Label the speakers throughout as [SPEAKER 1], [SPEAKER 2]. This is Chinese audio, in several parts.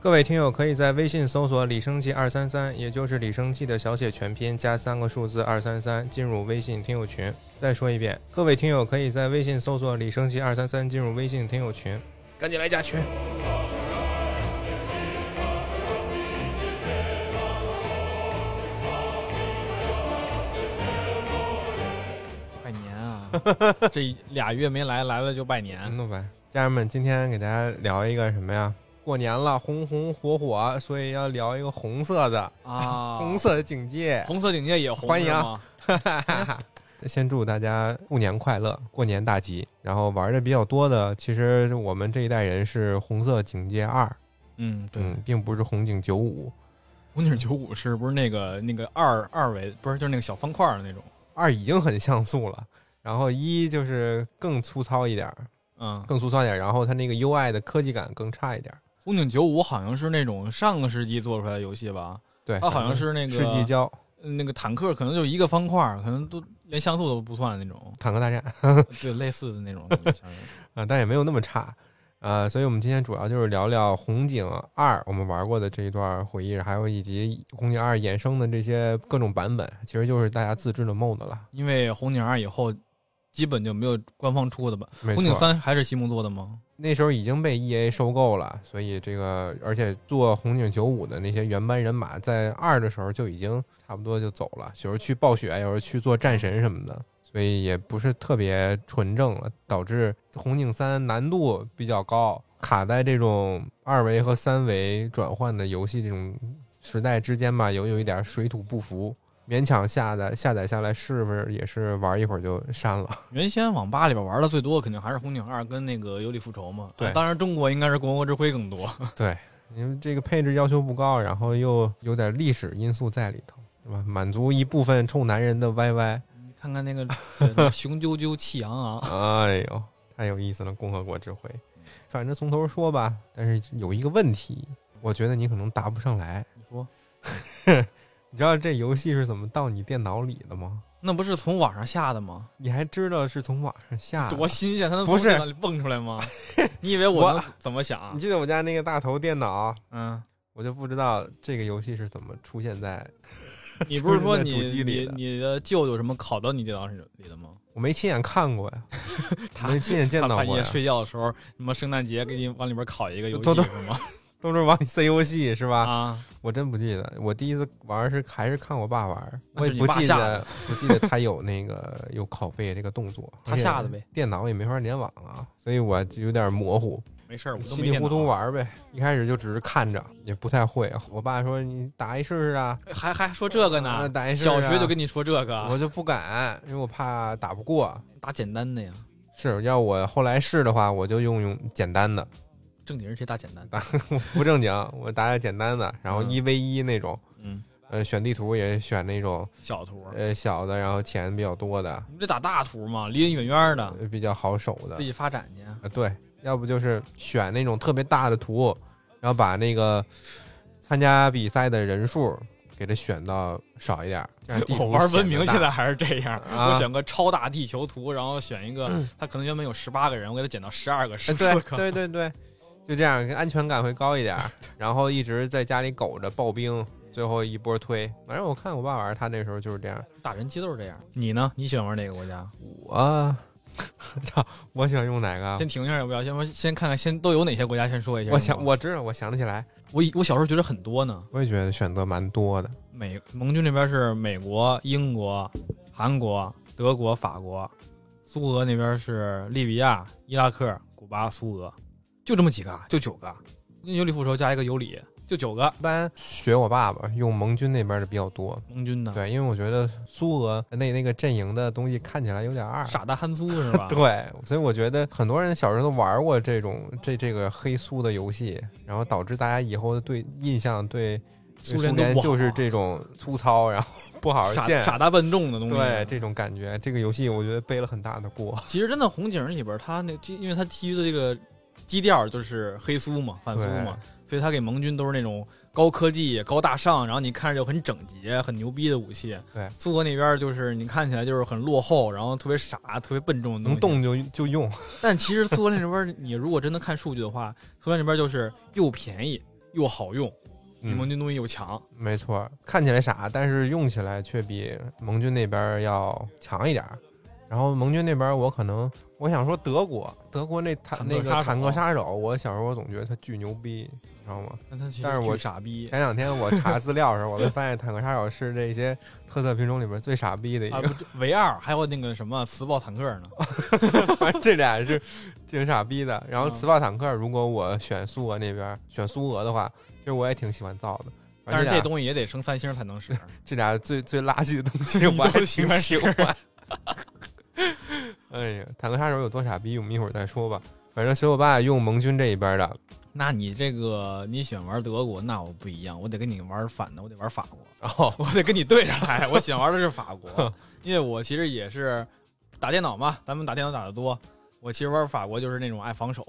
[SPEAKER 1] 各位听友可以在微信搜索“李生记二三三”，也就是李生记的小写全拼加三个数字二三三，进入微信听友群。再说一遍，各位听友可以在微信搜索“李生记二三三”，进入微信听友群。赶紧来加群！
[SPEAKER 2] 拜年啊！ 这一俩月没来，来了就拜年。
[SPEAKER 1] 弄呗，家人们，今天给大家聊一个什么呀？过年了，红红火火，所以要聊一个红色的，
[SPEAKER 2] 啊，
[SPEAKER 1] 红色的警戒。
[SPEAKER 2] 红色警戒也红，
[SPEAKER 1] 欢迎啊
[SPEAKER 2] 是吗
[SPEAKER 1] 先祝大家兔年快乐，过年大吉。然后玩的比较多的，其实我们这一代人是红色警戒二，
[SPEAKER 2] 嗯，对，
[SPEAKER 1] 嗯，并不是红警九五。
[SPEAKER 2] 红警九五是不是那个那个二二维不是就是那个小方块的那种？
[SPEAKER 1] 二已经很像素了，然后一就是更粗糙一点儿，
[SPEAKER 2] 嗯，
[SPEAKER 1] 更粗糙一点儿，然后它那个 UI 的科技感更差一点儿。
[SPEAKER 2] 红警九五好像是那种上个世纪做出来的游戏吧？
[SPEAKER 1] 对，
[SPEAKER 2] 它啊好像是那个
[SPEAKER 1] 哎世纪交，
[SPEAKER 2] 那个坦克可能就一个方块，可能都连像素都不算的那种
[SPEAKER 1] 坦克大战啊、啊
[SPEAKER 2] 对，类似的那种。我想想
[SPEAKER 1] 但也没有那么差。呃，所以我们今天主要就是聊聊《红警二》我们玩过的这一段回忆，还有以及《红警二》衍生的这些各种版本，其实就是大家自制的 mod 了。
[SPEAKER 2] 因为红警二以后基本就没有官方出的吧？
[SPEAKER 1] 没
[SPEAKER 2] 红警
[SPEAKER 1] 错，
[SPEAKER 2] 三还是西蒙做的吗？
[SPEAKER 1] 那时候已经被 E A 收购了，所以这个而且做红警九五的那些原班人马，在二的时候就已经差不多就走了，有时候去暴雪，有时候去做战神什么的，所以也不是特别纯正了，导致红警三难度比较高，卡在这种二维和三维转换的游戏这种时代之间吧，有有一点水土不服，勉强下载下载下来试试，也是玩一会儿就删了。
[SPEAKER 2] 原先网吧里边玩的最多，肯定还是《红警二》跟那个《尤里复仇》嘛。
[SPEAKER 1] 对
[SPEAKER 2] 啊当然中国应该是《国王之辉》更多。
[SPEAKER 1] 对，因为这个配置要求不高，然后又有点历史因素在里头，对吧？满足一部分臭男人的 YY
[SPEAKER 2] 你看看那个雄赳赳气昂昂，
[SPEAKER 1] 哎呦，太有意思了！共和国之辉，反正从头说吧。但是有一个问题，我觉得你可能答不上来。
[SPEAKER 2] 你说
[SPEAKER 1] 你知道这游戏是怎么到你电脑里的吗？
[SPEAKER 2] 那不是从网上下的吗？
[SPEAKER 1] 你还知道是从网上下的？
[SPEAKER 2] 多新鲜，它能
[SPEAKER 1] 啊不
[SPEAKER 2] 从
[SPEAKER 1] 是
[SPEAKER 2] 电脑里蹦出来吗？ 你以为我能怎么想啊
[SPEAKER 1] 你？记得我家那个大头电脑，
[SPEAKER 2] 嗯，
[SPEAKER 1] 我就不知道这个游戏是怎么出现在
[SPEAKER 2] 你不是说
[SPEAKER 1] 就是在
[SPEAKER 2] 你
[SPEAKER 1] 主机里
[SPEAKER 2] 你
[SPEAKER 1] 的
[SPEAKER 2] 你的舅舅什么考到你电脑里的吗？
[SPEAKER 1] 我没亲眼看过呀，没亲眼见
[SPEAKER 2] 他
[SPEAKER 1] 到
[SPEAKER 2] 半
[SPEAKER 1] 过
[SPEAKER 2] 夜
[SPEAKER 1] 呀。
[SPEAKER 2] 睡觉的时候，什么圣诞节给你往里边拷一个游
[SPEAKER 1] 偷
[SPEAKER 2] 戏
[SPEAKER 1] 偷
[SPEAKER 2] 是吗？
[SPEAKER 1] 都是往里塞游戏是吧？
[SPEAKER 2] 啊，
[SPEAKER 1] 我真不记得，我第一次玩是还是看我爸玩，
[SPEAKER 2] 那
[SPEAKER 1] 我也
[SPEAKER 2] 啊是你
[SPEAKER 1] 不
[SPEAKER 2] 爸
[SPEAKER 1] 记
[SPEAKER 2] 下
[SPEAKER 1] 得
[SPEAKER 2] 的
[SPEAKER 1] 不记得他有那个有拷贝这个动作，
[SPEAKER 2] 他下的呗，
[SPEAKER 1] 电脑也没法联网啊，所以我就有点模糊，
[SPEAKER 2] 没事儿，我都
[SPEAKER 1] 稀
[SPEAKER 2] 没
[SPEAKER 1] 里
[SPEAKER 2] 电
[SPEAKER 1] 糊
[SPEAKER 2] 脑啊
[SPEAKER 1] 涂啊玩呗。一开始就只是看着，也不太会。我爸说你打一试试啊，
[SPEAKER 2] 还还说这个
[SPEAKER 1] 啊
[SPEAKER 2] 呢？
[SPEAKER 1] 打一试试啊
[SPEAKER 2] 小学就跟你说这个，
[SPEAKER 1] 我就不敢，因为我怕打不过。
[SPEAKER 2] 打简单的呀，
[SPEAKER 1] 是要我后来试的话，我就用用简单的，
[SPEAKER 2] 正经人谁打简单的？
[SPEAKER 1] 不正经，我打点简单的，然后
[SPEAKER 2] 嗯
[SPEAKER 1] 一 v 一那种，
[SPEAKER 2] 嗯，
[SPEAKER 1] 呃，选地图也选那种
[SPEAKER 2] 小图，
[SPEAKER 1] 呃小的，然后钱比较多的，
[SPEAKER 2] 你不得打大图吗？离你远远的，
[SPEAKER 1] 呃比较好手的
[SPEAKER 2] 自。己发展去。啊
[SPEAKER 1] 呃对，要不就是选那种特别大的图，然后把那个参加比赛的人数给它选到少一点儿。这样地图
[SPEAKER 2] 我玩文
[SPEAKER 1] 显得
[SPEAKER 2] 明
[SPEAKER 1] 大
[SPEAKER 2] 现在还是这样，
[SPEAKER 1] 啊
[SPEAKER 2] 我选个超大地球图，然后选一个，他可能原本有十八个人，我给他减到十二个、十
[SPEAKER 1] 呃
[SPEAKER 2] 四个。
[SPEAKER 1] 对对对对，就这样安全感会高一点儿。然后一直在家里苟着刨冰，最后一波推。反正我看我爸玩儿，他那时候就是这样。
[SPEAKER 2] 打人机都是这样。你呢？你喜欢玩哪个国家？
[SPEAKER 1] 我 操，我喜欢用哪个？
[SPEAKER 2] 先停一下，要不要？先先看看，先都有哪些国家？先说一下。
[SPEAKER 1] 啊我想我知道，我想得起来。
[SPEAKER 2] 我以我小时候觉得很多呢。
[SPEAKER 1] 我也觉得选择蛮多的。
[SPEAKER 2] 美盟军那边是美国、英国、韩国、德国、法国，苏俄那边是利比亚、伊拉克、古巴、苏俄，就这么几个，就九个。尤里复仇加一个尤里，就九个
[SPEAKER 1] 一般学我爸爸用盟军那边的比较多，
[SPEAKER 2] 盟军呢。
[SPEAKER 1] 对，因为我觉得苏俄那那个阵营的东西看起来有点二，
[SPEAKER 2] 傻大憨苏 是吧？
[SPEAKER 1] 对，所以我觉得很多人小时候都玩过这种这这个黑苏的游戏，然后导致大家以后对印象对
[SPEAKER 2] 苏
[SPEAKER 1] 联
[SPEAKER 2] 联都不好
[SPEAKER 1] 就是这种粗糙，然后不好好
[SPEAKER 2] 傻
[SPEAKER 1] 建，
[SPEAKER 2] 傻大笨重的东西。啊
[SPEAKER 1] 对这种感觉，这个游戏我觉得背了很大的锅，
[SPEAKER 2] 其实真的红警里边，他那基因为他基于的这个基调就是黑苏嘛，反苏嘛，所以他给盟军都是那种高科技、高大上，然后你看着就很整洁、很牛逼的武器。
[SPEAKER 1] 对，
[SPEAKER 2] 苏俄那边就是你看起来就是很落后，然后特别傻、特别笨重的东
[SPEAKER 1] 能
[SPEAKER 2] 西。
[SPEAKER 1] 动就就用，
[SPEAKER 2] 但其实苏俄那边，你如果真的看数据的话，苏联那边就是又便宜，又好用，比
[SPEAKER 1] 嗯
[SPEAKER 2] 盟军东西又强。
[SPEAKER 1] 没错，看起来傻，但是用起来却比盟军那边要强一点儿。然后盟军那边，我可能我想说德国，德国那坦
[SPEAKER 2] 坦
[SPEAKER 1] 那
[SPEAKER 2] 克
[SPEAKER 1] 个
[SPEAKER 2] 杀手啊
[SPEAKER 1] 坦克杀手，我小时候我总觉得他巨牛逼，你知道吗？
[SPEAKER 2] 但他其实
[SPEAKER 1] 但是我哎
[SPEAKER 2] 巨傻逼，
[SPEAKER 1] 前两天我查资料的时候，我才发现坦克杀手是这些特色品种里边最傻逼的一
[SPEAKER 2] 啊
[SPEAKER 1] 个，
[SPEAKER 2] 不这唯二还有那个什么磁暴坦克 呢，
[SPEAKER 1] 反正这俩是挺傻逼的。然后
[SPEAKER 2] 嗯
[SPEAKER 1] 磁暴坦克，如果我选苏俄那边选苏俄的话，其实我也挺喜欢造的。
[SPEAKER 2] 但
[SPEAKER 1] 反正
[SPEAKER 2] 是这
[SPEAKER 1] 俩
[SPEAKER 2] 东西也得升三星才 能使。
[SPEAKER 1] 这俩最最垃圾的东 西，我还挺喜欢。哎呀，坦克杀手有多傻逼，我们一会儿再 说吧。反正小伙伴用盟军这一边的，
[SPEAKER 2] 那你这个你喜欢玩德国，那我不一样，我得跟你玩反的，我得玩法国，
[SPEAKER 1] 哦，
[SPEAKER 2] 我得跟你对着来。我喜欢玩的是法国，因为我其实也是打电脑嘛，咱们打电脑打得多。我其实玩法国就是那种爱防守，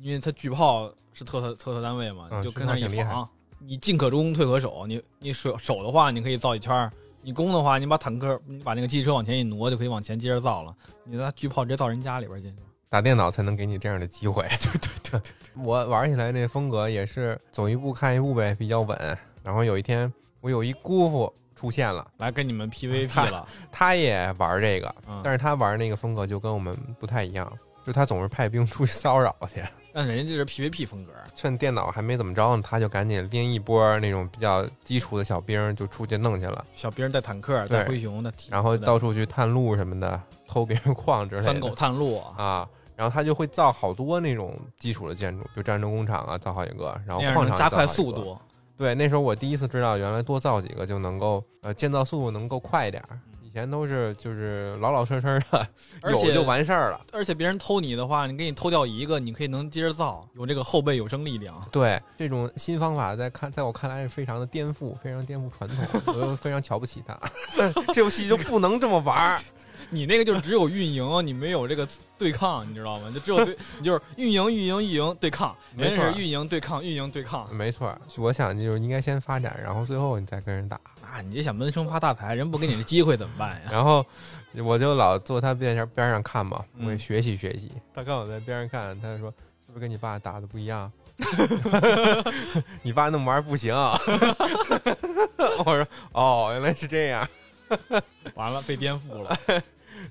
[SPEAKER 2] 因为它巨炮是特色特色单位嘛，
[SPEAKER 1] 嗯
[SPEAKER 2] 你就跟那儿
[SPEAKER 1] 巨
[SPEAKER 2] 一
[SPEAKER 1] 炮挺厉害
[SPEAKER 2] 防，你进可攻退可守。你你手守的话，你可以造一圈儿；你攻的话，你把坦克你把那个汽车往前一挪，就可以往前接着造了。你那巨炮直接造人家里边进去。
[SPEAKER 1] 打电脑才能给你这样的机会。 对对对我玩起来那风格也是走一步看一步呗，比较稳。然后有一天，我有一姑父出现了，
[SPEAKER 2] 来跟你们 PVP 了，
[SPEAKER 1] 他也玩这个，
[SPEAKER 2] 嗯
[SPEAKER 1] 但是他玩那个风格就跟我们不太一样，就他总是派兵出去骚扰去。
[SPEAKER 2] 但人家这是 PVP 风格，
[SPEAKER 1] 趁电脑还没怎么着呢，他就赶紧拎一波那种比较基础的小兵儿就出去弄去了，
[SPEAKER 2] 小兵带坦克、
[SPEAKER 1] 对
[SPEAKER 2] 带灰熊、带
[SPEAKER 1] 然后到处去探路什么的，偷别人矿之类的。
[SPEAKER 2] 三狗探路，
[SPEAKER 1] 啊，然后他就会造好多那种基础的建筑，比如战争工厂啊，造好几个，然后
[SPEAKER 2] 那样
[SPEAKER 1] 矿
[SPEAKER 2] 能
[SPEAKER 1] 场
[SPEAKER 2] 加
[SPEAKER 1] 也造好
[SPEAKER 2] 快
[SPEAKER 1] 几
[SPEAKER 2] 速
[SPEAKER 1] 个。
[SPEAKER 2] 度。
[SPEAKER 1] 对，那时候我第一次知道，原来多造几个就能够呃建造速度能够快一点儿。以前都是就是老老实实的，
[SPEAKER 2] 嗯而
[SPEAKER 1] 有
[SPEAKER 2] 且
[SPEAKER 1] 就完事儿了。
[SPEAKER 2] 而且别人偷你的话，你给你偷掉一个，你可以能接着造，有这个后备有生力量。
[SPEAKER 1] 对这种新方法，在看在我看来是非常的颠覆，非常颠覆传统，我又非常瞧不起他。 这游戏就不能这么玩 儿。
[SPEAKER 2] 你那个就只有运营，你没有这个对抗，你知道吗？就只有对，你就是运营、运营、运营对抗，
[SPEAKER 1] 没
[SPEAKER 2] 人
[SPEAKER 1] 错
[SPEAKER 2] 家是运营对抗、运营对抗。
[SPEAKER 1] 没错儿，我想就是应该先发展，然后最后你再跟人打。
[SPEAKER 2] 啊，你这想闷声发大财，人不给你这机会怎么办 呀？
[SPEAKER 1] 然后我就老坐他边上边上看嘛，
[SPEAKER 2] 嗯
[SPEAKER 1] 我也学习学习。他看我在边上看，他就说：“是不是跟你爸打的不一样？ 你爸那么玩儿不行。”啊 我说：“哦，原来是这样。”
[SPEAKER 2] 完了，被颠覆了，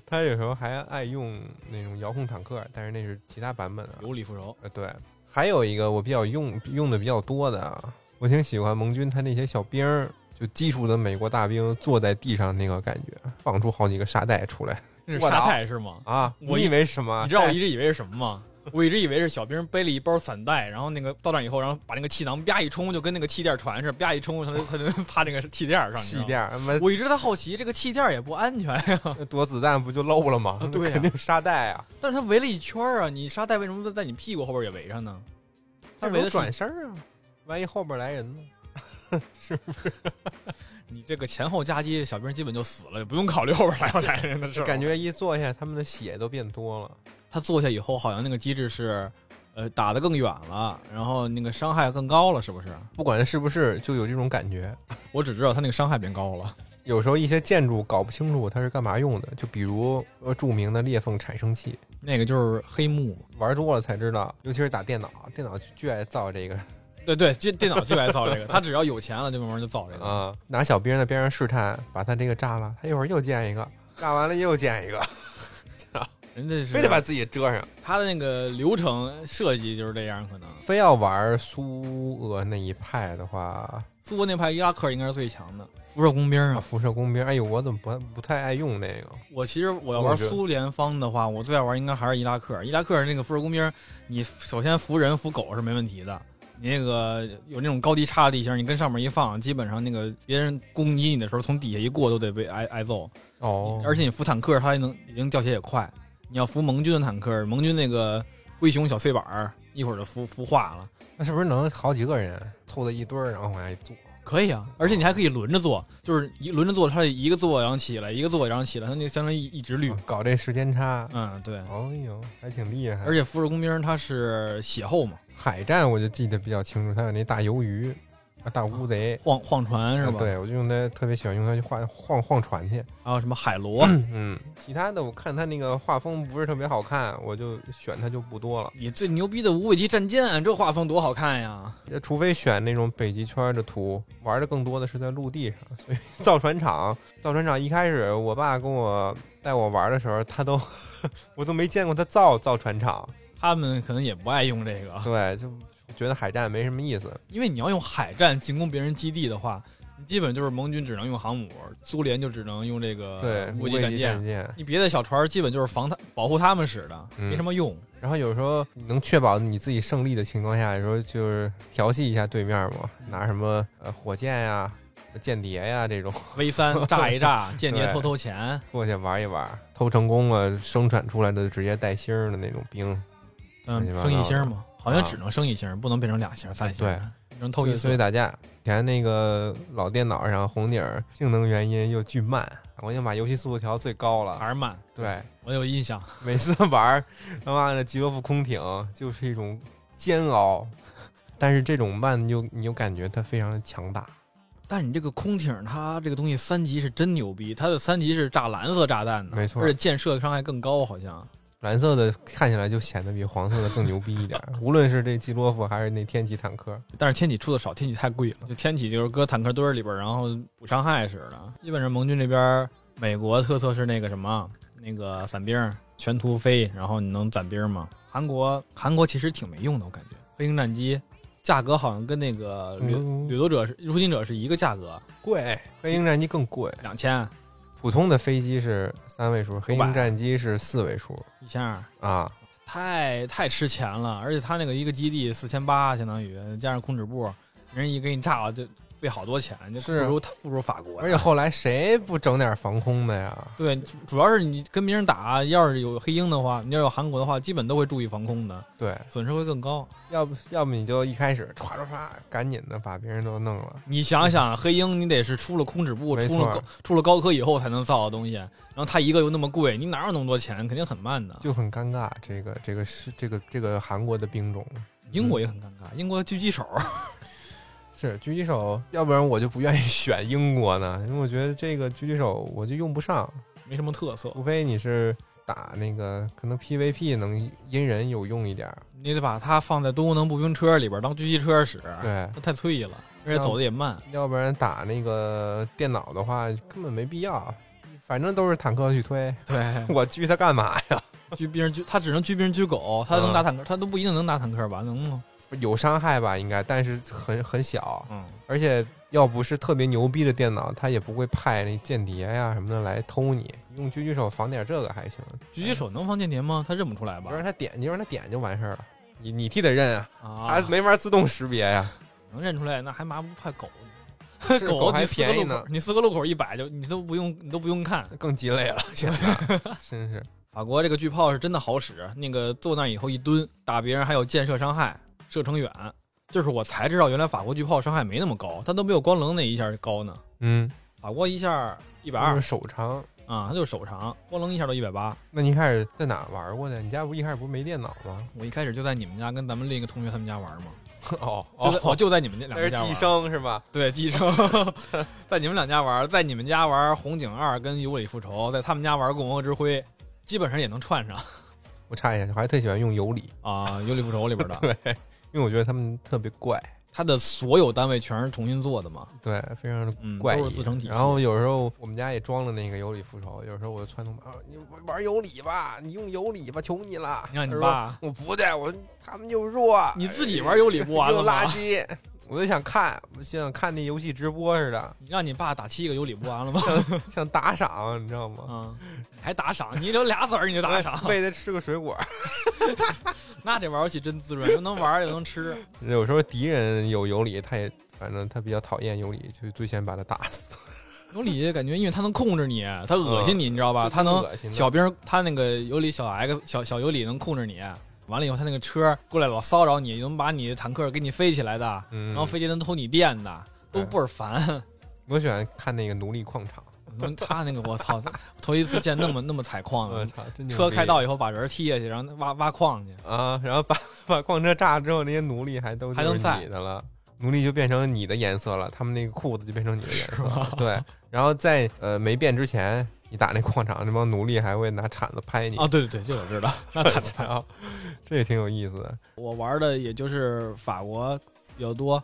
[SPEAKER 1] 他有时候还爱用那种遥控坦克，但是那是其他版本啊。
[SPEAKER 2] 有理 不饶。
[SPEAKER 1] 呃，对，还有一个我比较用用的比较多的啊，我挺喜欢盟军他那些小兵儿，就基础的美国大兵坐在地上那个感觉，放出好几个沙袋出来
[SPEAKER 2] 这是
[SPEAKER 1] 我
[SPEAKER 2] 沙
[SPEAKER 1] 操
[SPEAKER 2] 袋是吗？
[SPEAKER 1] 啊！
[SPEAKER 2] 我
[SPEAKER 1] 你
[SPEAKER 2] 一
[SPEAKER 1] 以为是什么？
[SPEAKER 2] 你知道我
[SPEAKER 1] 但
[SPEAKER 2] 一直以为是什么吗？我一直以为是小兵背了一包散弹，然后那个到那以后，然后把那个气囊啪一冲，就跟那个气垫船似的，啪一冲，他就 他就趴那个气垫上。你知道
[SPEAKER 1] 气
[SPEAKER 2] 吗。
[SPEAKER 1] 垫儿，他妈
[SPEAKER 2] 我一直在好奇，这个气垫也不安全 呀、
[SPEAKER 1] 躲子弹不就漏了 吗
[SPEAKER 2] 啊？对呀
[SPEAKER 1] 肯定是沙袋啊，
[SPEAKER 2] 但是它围了一圈儿啊，你沙袋为什么在在你屁股后边也围上呢？它
[SPEAKER 1] 但
[SPEAKER 2] 围
[SPEAKER 1] 是
[SPEAKER 2] 的
[SPEAKER 1] 转，身儿啊，万一后边来人呢？
[SPEAKER 2] 你这个前后夹击，小兵基本就死了，也不用考虑后边来不来人的事儿。
[SPEAKER 1] 感觉一坐下，他们的血都变多了。
[SPEAKER 2] 他坐下以后，好像那个机制是，呃，打得更远了，然后那个伤害更高了，是不是？
[SPEAKER 1] 不管是不是，就有这种感觉。
[SPEAKER 2] 我只知道他那个伤害变高了。
[SPEAKER 1] 有时候一些建筑搞不清楚它是干嘛用的，就比如呃著名的裂缝产生器，
[SPEAKER 2] 那个就是黑幕，
[SPEAKER 1] 玩多了才知道，尤其是打电脑，电脑巨爱造这个
[SPEAKER 2] 对对，这电脑就爱造这个，他只要有钱了，就慢慢就造这个。
[SPEAKER 1] 啊、 拿小兵在边上试探，把他这个炸了，他一会儿又建一个，炸完了又建一个，
[SPEAKER 2] 人家是
[SPEAKER 1] 非得把自己遮上，
[SPEAKER 2] 他的那个流程设计就是这样，可能
[SPEAKER 1] 非要玩苏俄那一派的话，
[SPEAKER 2] 苏俄那派伊拉克应该是最强的，辐射工兵啊
[SPEAKER 1] 啊，，辐射工兵，哎呦，我怎么不不太爱用那个？
[SPEAKER 2] 我其实我要玩苏联方的话，我最爱玩应该还是伊拉克。伊拉克那个辐射工兵，你首先扶人扶狗是没问题的。你那个有那种高低差的地形，你跟上面一放，基本上那个别人攻击你的时候，从底下一过都得被挨挨揍。
[SPEAKER 1] 哦，
[SPEAKER 2] 而且你扶坦克，它还能已经掉血也快。你要扶盟军的坦克，盟军那个灰熊小碎板儿，一会儿就孵孵化了。
[SPEAKER 1] 那是不是能好几个人凑在一堆儿，然后往下一坐？
[SPEAKER 2] 可以啊，而且你还可以轮着坐，就是一轮着坐，它一个坐然后起来，一个坐然后起来，它就相当于一一直绿
[SPEAKER 1] 啊。搞这时间差，
[SPEAKER 2] 嗯，对。
[SPEAKER 1] 哎呦，还挺厉害。
[SPEAKER 2] 而且辐射工兵它是血厚嘛，
[SPEAKER 1] 海战我就记得比较清楚，它有那大鱿鱼，啊大乌贼
[SPEAKER 2] 晃晃船是
[SPEAKER 1] 啊
[SPEAKER 2] 吧？，
[SPEAKER 1] 对，我就用它，特别喜欢用它去晃晃晃船去。
[SPEAKER 2] 还啊有什么海螺，
[SPEAKER 1] 嗯，其他的我看它那个画风不是特别好看，我就选它就不多了。
[SPEAKER 2] 你最牛逼的无畏级战舰，这画风多好看呀！
[SPEAKER 1] 呃除非选那种北极圈的图，玩的更多的是在陆地上。所以 造船厂，造船厂一开始我爸跟我带我玩的时候，他都 我都没见过他造造船厂，
[SPEAKER 2] 他们可能也不爱用这个，
[SPEAKER 1] 对，就觉得海战没什么意思。
[SPEAKER 2] 因为你要用海战进攻别人基地的话，你基本就是盟军只能用航母，苏联就只能用这个
[SPEAKER 1] 对，
[SPEAKER 2] 无
[SPEAKER 1] 无
[SPEAKER 2] 畏级
[SPEAKER 1] 畏
[SPEAKER 2] 呃战
[SPEAKER 1] 级
[SPEAKER 2] 舰
[SPEAKER 1] 战。舰。
[SPEAKER 2] 你别的小船儿基本就是防他保护他们使的，
[SPEAKER 1] 嗯
[SPEAKER 2] 没什么用。
[SPEAKER 1] 然后有时候你能确保你自己胜利的情况下，有时候就是调戏一下对面嘛，拿什么呃火箭呀、间谍呀这种
[SPEAKER 2] V 三炸一炸，间谍
[SPEAKER 1] 对
[SPEAKER 2] 偷偷钱，
[SPEAKER 1] 过去玩一玩，偷成功了，生产出来的直接带星儿的那种兵，
[SPEAKER 2] 嗯，
[SPEAKER 1] 乱七八
[SPEAKER 2] 升一
[SPEAKER 1] 糟
[SPEAKER 2] 星
[SPEAKER 1] 的
[SPEAKER 2] 嘛，好像
[SPEAKER 1] 啊
[SPEAKER 2] 只能升一星，不能变成两星、三星，
[SPEAKER 1] 对，
[SPEAKER 2] 只能偷一
[SPEAKER 1] 所以
[SPEAKER 2] 次。
[SPEAKER 1] 打架。以前那个老电脑上红底儿性能原因又巨慢，我已经把游戏速度调到最高了。
[SPEAKER 2] 还是慢，
[SPEAKER 1] 对，
[SPEAKER 2] 我有印象。
[SPEAKER 1] 每次玩儿他妈的极洛夫空艇就是一种煎熬，但是这种慢你就你就感觉它非常的强大。
[SPEAKER 2] 但你这个空艇，它这个东西三级是真牛逼，它的三级是炸蓝色炸弹的，
[SPEAKER 1] 没错
[SPEAKER 2] 而且箭射伤害更高，好像。
[SPEAKER 1] 蓝色的看起来就显得比黄色的更牛逼一点儿，无论是这基洛夫还是那天启坦克，
[SPEAKER 2] 但是天启出的少，天启太贵了，就天启就是搁坦克堆儿里边儿，然后补伤害似的。基本上盟军这边儿，美国特色是那个什么，那个伞兵儿全图飞，然后你能攒兵儿嘛。韩国韩国其实挺没用的，我感觉飞行战机价格好像跟那个掠
[SPEAKER 1] 嗯
[SPEAKER 2] 掠夺者是入侵者是一个价格，
[SPEAKER 1] 贵，黑鹰战机更贵。
[SPEAKER 2] 两千
[SPEAKER 1] 普通的飞机是三位数，黑鹰战机是四位数
[SPEAKER 2] 一千二。
[SPEAKER 1] 啊。
[SPEAKER 2] 太太吃钱了，而且他那个一个基地四千八，相当于加上空指部，人一给你炸了就费好多钱，就是不如他不如法国呀。
[SPEAKER 1] 而且后来谁不整点防空的呀？
[SPEAKER 2] 对，主主要是你跟别人打，要是有黑鹰的话，你要有韩国的话，基本都会注意防空的，
[SPEAKER 1] 对，
[SPEAKER 2] 损失会更高。
[SPEAKER 1] 要不要不你就一开始歘歘歘，赶紧的把别人都弄了。
[SPEAKER 2] 你想想，黑鹰你得是出了空指部，
[SPEAKER 1] 没
[SPEAKER 2] 出
[SPEAKER 1] 错
[SPEAKER 2] 了高出了高科以后才能造的东西，然后它一个又那么贵，你哪有那么多钱？肯定很慢的。
[SPEAKER 1] 就很尴尬，这个这个是这个这个韩国的兵种，嗯
[SPEAKER 2] 英国也很尴尬，英国狙击手
[SPEAKER 1] 是狙击手，要不然我就不愿意 选英国呢，因为我觉得这个狙击手我就用不上，
[SPEAKER 2] 没什么特色，
[SPEAKER 1] 除非你是打那个可能 PVP 能阴人有用一点儿，
[SPEAKER 2] 你得把它放在多功能步兵车里边当狙击车使。
[SPEAKER 1] 对，
[SPEAKER 2] 它太脆了，而且走的也慢。
[SPEAKER 1] 要不然打那个电脑的话根本没必要，反正都是坦克去推，
[SPEAKER 2] 对，
[SPEAKER 1] 我狙它干嘛呀？
[SPEAKER 2] 狙 兵狙，它只能狙兵狙狗，它
[SPEAKER 1] 嗯
[SPEAKER 2] 能打坦克，它都不一定能打坦克吧？能吗？
[SPEAKER 1] 有伤害吧应该，但是很很小，
[SPEAKER 2] 嗯，
[SPEAKER 1] 而且要不是特别牛逼的电脑，它也不会派那间谍呀什么的来偷你，用狙击手防点这个还行，
[SPEAKER 2] 狙击手能防间谍吗？它认不出来
[SPEAKER 1] 你
[SPEAKER 2] 吧
[SPEAKER 1] 就？让他点，你就让他点就完事儿了。你你替他认啊，
[SPEAKER 2] 啊
[SPEAKER 1] 他，没法自动识别呀、
[SPEAKER 2] 能认出来，那还麻不怕狗呢？
[SPEAKER 1] 是
[SPEAKER 2] 狗
[SPEAKER 1] 还
[SPEAKER 2] 你四个
[SPEAKER 1] 便宜
[SPEAKER 2] 路
[SPEAKER 1] 呢
[SPEAKER 2] 口，，你四个路口一摆就你都不用，你都不用看。
[SPEAKER 1] 更鸡肋了，现在 真是。
[SPEAKER 2] 法国这个巨炮是真的好使，那个坐那以后一蹲，打别人还有箭射伤害，射程远。就是我才知道，原来法国巨炮伤害没那么高，它都没有光棱那一下高呢。
[SPEAKER 1] 嗯，
[SPEAKER 2] 法国一下一
[SPEAKER 1] 一
[SPEAKER 2] 百二
[SPEAKER 1] 手长。
[SPEAKER 2] 啊，它就是手长，光棱一下都一百八。
[SPEAKER 1] 那你一开始在哪玩过的？你家不一开始不是没电脑吗？
[SPEAKER 2] 我一开始就在你们家跟咱们另一个同学他们家玩嘛，
[SPEAKER 1] 哦
[SPEAKER 2] 就在我，就在你们家两
[SPEAKER 1] 那是
[SPEAKER 2] 个家玩
[SPEAKER 1] 寄，生是吧？
[SPEAKER 2] 对寄生， 在你们两家玩，在你们家玩《红警二》跟《尤里复仇》，在他们家玩《共和之辉》，基本上也能串上
[SPEAKER 1] 我插一下，我还特喜欢用尤里，
[SPEAKER 2] 啊，尤里复仇》里边 的，
[SPEAKER 1] 对，因为我觉得他们特别怪，
[SPEAKER 2] 它的所有单位全是重新做的嘛，
[SPEAKER 1] 对，非常的
[SPEAKER 2] 嗯，
[SPEAKER 1] 怪
[SPEAKER 2] 都
[SPEAKER 1] 异。
[SPEAKER 2] 是自成体系。
[SPEAKER 1] 然后有时候我们家也装了那个尤里复仇，有时候我就撺掇我爸，啊你玩尤里吧，你用尤里吧，求你了。
[SPEAKER 2] 你看你
[SPEAKER 1] 他说
[SPEAKER 2] 爸，
[SPEAKER 1] 我不对，我他们就弱，
[SPEAKER 2] 你自己玩尤里不完了
[SPEAKER 1] 又垃
[SPEAKER 2] 吗？
[SPEAKER 1] 圾。我就想看，我就想看那游戏直播似的，
[SPEAKER 2] 你让你爸打七个尤里不完 了吗？
[SPEAKER 1] 想打赏，你知道吗？
[SPEAKER 2] 嗯，还打赏，你留俩子儿你就打赏，
[SPEAKER 1] 喂它吃个水果。
[SPEAKER 2] 那这玩游戏真滋润，又能玩又能吃。
[SPEAKER 1] 有时候敌人有尤里，他也反正他比较讨厌尤里，就最先把他打死。
[SPEAKER 2] 尤里感觉，因为他能控制你，他恶心你，你知 道吧？他能
[SPEAKER 1] 恶心的
[SPEAKER 2] 小兵儿，他那个尤里小 X 小小尤里能控制你，完了以后他那个车过来老骚扰你，能把你坦克给你飞起来的，
[SPEAKER 1] 嗯，
[SPEAKER 2] 然后飞机能偷你电的，都
[SPEAKER 1] 对
[SPEAKER 2] 倍儿烦。
[SPEAKER 1] 我喜欢看那个奴隶矿场，
[SPEAKER 2] 他那个我操， 头一次见那么那么采矿
[SPEAKER 1] 我
[SPEAKER 2] 的，
[SPEAKER 1] 操，真牛
[SPEAKER 2] 嗯车
[SPEAKER 1] 逼
[SPEAKER 2] 开道以后把人踢下去，然后挖挖矿去。
[SPEAKER 1] 啊，然后把把矿车炸了之后，那些奴隶还都
[SPEAKER 2] 还能
[SPEAKER 1] 就是
[SPEAKER 2] 在
[SPEAKER 1] 你的了。奴隶就变成你的颜色了，他们那个裤子就变成你的颜色 了。对，然后在呃没变之前，你打那矿场，那帮奴隶还会拿铲子拍你。
[SPEAKER 2] 啊，对对对，这我知道， 那惨惨啊！
[SPEAKER 1] 啊，这也挺有意思的。
[SPEAKER 2] 我玩的也就是法国比较多，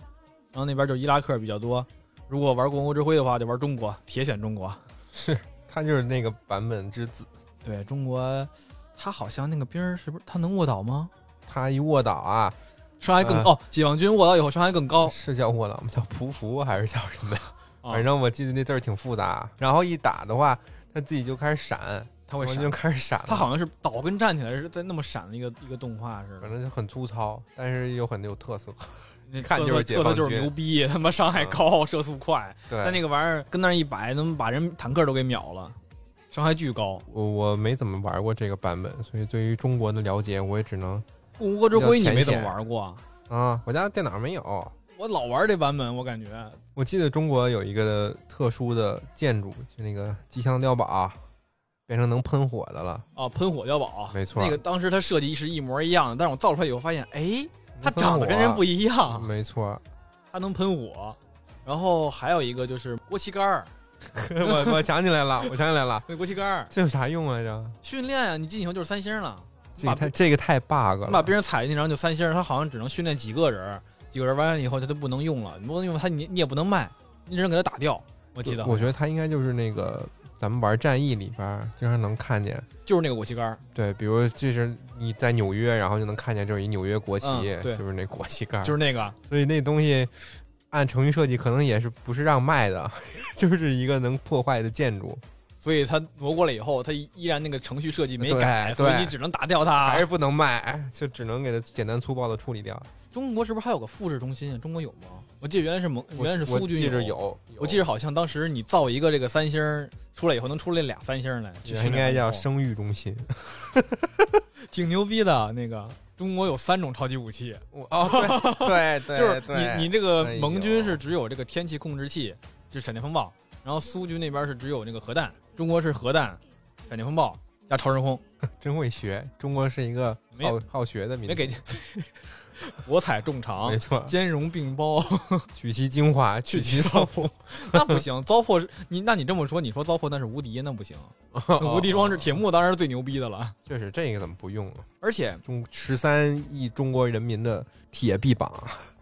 [SPEAKER 2] 然后那边就伊拉克比较多。如果玩《共和之辉》的话，就玩中国，铁选中国。
[SPEAKER 1] 是，它就是那个版本之子，
[SPEAKER 2] 对中国，他好像那个兵儿是不是他能卧倒吗？
[SPEAKER 1] 他一卧倒啊，
[SPEAKER 2] 伤害更、
[SPEAKER 1] 呃
[SPEAKER 2] 哦，解放军卧倒以后伤害更高。
[SPEAKER 1] 是叫卧倒吗？叫匍匐还是叫什么呀？
[SPEAKER 2] 啊
[SPEAKER 1] 反正我记得那字儿挺复杂。然后一打的话，他自己就开始闪，
[SPEAKER 2] 他会
[SPEAKER 1] 然后
[SPEAKER 2] 闪
[SPEAKER 1] 就开始闪了。
[SPEAKER 2] 他好像是倒跟站起来是在那么闪的一个
[SPEAKER 1] 嗯
[SPEAKER 2] 一个动画似
[SPEAKER 1] 反
[SPEAKER 2] 的，
[SPEAKER 1] 正就很粗糙，但是又很有特色。
[SPEAKER 2] 那
[SPEAKER 1] 看
[SPEAKER 2] 特
[SPEAKER 1] 就是解
[SPEAKER 2] 特色
[SPEAKER 1] 放
[SPEAKER 2] 就是
[SPEAKER 1] 军嗯
[SPEAKER 2] 牛逼，他妈伤害高，射速快，
[SPEAKER 1] 对，
[SPEAKER 2] 但那个玩意儿跟那儿一摆，能把人坦克都给秒了，伤害巨高。
[SPEAKER 1] 我我没怎么玩过这个版本，所以对于中国的了解，我也只能
[SPEAKER 2] 共和之辉
[SPEAKER 1] 比
[SPEAKER 2] 你
[SPEAKER 1] 较
[SPEAKER 2] 没
[SPEAKER 1] 浅
[SPEAKER 2] 怎么
[SPEAKER 1] 显
[SPEAKER 2] 玩过，
[SPEAKER 1] 啊，我家电脑没有。
[SPEAKER 2] 我老玩这版本，我感觉
[SPEAKER 1] 我记得中国有一个特殊的建筑，就那个吉祥碉堡，变成能喷火的了。
[SPEAKER 2] 啊，喷火碉堡，
[SPEAKER 1] 没错
[SPEAKER 2] 那个当时它设计是一模一样的，但是我造出来以后发现，哎，它
[SPEAKER 1] 能喷
[SPEAKER 2] 长得跟人
[SPEAKER 1] 火啊
[SPEAKER 2] 不一样，
[SPEAKER 1] 没 错，
[SPEAKER 2] 它能喷火。然后还有一个就是锅旗杆儿，
[SPEAKER 1] 我我想起来了，我想起来 了，
[SPEAKER 2] 那锅旗杆儿
[SPEAKER 1] 这有啥用来着？
[SPEAKER 2] 训练啊，你进以后就是三星了，
[SPEAKER 1] 这个太这个太 bug
[SPEAKER 2] 你
[SPEAKER 1] 了
[SPEAKER 2] 把。别人踩进去，然后就三星儿，它好像只能训练几个人儿，几个人完了以后它就不能用了，你不能用它，你你也不能卖，你只能给它打掉。我记得，
[SPEAKER 1] 我觉得它应该就是那个咱们玩战役里边儿经常能看见，
[SPEAKER 2] 就是那个锅旗杆儿，
[SPEAKER 1] 对，比如这是你在纽约，然后就能看见这有一纽约国旗，
[SPEAKER 2] 嗯对
[SPEAKER 1] 就是那国旗杆儿，
[SPEAKER 2] 就是那个，
[SPEAKER 1] 所以那东西按程序设计可能也是不是让卖的， 就是一个能破坏的建筑，
[SPEAKER 2] 所以它挪过来以后，它依然那个程序设计没
[SPEAKER 1] 对
[SPEAKER 2] 改，
[SPEAKER 1] 对
[SPEAKER 2] 所以你只能打掉它。
[SPEAKER 1] 还是不能卖，就只能给它简单粗暴的处理掉。
[SPEAKER 2] 中国是不是还有个复制中心啊？中国有吗？我记得原来是盟，
[SPEAKER 1] 我
[SPEAKER 2] 原来是
[SPEAKER 1] 我
[SPEAKER 2] 苏军
[SPEAKER 1] 记着
[SPEAKER 2] 有，
[SPEAKER 1] 有，
[SPEAKER 2] 我记着好像当时你造一个这个三星儿出来以后，能出来俩三星儿来，
[SPEAKER 1] 有应该叫
[SPEAKER 2] 要
[SPEAKER 1] 生育中 心。
[SPEAKER 2] 哦挺牛逼的那个。中国有三种超级武器，
[SPEAKER 1] 我哦，对对对，
[SPEAKER 2] 就是
[SPEAKER 1] 对
[SPEAKER 2] 你你这个
[SPEAKER 1] 哎呦
[SPEAKER 2] 盟军是只有这个天气控制器，就是闪电风暴，然后苏军那边是只有那个核弹，中国是核弹、闪电风暴加超声空，
[SPEAKER 1] 真会学，中国是一个
[SPEAKER 2] 没
[SPEAKER 1] 好好学的民族，
[SPEAKER 2] 没给 博采众长
[SPEAKER 1] 没，错，
[SPEAKER 2] 兼容并包，
[SPEAKER 1] 取其精华， 去
[SPEAKER 2] 其
[SPEAKER 1] 其
[SPEAKER 2] 糟
[SPEAKER 1] 糟粕。
[SPEAKER 2] 那不行，糟粕是你，那你这么说，你说糟粕那是无敌，那不行，
[SPEAKER 1] 哦
[SPEAKER 2] 无敌装置铁幕当然是最牛逼的了，
[SPEAKER 1] 确实，这个怎么不用啊？
[SPEAKER 2] 而且
[SPEAKER 1] 中十三亿中国人民的铁啊臂膀，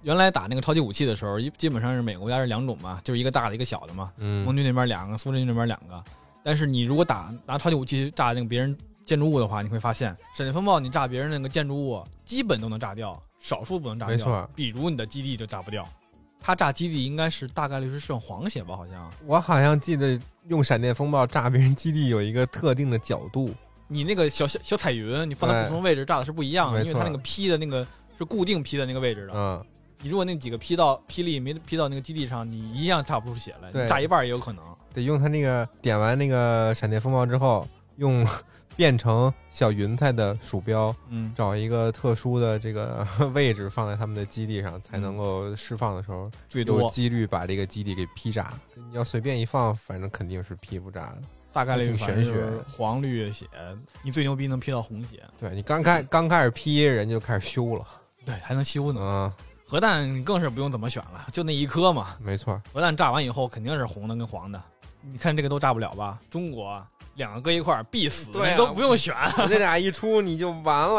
[SPEAKER 2] 原来打那个超级武器的时候，一基本上是美国家是两种嘛，就是一个大的一个小的嘛，盟
[SPEAKER 1] 嗯，
[SPEAKER 2] 军那边两个，苏军那边两个。但是你如果打拿超级武器炸那个别人建筑物的话，你会发现闪电风暴你炸别人那个建筑物基本都能炸掉，少数不能炸掉。
[SPEAKER 1] 没错，
[SPEAKER 2] 比如你的基地就炸不掉。他炸基地应该是大概率是剩黄血吧，好像
[SPEAKER 1] 我好像记得用闪电风暴炸别人基地有一个特定的角度，
[SPEAKER 2] 你那个小小小彩云，你放在
[SPEAKER 1] 对
[SPEAKER 2] 不同位置炸的是不一样
[SPEAKER 1] 没
[SPEAKER 2] 的，因为它
[SPEAKER 1] 错
[SPEAKER 2] 那个劈的那个是啊固定劈在那个位置的。
[SPEAKER 1] 嗯，
[SPEAKER 2] 你如果那几个劈到霹雳没劈到那个基地上，你一样炸不出血来，
[SPEAKER 1] 对
[SPEAKER 2] 你炸一半也有可能。
[SPEAKER 1] 得用它那个点完那个闪电风暴之后，用 变成小云彩的鼠标，
[SPEAKER 2] 嗯，
[SPEAKER 1] 找一个特殊的这个 位置放在他们的基地上，才能够释放的时候
[SPEAKER 2] 嗯最
[SPEAKER 1] 有
[SPEAKER 2] 多
[SPEAKER 1] 几率把这个基地给劈炸。你要随便一放，反正肯定是劈不炸的。
[SPEAKER 2] 大概率
[SPEAKER 1] 挺
[SPEAKER 2] 反正
[SPEAKER 1] 玄学
[SPEAKER 2] 就是黄绿血，你最牛逼能劈到红血。
[SPEAKER 1] 对你刚
[SPEAKER 2] 嗯
[SPEAKER 1] 开刚开始劈，人就开始修了，
[SPEAKER 2] 对，还能修呢。
[SPEAKER 1] 嗯，
[SPEAKER 2] 核弹更是不用怎么选了，就那一颗嘛。
[SPEAKER 1] 没错，
[SPEAKER 2] 核弹炸完以后肯定是红的跟黄的，你看这个都炸不了吧？中国两个搁一块儿必死，
[SPEAKER 1] 对啊
[SPEAKER 2] 你都不用选，
[SPEAKER 1] 这俩一出你就完了，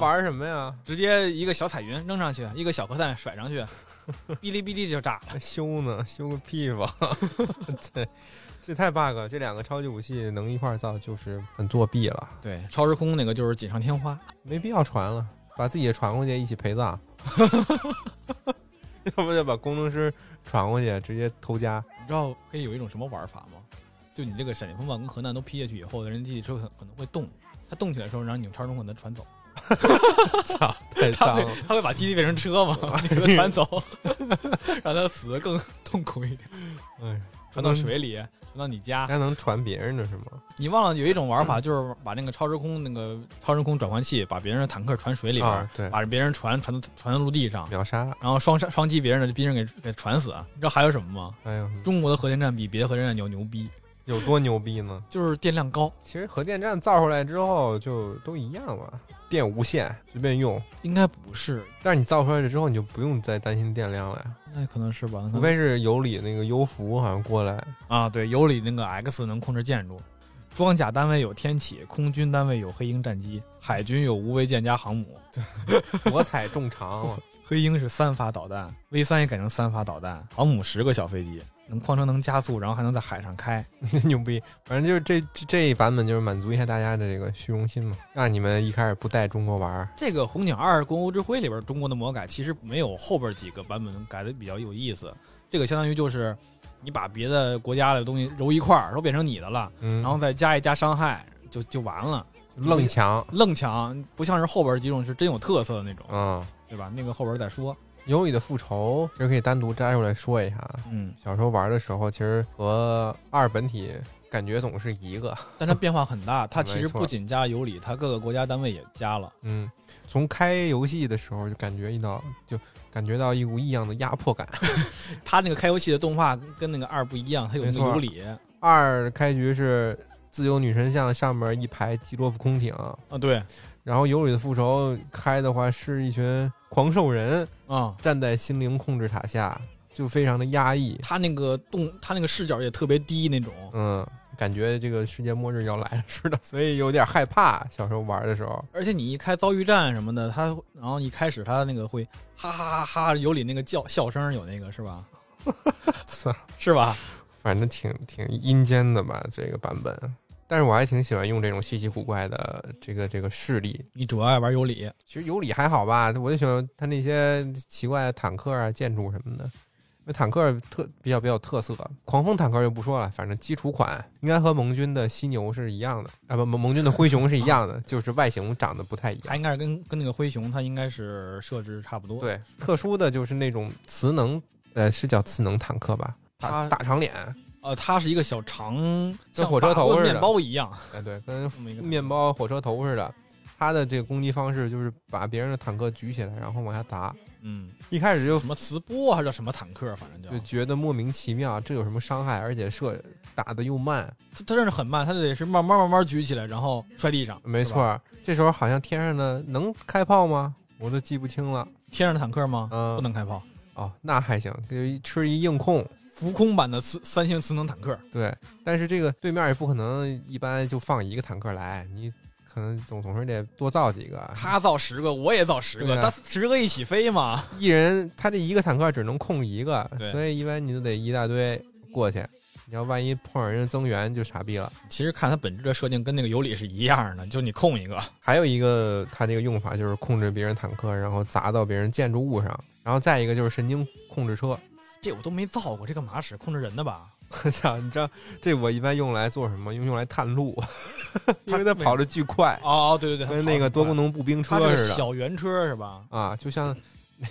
[SPEAKER 1] 还玩什么呀？
[SPEAKER 2] 直接一个小彩云扔上去，一个小核弹甩 上去，哔哩哔哩就炸了。
[SPEAKER 1] 还修呢，修个屁吧！ 对，这太 bug 了。这两个超级武器能一块儿造，就是很作弊了，
[SPEAKER 2] 对，超时空那个就是锦上添花，
[SPEAKER 1] 没必要传了，把自己也传过去一起陪葬， 要不就把工程师传过去直接偷家。
[SPEAKER 2] 你知道可以有一种什么玩法吗？就你这个闪电风暴跟核弹都劈下去以后，人机车可可能会动，它动起来的时候，然后你用超时空把它传走，
[SPEAKER 1] 操，太
[SPEAKER 2] 它
[SPEAKER 1] 脏
[SPEAKER 2] 会
[SPEAKER 1] 了！
[SPEAKER 2] 它会把基地变成车嘛，你给它传走， 让它死得更 痛苦一点。
[SPEAKER 1] 哎，
[SPEAKER 2] 传到水里，传到你家。
[SPEAKER 1] 还能传别人的是吗？
[SPEAKER 2] 你忘了有一种玩法，就是把那个超时空那个超时空转换器，把别人的坦克传水里边，
[SPEAKER 1] 啊，对，
[SPEAKER 2] 把别人船传到传到陆地上，
[SPEAKER 1] 秒杀！
[SPEAKER 2] 然后双杀双击别人的兵人给给传死。啊你知道还有什么吗？
[SPEAKER 1] 哎呦，
[SPEAKER 2] 中国的核电站比别的核电站要牛逼，
[SPEAKER 1] 有多牛逼呢？
[SPEAKER 2] 就是电量高。
[SPEAKER 1] 其实核电站造出来之后就都一样嘛，电无线，随便用。
[SPEAKER 2] 应该不是，
[SPEAKER 1] 但是你造出来了之后，你就不用再担心电量了呀，
[SPEAKER 2] 那可能是吧？
[SPEAKER 1] 除非是有理那个优服好像过来，
[SPEAKER 2] 啊，对，尤里那个 X 能控制建筑，装甲单位有天启，空军单位有黑鹰战机，海军有无畏舰加航母。
[SPEAKER 1] 博采众长嘛。
[SPEAKER 2] 黑鹰是三发导弹，V 三也改成三发导弹，航母十个小飞机，能矿车能加速，然后还能在海上开。
[SPEAKER 1] 牛逼，反正就是这这这一版本就是满足一下大家的这个虚荣心嘛，让你们一开始不带中国玩儿，
[SPEAKER 2] 这个红警二国欧之辉里边中国的魔改其实没有后边几个版本改的比较有意思，这个相当于就是你把别的国家的东西揉一块儿，都变成你的了，
[SPEAKER 1] 嗯，
[SPEAKER 2] 然后再加一加伤害，就就完了。
[SPEAKER 1] 愣强，
[SPEAKER 2] 愣强，不像是后边几种是真有特色的那种，
[SPEAKER 1] 嗯，
[SPEAKER 2] 对吧？那个后边再说。
[SPEAKER 1] 尤里的复仇其实可以单独摘出来说一下啊。
[SPEAKER 2] 嗯，
[SPEAKER 1] 小时候玩的时候，其实和二本体感觉总是一个，
[SPEAKER 2] 但它变化很 大，它其
[SPEAKER 1] 没
[SPEAKER 2] 实
[SPEAKER 1] 错
[SPEAKER 2] 不仅加了尤里，它各个国家单位也加了。
[SPEAKER 1] 嗯，从开游戏的时候就感觉一到就感觉到一股异样的压迫感。
[SPEAKER 2] 它那个开游戏的动画跟那个二不一样，它有那
[SPEAKER 1] 没
[SPEAKER 2] 个
[SPEAKER 1] 错
[SPEAKER 2] 尤里
[SPEAKER 1] 二开局是自由女神像上面一排基洛夫空艇，
[SPEAKER 2] 啊，对，
[SPEAKER 1] 然后尤里的复仇开的话是一群狂兽人
[SPEAKER 2] 啊、
[SPEAKER 1] 站在心灵控制塔下，就非常的压抑，
[SPEAKER 2] 它那个动，它那个视角也特别低那种。
[SPEAKER 1] 嗯，感觉这个世界末日要来了似的，所以有点害怕。小时候玩的时候，
[SPEAKER 2] 而且你一开遭遇战什么的，它然后一开始它那个会哈哈哈哈，尤里那个叫笑声有那个 是吧？是吧？
[SPEAKER 1] 反正挺挺阴间的吧，这个版本。但是我还挺喜欢用这种稀奇古怪的这个这个势力。
[SPEAKER 2] 你主要爱玩尤里，
[SPEAKER 1] 其实尤里还好吧，我就喜欢他那些奇怪的坦克啊、建筑什么的。那坦克特比较比较有特色，狂风坦克就不说了，反正基础款应该和盟军的犀牛是一样的啊，不，盟盟军的灰熊是一样的， 就是外形长得不太一
[SPEAKER 2] 它
[SPEAKER 1] 样。
[SPEAKER 2] 应该是跟跟那个灰熊，它应该是设置差不多。，
[SPEAKER 1] 对，特殊的就是那种磁能，呃，是叫磁能坦克吧？大
[SPEAKER 2] 它
[SPEAKER 1] 大长脸，
[SPEAKER 2] 呃，它是一个小长，像
[SPEAKER 1] 火车头
[SPEAKER 2] 法
[SPEAKER 1] 似
[SPEAKER 2] 棍
[SPEAKER 1] 的
[SPEAKER 2] 面包一样，
[SPEAKER 1] 哎，对， 跟
[SPEAKER 2] 这么一个
[SPEAKER 1] 面包火车头似的。他的这个攻击方式就是把别人的坦克举起来，然后往下砸。
[SPEAKER 2] 嗯，
[SPEAKER 1] 一开始就
[SPEAKER 2] 什么磁波还啊是叫什么坦克，反正叫
[SPEAKER 1] 就觉得莫名其妙，这有什么伤害？而且射打的又慢，
[SPEAKER 2] 它它真是很慢，它得是慢慢慢慢举起来，然后摔地上。
[SPEAKER 1] 没
[SPEAKER 2] 是
[SPEAKER 1] 错
[SPEAKER 2] 吧，
[SPEAKER 1] 儿。这时候好像天上的能开炮吗？我都记不清了。
[SPEAKER 2] 天上的坦克吗？
[SPEAKER 1] 嗯
[SPEAKER 2] 不能开炮，
[SPEAKER 1] 哦，那还行，就一吃一硬控。
[SPEAKER 2] 浮空版的磁三星磁能坦克，
[SPEAKER 1] 对，但是这个对面也不可能一般就放一个坦克来，你可能总总是得多造几 个。
[SPEAKER 2] 他造十个，我也造十
[SPEAKER 1] 对
[SPEAKER 2] 个，
[SPEAKER 1] 啊
[SPEAKER 2] 他十个一起飞嘛。
[SPEAKER 1] 一人他这一个坦克只能控一个，
[SPEAKER 2] 对
[SPEAKER 1] 所以一般你就得一大堆过去。你要万一碰上人家增援就傻逼了。
[SPEAKER 2] 其实看它本质的设定跟那个尤里是一样的，就你控一个，
[SPEAKER 1] 还有一个他这个用法就是控制别人坦克，然后砸到别人建筑物上，然后再一个就是神经控制车。
[SPEAKER 2] 这我都没造过，这干嘛使？控制人的吧？
[SPEAKER 1] 我操，你知道这我一般用来做什么？用用来探路， 因为它
[SPEAKER 2] 它
[SPEAKER 1] 跑得巨快，
[SPEAKER 2] 哦哦，对对对，
[SPEAKER 1] 哎跟那个多功能步兵
[SPEAKER 2] 它跑得快
[SPEAKER 1] 车似
[SPEAKER 2] 它这个
[SPEAKER 1] 的
[SPEAKER 2] 小圆车是吧？
[SPEAKER 1] 啊，就像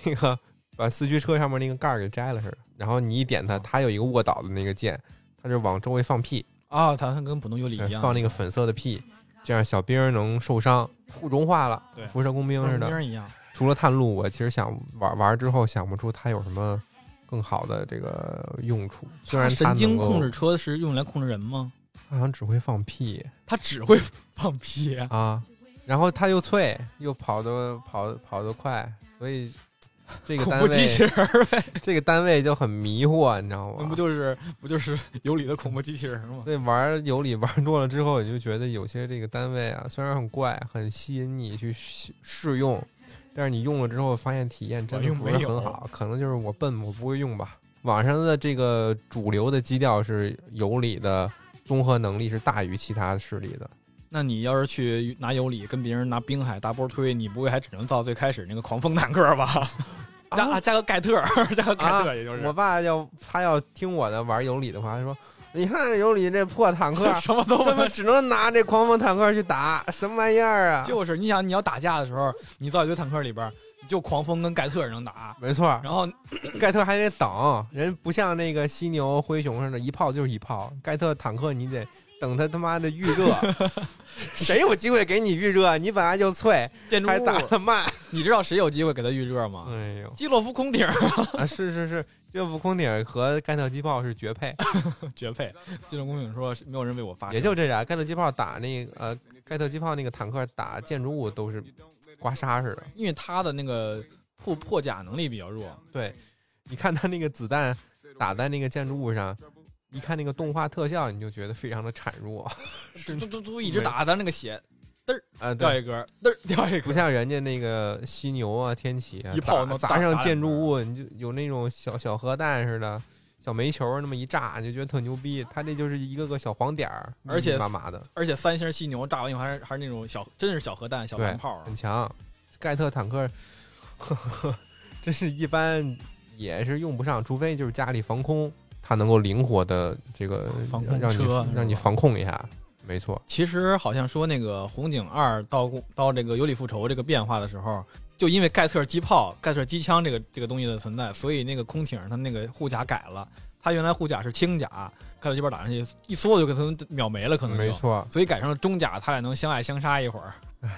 [SPEAKER 1] 那个把四驱车上面那个盖儿给摘了似的。然后你一点它，它有一个卧倒的那个键，它就往周围放屁。
[SPEAKER 2] 啊，它它跟普通尤里
[SPEAKER 1] 对
[SPEAKER 2] 一样，
[SPEAKER 1] 放那个粉色的屁，这样小兵儿能受伤，融化了
[SPEAKER 2] 对，
[SPEAKER 1] 辐射工兵似
[SPEAKER 2] 跟
[SPEAKER 1] 的。
[SPEAKER 2] 兵一样。
[SPEAKER 1] 除了探路，我其实想玩玩之后想不出它有什么更好的这个用处。虽然它
[SPEAKER 2] 神经
[SPEAKER 1] 能够
[SPEAKER 2] 控制，车是用来控制人吗？
[SPEAKER 1] 它好像只会放屁
[SPEAKER 2] 它只会放屁。
[SPEAKER 1] 啊，然后它又脆，又跑得跑跑得快，所以这 个
[SPEAKER 2] 恐
[SPEAKER 1] 单
[SPEAKER 2] 怖机器
[SPEAKER 1] 位
[SPEAKER 2] 人儿呗，
[SPEAKER 1] 这个单位就很迷惑，你知道
[SPEAKER 2] 那
[SPEAKER 1] 吗
[SPEAKER 2] 不？就是不就是尤里的恐怖机器人吗？
[SPEAKER 1] 所以玩游里玩多了之后，你就觉得有些这个单位啊，虽然很怪，很吸引你去试试用，但是你用了之后发现体验真的
[SPEAKER 2] 管用
[SPEAKER 1] 不
[SPEAKER 2] 没
[SPEAKER 1] 是
[SPEAKER 2] 有
[SPEAKER 1] 很好，可能就是我笨，我不会用吧。网上的这个主流的基调是游里的综合能力是大于其他势力的，
[SPEAKER 2] 那你要是去拿尤里跟别人拿冰海大波推，你不会还只能造最开始那个狂风坦克吧？加、
[SPEAKER 1] 啊
[SPEAKER 2] 加个盖特儿， 加个盖特儿，也就是、，
[SPEAKER 1] 我爸要他要听我的玩游里的话，他说：“你看游里这破坦克
[SPEAKER 2] 什么都
[SPEAKER 1] 他
[SPEAKER 2] 不
[SPEAKER 1] 们
[SPEAKER 2] 能。
[SPEAKER 1] 只能拿这狂风坦克去打，什么玩意儿啊？”
[SPEAKER 2] 就是你想你要打架的时候，你造一堆坦克里边儿，你就狂风跟盖特儿能打，
[SPEAKER 1] 没错，
[SPEAKER 2] 然后
[SPEAKER 1] 盖特还得等，人不像那个犀牛、灰熊似的，一炮就是一炮。盖特坦克你得等他他妈的预 热，谁有机会给你预热？你本来就脆，
[SPEAKER 2] 建筑
[SPEAKER 1] 还打
[SPEAKER 2] 物，
[SPEAKER 1] 得慢。
[SPEAKER 2] 你知道谁有机会给他预热吗？
[SPEAKER 1] 哎呦，
[SPEAKER 2] 基洛夫空艇儿
[SPEAKER 1] 啊，是是是，这浮空艇和盖特机炮是绝配，啊
[SPEAKER 2] 绝配。基洛夫空艇说没有人为我发声，
[SPEAKER 1] 也就这俩。盖特机炮打那个呃盖特机炮那个坦克打建筑物都是刮痧似的。
[SPEAKER 2] 因为它的那个破破甲能力比较弱，
[SPEAKER 1] 对，你看他那个子弹打在那个建筑物上，一看那个动画特效，你就觉得非常的孱弱。
[SPEAKER 2] 嘟嘟嘟嘟一直打，但那个血
[SPEAKER 1] 啊，
[SPEAKER 2] 掉
[SPEAKER 1] 对，
[SPEAKER 2] 一格，嘚儿 掉一格
[SPEAKER 1] 不，像人家那个犀牛啊、天启啊，
[SPEAKER 2] 一炮
[SPEAKER 1] 砸
[SPEAKER 2] 能
[SPEAKER 1] 砸
[SPEAKER 2] 打
[SPEAKER 1] 上
[SPEAKER 2] 打
[SPEAKER 1] 建
[SPEAKER 2] 两
[SPEAKER 1] 筑
[SPEAKER 2] 边
[SPEAKER 1] 物，你就有那种小小核弹似的。小煤球那么一炸，你就觉得特牛逼。它这就是一个个小黄点儿，
[SPEAKER 2] 而且
[SPEAKER 1] 密密麻麻的，
[SPEAKER 2] 而且三星犀牛炸完以后还是还是那种小，真是小核弹、小
[SPEAKER 1] 对
[SPEAKER 2] 钢炮啊
[SPEAKER 1] 很，强。盖特坦克， 呵呵呵这是一般也是用不上，除非就是家里防空，它能够灵活的这个
[SPEAKER 2] 防控
[SPEAKER 1] 让你
[SPEAKER 2] 车
[SPEAKER 1] 让你
[SPEAKER 2] 是吧
[SPEAKER 1] 防控一下，没错。
[SPEAKER 2] 其实好像说那个红警二到故到这个尤里复仇这个变化的时候，就因为盖特机炮、盖特机枪这个这个东西的存在，所以那个空艇它那个护甲改了，它原来护甲是轻甲，盖特机炮打上去一梭就给它秒没了，可能就
[SPEAKER 1] 没，错。
[SPEAKER 2] 所以改成了中甲，它俩能相爱相杀一会儿，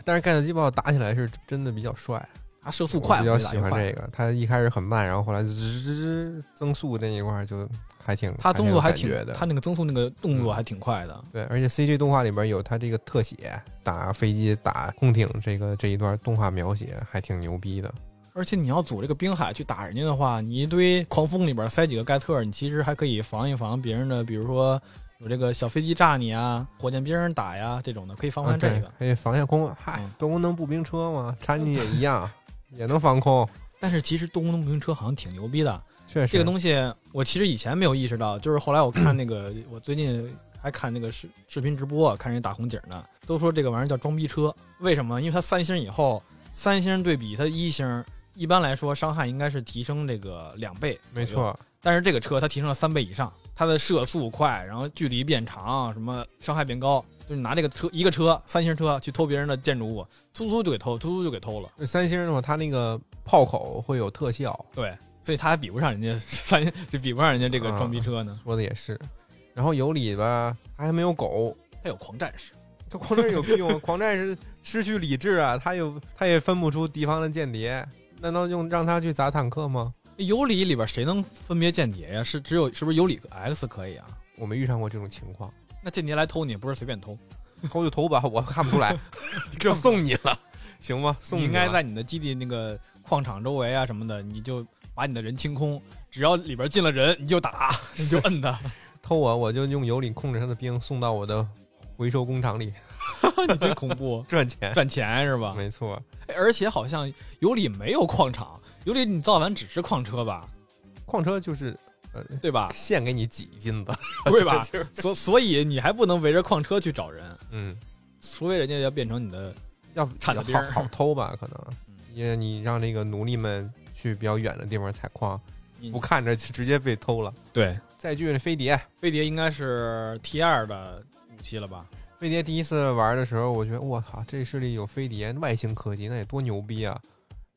[SPEAKER 1] 但是盖特机炮打起来是真的比较帅，
[SPEAKER 2] 它射速
[SPEAKER 1] 我
[SPEAKER 2] 快，
[SPEAKER 1] 比较
[SPEAKER 2] 回打
[SPEAKER 1] 喜
[SPEAKER 2] 也
[SPEAKER 1] 欢
[SPEAKER 2] 快
[SPEAKER 1] 这个。他一开始很慢，然后后来吱吱吱增速那一块儿就还挺，
[SPEAKER 2] 它增速还
[SPEAKER 1] 还
[SPEAKER 2] 挺
[SPEAKER 1] 有感觉，
[SPEAKER 2] 它
[SPEAKER 1] 的。嗯
[SPEAKER 2] 那个增速那个动作还挺快的。
[SPEAKER 1] 对，而且 CG 动画里边有他这个特写，打飞机、打空艇这个这一段动画描写还挺牛逼的。
[SPEAKER 2] 而且你要组这个兵海去打人家的话，你一堆狂风里边塞几个盖特，你其实还可以防一防别人的，比如说有这个小飞机炸你啊，火箭兵打呀这种的，可以防
[SPEAKER 1] 啊
[SPEAKER 2] 范这
[SPEAKER 1] 对
[SPEAKER 2] 个。
[SPEAKER 1] 可以防一下空。嗨
[SPEAKER 2] 嗯，
[SPEAKER 1] 多功能步兵车嘛， 查你也一样，也能防空。
[SPEAKER 2] 但是其实多功能步兵车好像挺牛逼的，
[SPEAKER 1] 确实，
[SPEAKER 2] 这个东西我其实以前没有意识到，就是后来我看那个，我最近还看那个视视频直播，看人打红警呢，都说这个玩意儿叫装逼车，为什么？因为它三星以后，三星对比它一星，一般来说伤害应该是提升这个两倍，
[SPEAKER 1] 没错，
[SPEAKER 2] 但是这个车它提升了三倍以上，它的射速快，然后距离变长，什么伤害变高，就是拿这个车一个车三星车去偷别人的建筑物，突突就给偷，突突就给偷了。
[SPEAKER 1] 三星的话，它那个炮口会有特效，
[SPEAKER 2] 对，所以它还比不上人家三 星，就比不上人家这个装逼车呢。
[SPEAKER 1] 说的也是。然后有理吧，它还没有狗，
[SPEAKER 2] 它有狂战士，
[SPEAKER 1] 它狂战有屁用啊？ 狂战是失去理智啊，它有它也分不出敌方的间谍，难道用让它去砸坦克吗？
[SPEAKER 2] 尤里里边谁能分别间谍呀？是只有是不是尤里 X 可以啊？
[SPEAKER 1] 我没遇上过这种情况，
[SPEAKER 2] 那间谍来偷你不是随便偷，
[SPEAKER 1] 投就投吧，我看不出来， 就送你了，行吗？送
[SPEAKER 2] 你
[SPEAKER 1] 你
[SPEAKER 2] 应该
[SPEAKER 1] 了
[SPEAKER 2] 在你的基地那个矿场周围啊什么的，你就把你的人清空，只要里边进了人你就打， 你就摁他。
[SPEAKER 1] 偷我，我就用尤里控制他的兵送到我的回收工厂里
[SPEAKER 2] 你真恐怖。
[SPEAKER 1] 赚钱。
[SPEAKER 2] 赚钱是吧？
[SPEAKER 1] 没错，
[SPEAKER 2] 哎而且好像尤里没有矿场，尤里你造完只是矿车 吧，
[SPEAKER 1] 矿车就是？
[SPEAKER 2] 对吧
[SPEAKER 1] 现给你挤金 子，
[SPEAKER 2] 对吧
[SPEAKER 1] 就是
[SPEAKER 2] 所所以你还不能围着矿车去找人，
[SPEAKER 1] 嗯，
[SPEAKER 2] 除非人家要变成你的。
[SPEAKER 1] 要
[SPEAKER 2] 铲子兵
[SPEAKER 1] 好
[SPEAKER 2] 儿
[SPEAKER 1] 好偷吧，可能
[SPEAKER 2] 嗯
[SPEAKER 1] 因为你让那个奴隶们去比较远的地方采矿，
[SPEAKER 2] 你
[SPEAKER 1] 不看着就直接被偷了。
[SPEAKER 2] 对，
[SPEAKER 1] 再剧那飞碟，
[SPEAKER 2] 飞碟应该是 T 二的武器 了吧？
[SPEAKER 1] 飞碟第一次玩的时候，我觉得我靠，这势力有飞碟，外星科技那得多牛逼啊！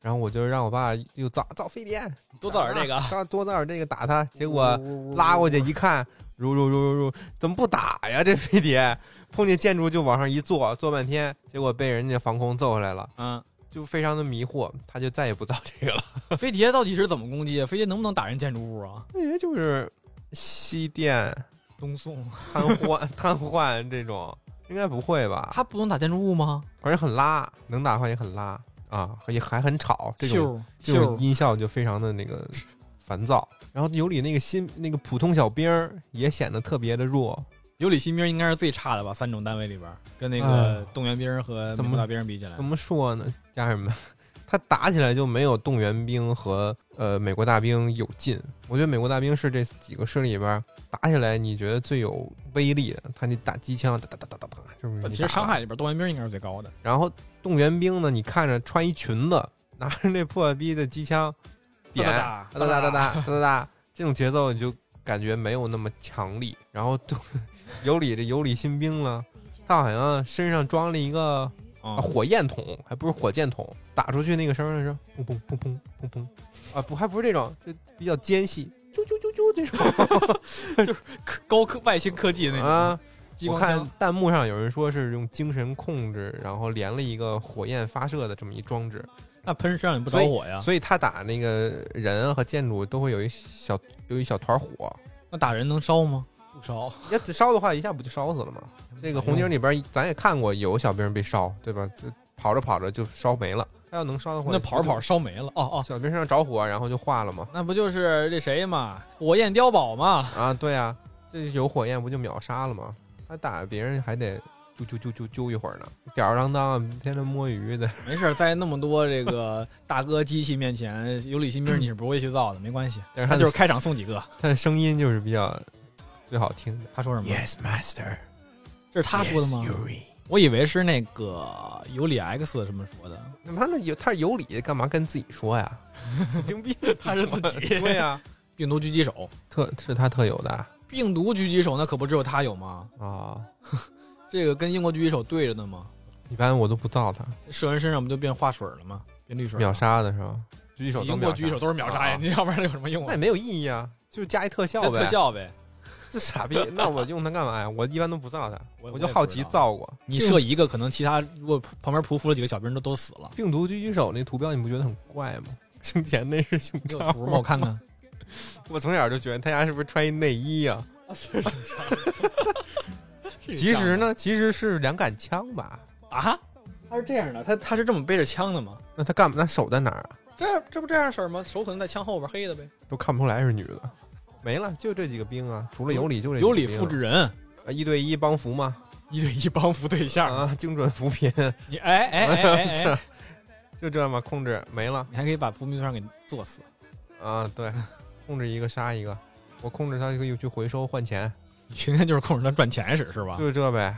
[SPEAKER 1] 然后我就让我爸又造造飞碟，
[SPEAKER 2] 多造点这个，哦
[SPEAKER 1] 造多造点这个打他， 结果拉过去一看，如如如如如，怎么不打呀？这飞碟碰见建筑就往上一坐，坐半天，结果被人家防空揍下来了，
[SPEAKER 2] 嗯，
[SPEAKER 1] 就非常的迷惑，他就再也不造这 个了。
[SPEAKER 2] 飞碟到底是怎么攻击？飞碟能不能打人建筑物啊？
[SPEAKER 1] 飞碟就是吸电、
[SPEAKER 2] 东宋，
[SPEAKER 1] 瘫痪、瘫痪这种，应该不会吧？
[SPEAKER 2] 它不能打建筑物吗？
[SPEAKER 1] 反正很拉，能打的话也很拉啊，也还很吵，这种
[SPEAKER 2] 咻
[SPEAKER 1] 这种
[SPEAKER 2] 咻，
[SPEAKER 1] 音效就非常的那个烦躁。然后尤里那个新那个普通小兵儿也显得特别的弱，
[SPEAKER 2] 尤里新兵应该是最差的吧？三种单位里边，跟那个动员兵和
[SPEAKER 1] 哎怎么
[SPEAKER 2] 民大兵比起来
[SPEAKER 1] 怎，么说呢，家人们， 他打起来就没有动员兵和呃美国大兵有劲。我觉得美国大兵是这几个势力里边儿打起来，你觉得最有威力的。他那打机枪，哒哒哒哒哒哒，就是你
[SPEAKER 2] 呃其实
[SPEAKER 1] 打
[SPEAKER 2] 伤害里边动员兵应该是最高的。
[SPEAKER 1] 然后动员兵呢，你看着穿一裙子，拿着那破逼的机枪，点
[SPEAKER 2] 哒
[SPEAKER 1] 哒哒
[SPEAKER 2] 哒哒
[SPEAKER 1] 哒哒哒哒哒，这种节奏你就感觉没有那么强力。然后都有理这有理新兵 了，他好像身上装了一个
[SPEAKER 2] 啊
[SPEAKER 1] 啊，火焰筒还不是火箭筒，打出去那个声儿是砰砰砰砰砰砰，啊不还不是这种，就比较尖细，啾啾啾啾这种
[SPEAKER 2] 高科外星科技那种。
[SPEAKER 1] 啊。
[SPEAKER 2] 激
[SPEAKER 1] 我
[SPEAKER 2] 光
[SPEAKER 1] 看
[SPEAKER 2] 枪
[SPEAKER 1] 弹幕上有人说是用精神控制，然后连了一个火焰发射的这么一装置，
[SPEAKER 2] 那喷身上也不着火呀？
[SPEAKER 1] 所以他打那个人和建筑都会有一小有一小团火，
[SPEAKER 2] 那打人能烧吗？
[SPEAKER 1] 不
[SPEAKER 2] 烧，
[SPEAKER 1] 要烧的话，一下不就烧死了吗？这个红
[SPEAKER 2] 哎
[SPEAKER 1] 警里边，咱也看过有小兵被烧，对吧？就跑着跑着就烧没了。他要能烧的话，
[SPEAKER 2] 那跑着跑着烧没了。哦哦，
[SPEAKER 1] 小兵身上着火，然后就化了嘛。
[SPEAKER 2] 那不就是这谁嘛，火焰碉堡嘛？
[SPEAKER 1] 啊，对啊，这有火焰不就秒杀了吗？他打别人还得啾啾啾啾啾一会儿呢，吊儿郎当啊天天摸鱼的。
[SPEAKER 2] 没事儿，在那么多这 个大哥机器面前，有李新兵你是不会去造的，没关系。
[SPEAKER 1] 但是
[SPEAKER 2] 他
[SPEAKER 1] 他
[SPEAKER 2] 就是开场送几个。
[SPEAKER 1] 他的声音就是比较最好听的。
[SPEAKER 2] 他说什么？
[SPEAKER 1] Yes, master。
[SPEAKER 2] 这是他说的吗
[SPEAKER 1] Yes, Yuri
[SPEAKER 2] 我以为是那个尤里 X 什么说的，
[SPEAKER 1] 那妈的有他有理，干嘛跟自己说呀？神经病！
[SPEAKER 2] 他是啊自
[SPEAKER 1] 对呀、
[SPEAKER 2] 病毒狙击手。
[SPEAKER 1] 特是他特有的啊、
[SPEAKER 2] 病毒狙击手那可不只有他有吗？这个跟英国狙击手对着的吗？
[SPEAKER 1] 一般我都不造他，
[SPEAKER 2] 射人身上不就变化水了吗？变绿水了。
[SPEAKER 1] 秒杀的是吧？狙啊击手都
[SPEAKER 2] 英
[SPEAKER 1] 秒杀
[SPEAKER 2] 国狙击手都是秒杀呀，
[SPEAKER 1] 啊
[SPEAKER 2] 你要不然有什么用
[SPEAKER 1] 那
[SPEAKER 2] 啊
[SPEAKER 1] 也？没有意义啊，就是加一特效
[SPEAKER 2] 就
[SPEAKER 1] 呗。
[SPEAKER 2] 特效呗。
[SPEAKER 1] 这傻逼，那我用它干嘛呀？我一般都不造它，
[SPEAKER 2] 我
[SPEAKER 1] 我就好奇造过。
[SPEAKER 2] 你
[SPEAKER 1] 病
[SPEAKER 2] 射一个，可能其他如果旁边匍匐了几个小兵都都死了。
[SPEAKER 1] 病毒狙击手那图标，你不觉得很怪吗？ 生前那是胸
[SPEAKER 2] 你有
[SPEAKER 1] 罩
[SPEAKER 2] 图吗？我看 看。
[SPEAKER 1] 我从小就觉得他家是不是穿一内衣 啊？其实呢，其实是两杆枪吧？
[SPEAKER 2] 啊，他是这样的，他他是这么背着枪的吗？
[SPEAKER 1] 那他干嘛？那手在哪儿啊？
[SPEAKER 2] 这这不这样式儿吗？手可能在枪后边黑的呗。
[SPEAKER 1] 都看不出来是女的。没了，就这几个兵啊，除了有理就这
[SPEAKER 2] 有理
[SPEAKER 1] 复
[SPEAKER 2] 复制人，
[SPEAKER 1] 啊一对一帮扶嘛，
[SPEAKER 2] 一对一帮扶对象。
[SPEAKER 1] 啊，精准扶贫，
[SPEAKER 2] 你哎哎哎 哎哎，
[SPEAKER 1] 就这么控制没了
[SPEAKER 2] 你还可以把伏对象给做死。
[SPEAKER 1] 啊？对，控制一个杀一个，我控制他就去回收换钱，
[SPEAKER 2] 你天天就是控制他赚钱使是吧？
[SPEAKER 1] 就这呗。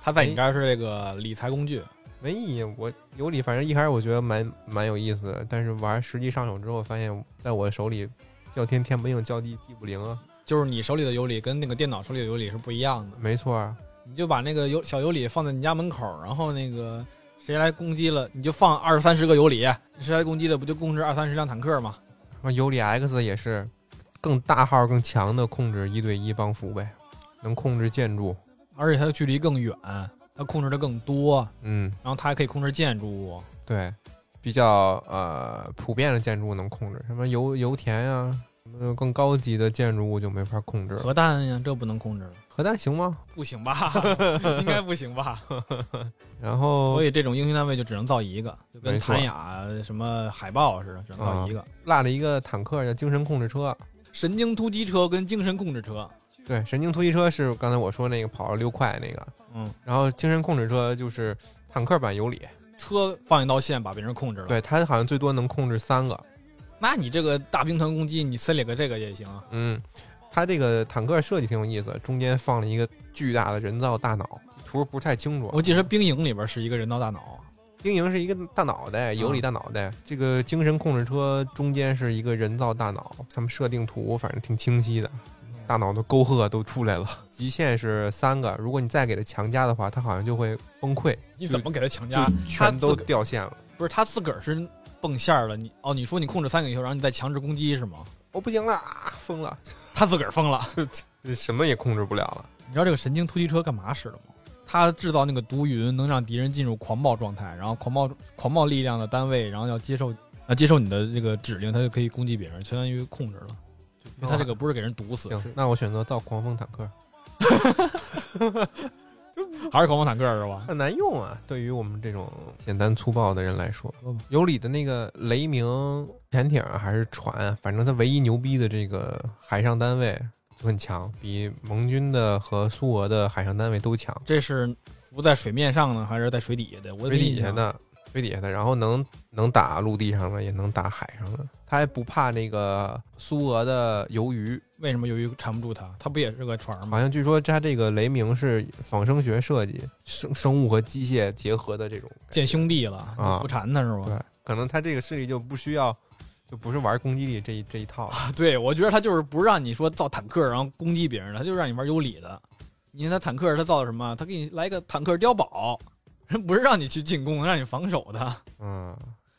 [SPEAKER 2] 他在你这儿是这个理财工具，
[SPEAKER 1] 没意义。我有理，反正一开始我觉得蛮蛮有意思的，但是玩实际上手之后，发现在我手里叫天天不应，叫地地不灵啊。
[SPEAKER 2] 就是你手里的尤里跟那个电脑手里的尤里是不一样的。
[SPEAKER 1] 没错啊，
[SPEAKER 2] 你就把那个尤小尤里放在你家门口，然后那个谁来攻击了，你就放二三十个尤里，谁来攻击了不就控制二三十辆坦克吗？
[SPEAKER 1] 那尤里 X 也是更大号、更强的控制一对一帮扶呗，能控制建筑，
[SPEAKER 2] 而且它的距离更远，它控制的更多，
[SPEAKER 1] 嗯，
[SPEAKER 2] 然后它还可以控制建筑物。
[SPEAKER 1] 对，比较呃普遍的建筑物能控制，什么油油田呀、什么更高级的建筑物就没法控制了。
[SPEAKER 2] 核弹呀，这不能控制了，
[SPEAKER 1] 核弹行吗？
[SPEAKER 2] 不行 吧？应该不行吧？
[SPEAKER 1] 然后
[SPEAKER 2] 所以这种英雄单位就只能造一个，就跟
[SPEAKER 1] 没错
[SPEAKER 2] 谭雅什么海豹似的，只能造一个。
[SPEAKER 1] 落了一个坦克叫精神控制车，
[SPEAKER 2] 神经突击车跟精神控制车，
[SPEAKER 1] 对，神经突击车是刚才我说那个跑了六块那个，
[SPEAKER 2] 嗯，
[SPEAKER 1] 然后精神控制车就是坦克版尤里，
[SPEAKER 2] 车放一道线把别人控制了。，
[SPEAKER 1] 对，它好像最多能控制三个，
[SPEAKER 2] 那你这个大兵团攻击，你塞里个这个也行啊。
[SPEAKER 1] 嗯，它这个坦克设计挺有意思，中间放了一个巨大的人造大脑，图不太清楚啊
[SPEAKER 2] 我。记得兵营里边是一个人造大脑，啊
[SPEAKER 1] 冰莹是一个大脑
[SPEAKER 2] 嗯
[SPEAKER 1] 袋，尤里大脑袋，这个精神控制车中间是一个人造大脑，他们设定图反正挺清晰的，大脑的沟壑都出来了，极限是三个，如果你再给它强加的话，它好像就会崩溃，
[SPEAKER 2] 你怎么给他强
[SPEAKER 1] 就
[SPEAKER 2] 加？
[SPEAKER 1] 全
[SPEAKER 2] 他
[SPEAKER 1] 都
[SPEAKER 2] 自个
[SPEAKER 1] 掉线了。
[SPEAKER 2] 不是他自个儿是蹦线儿了。你哦，你说你控制三个以后，然后你再强制攻击是吗？
[SPEAKER 1] 我、不行了，啊疯了，
[SPEAKER 2] 他自个儿疯了。
[SPEAKER 1] 什么也控制不了了。
[SPEAKER 2] 你知道这个神经突击车干嘛使的吗？它制造那个毒云，能让敌人进入狂暴状态，然后狂暴狂暴力量的单位，然后要接受啊接受你的这个指令，它就可以攻击别人，相当于控制了。因为它这个不是给人毒死，
[SPEAKER 1] 哦行，那我选择造狂风坦克，
[SPEAKER 2] 还是狂暴坦克是吧？
[SPEAKER 1] 很难用啊，对于我们这种简单粗暴的人来说
[SPEAKER 2] 说吧。
[SPEAKER 1] 尤里的那个雷鸣潜艇啊还是船啊，反正它唯一牛逼的这个海上单位就很强，比盟军的和苏俄的海上单位都强。
[SPEAKER 2] 这是浮在水面上呢，还是在水底下的？我也
[SPEAKER 1] 水
[SPEAKER 2] 啊没
[SPEAKER 1] 底
[SPEAKER 2] 印
[SPEAKER 1] 下
[SPEAKER 2] 象，
[SPEAKER 1] 的，水底下的，然后能能打陆地上的，也能打海上的，他还不怕那个苏俄的鱿鱼。
[SPEAKER 2] 为什么由于缠不住它？它不也是个船吗？
[SPEAKER 1] 好像据说它这个雷鸣是仿生学设计，生生物和机械结合的这种感觉
[SPEAKER 2] 见兄弟了，
[SPEAKER 1] 啊
[SPEAKER 2] 不缠它是吗？
[SPEAKER 1] 对，可能他这个势力就不需要，就不是玩攻击力这一这一套了。
[SPEAKER 2] 对，我觉得他就是不让你说造坦克，然后攻击别人的，他就让你玩有理的。你看他坦克，他造的什么？他给你来一个坦克碉堡， 人不是让你去进攻，让你防守的。
[SPEAKER 1] 嗯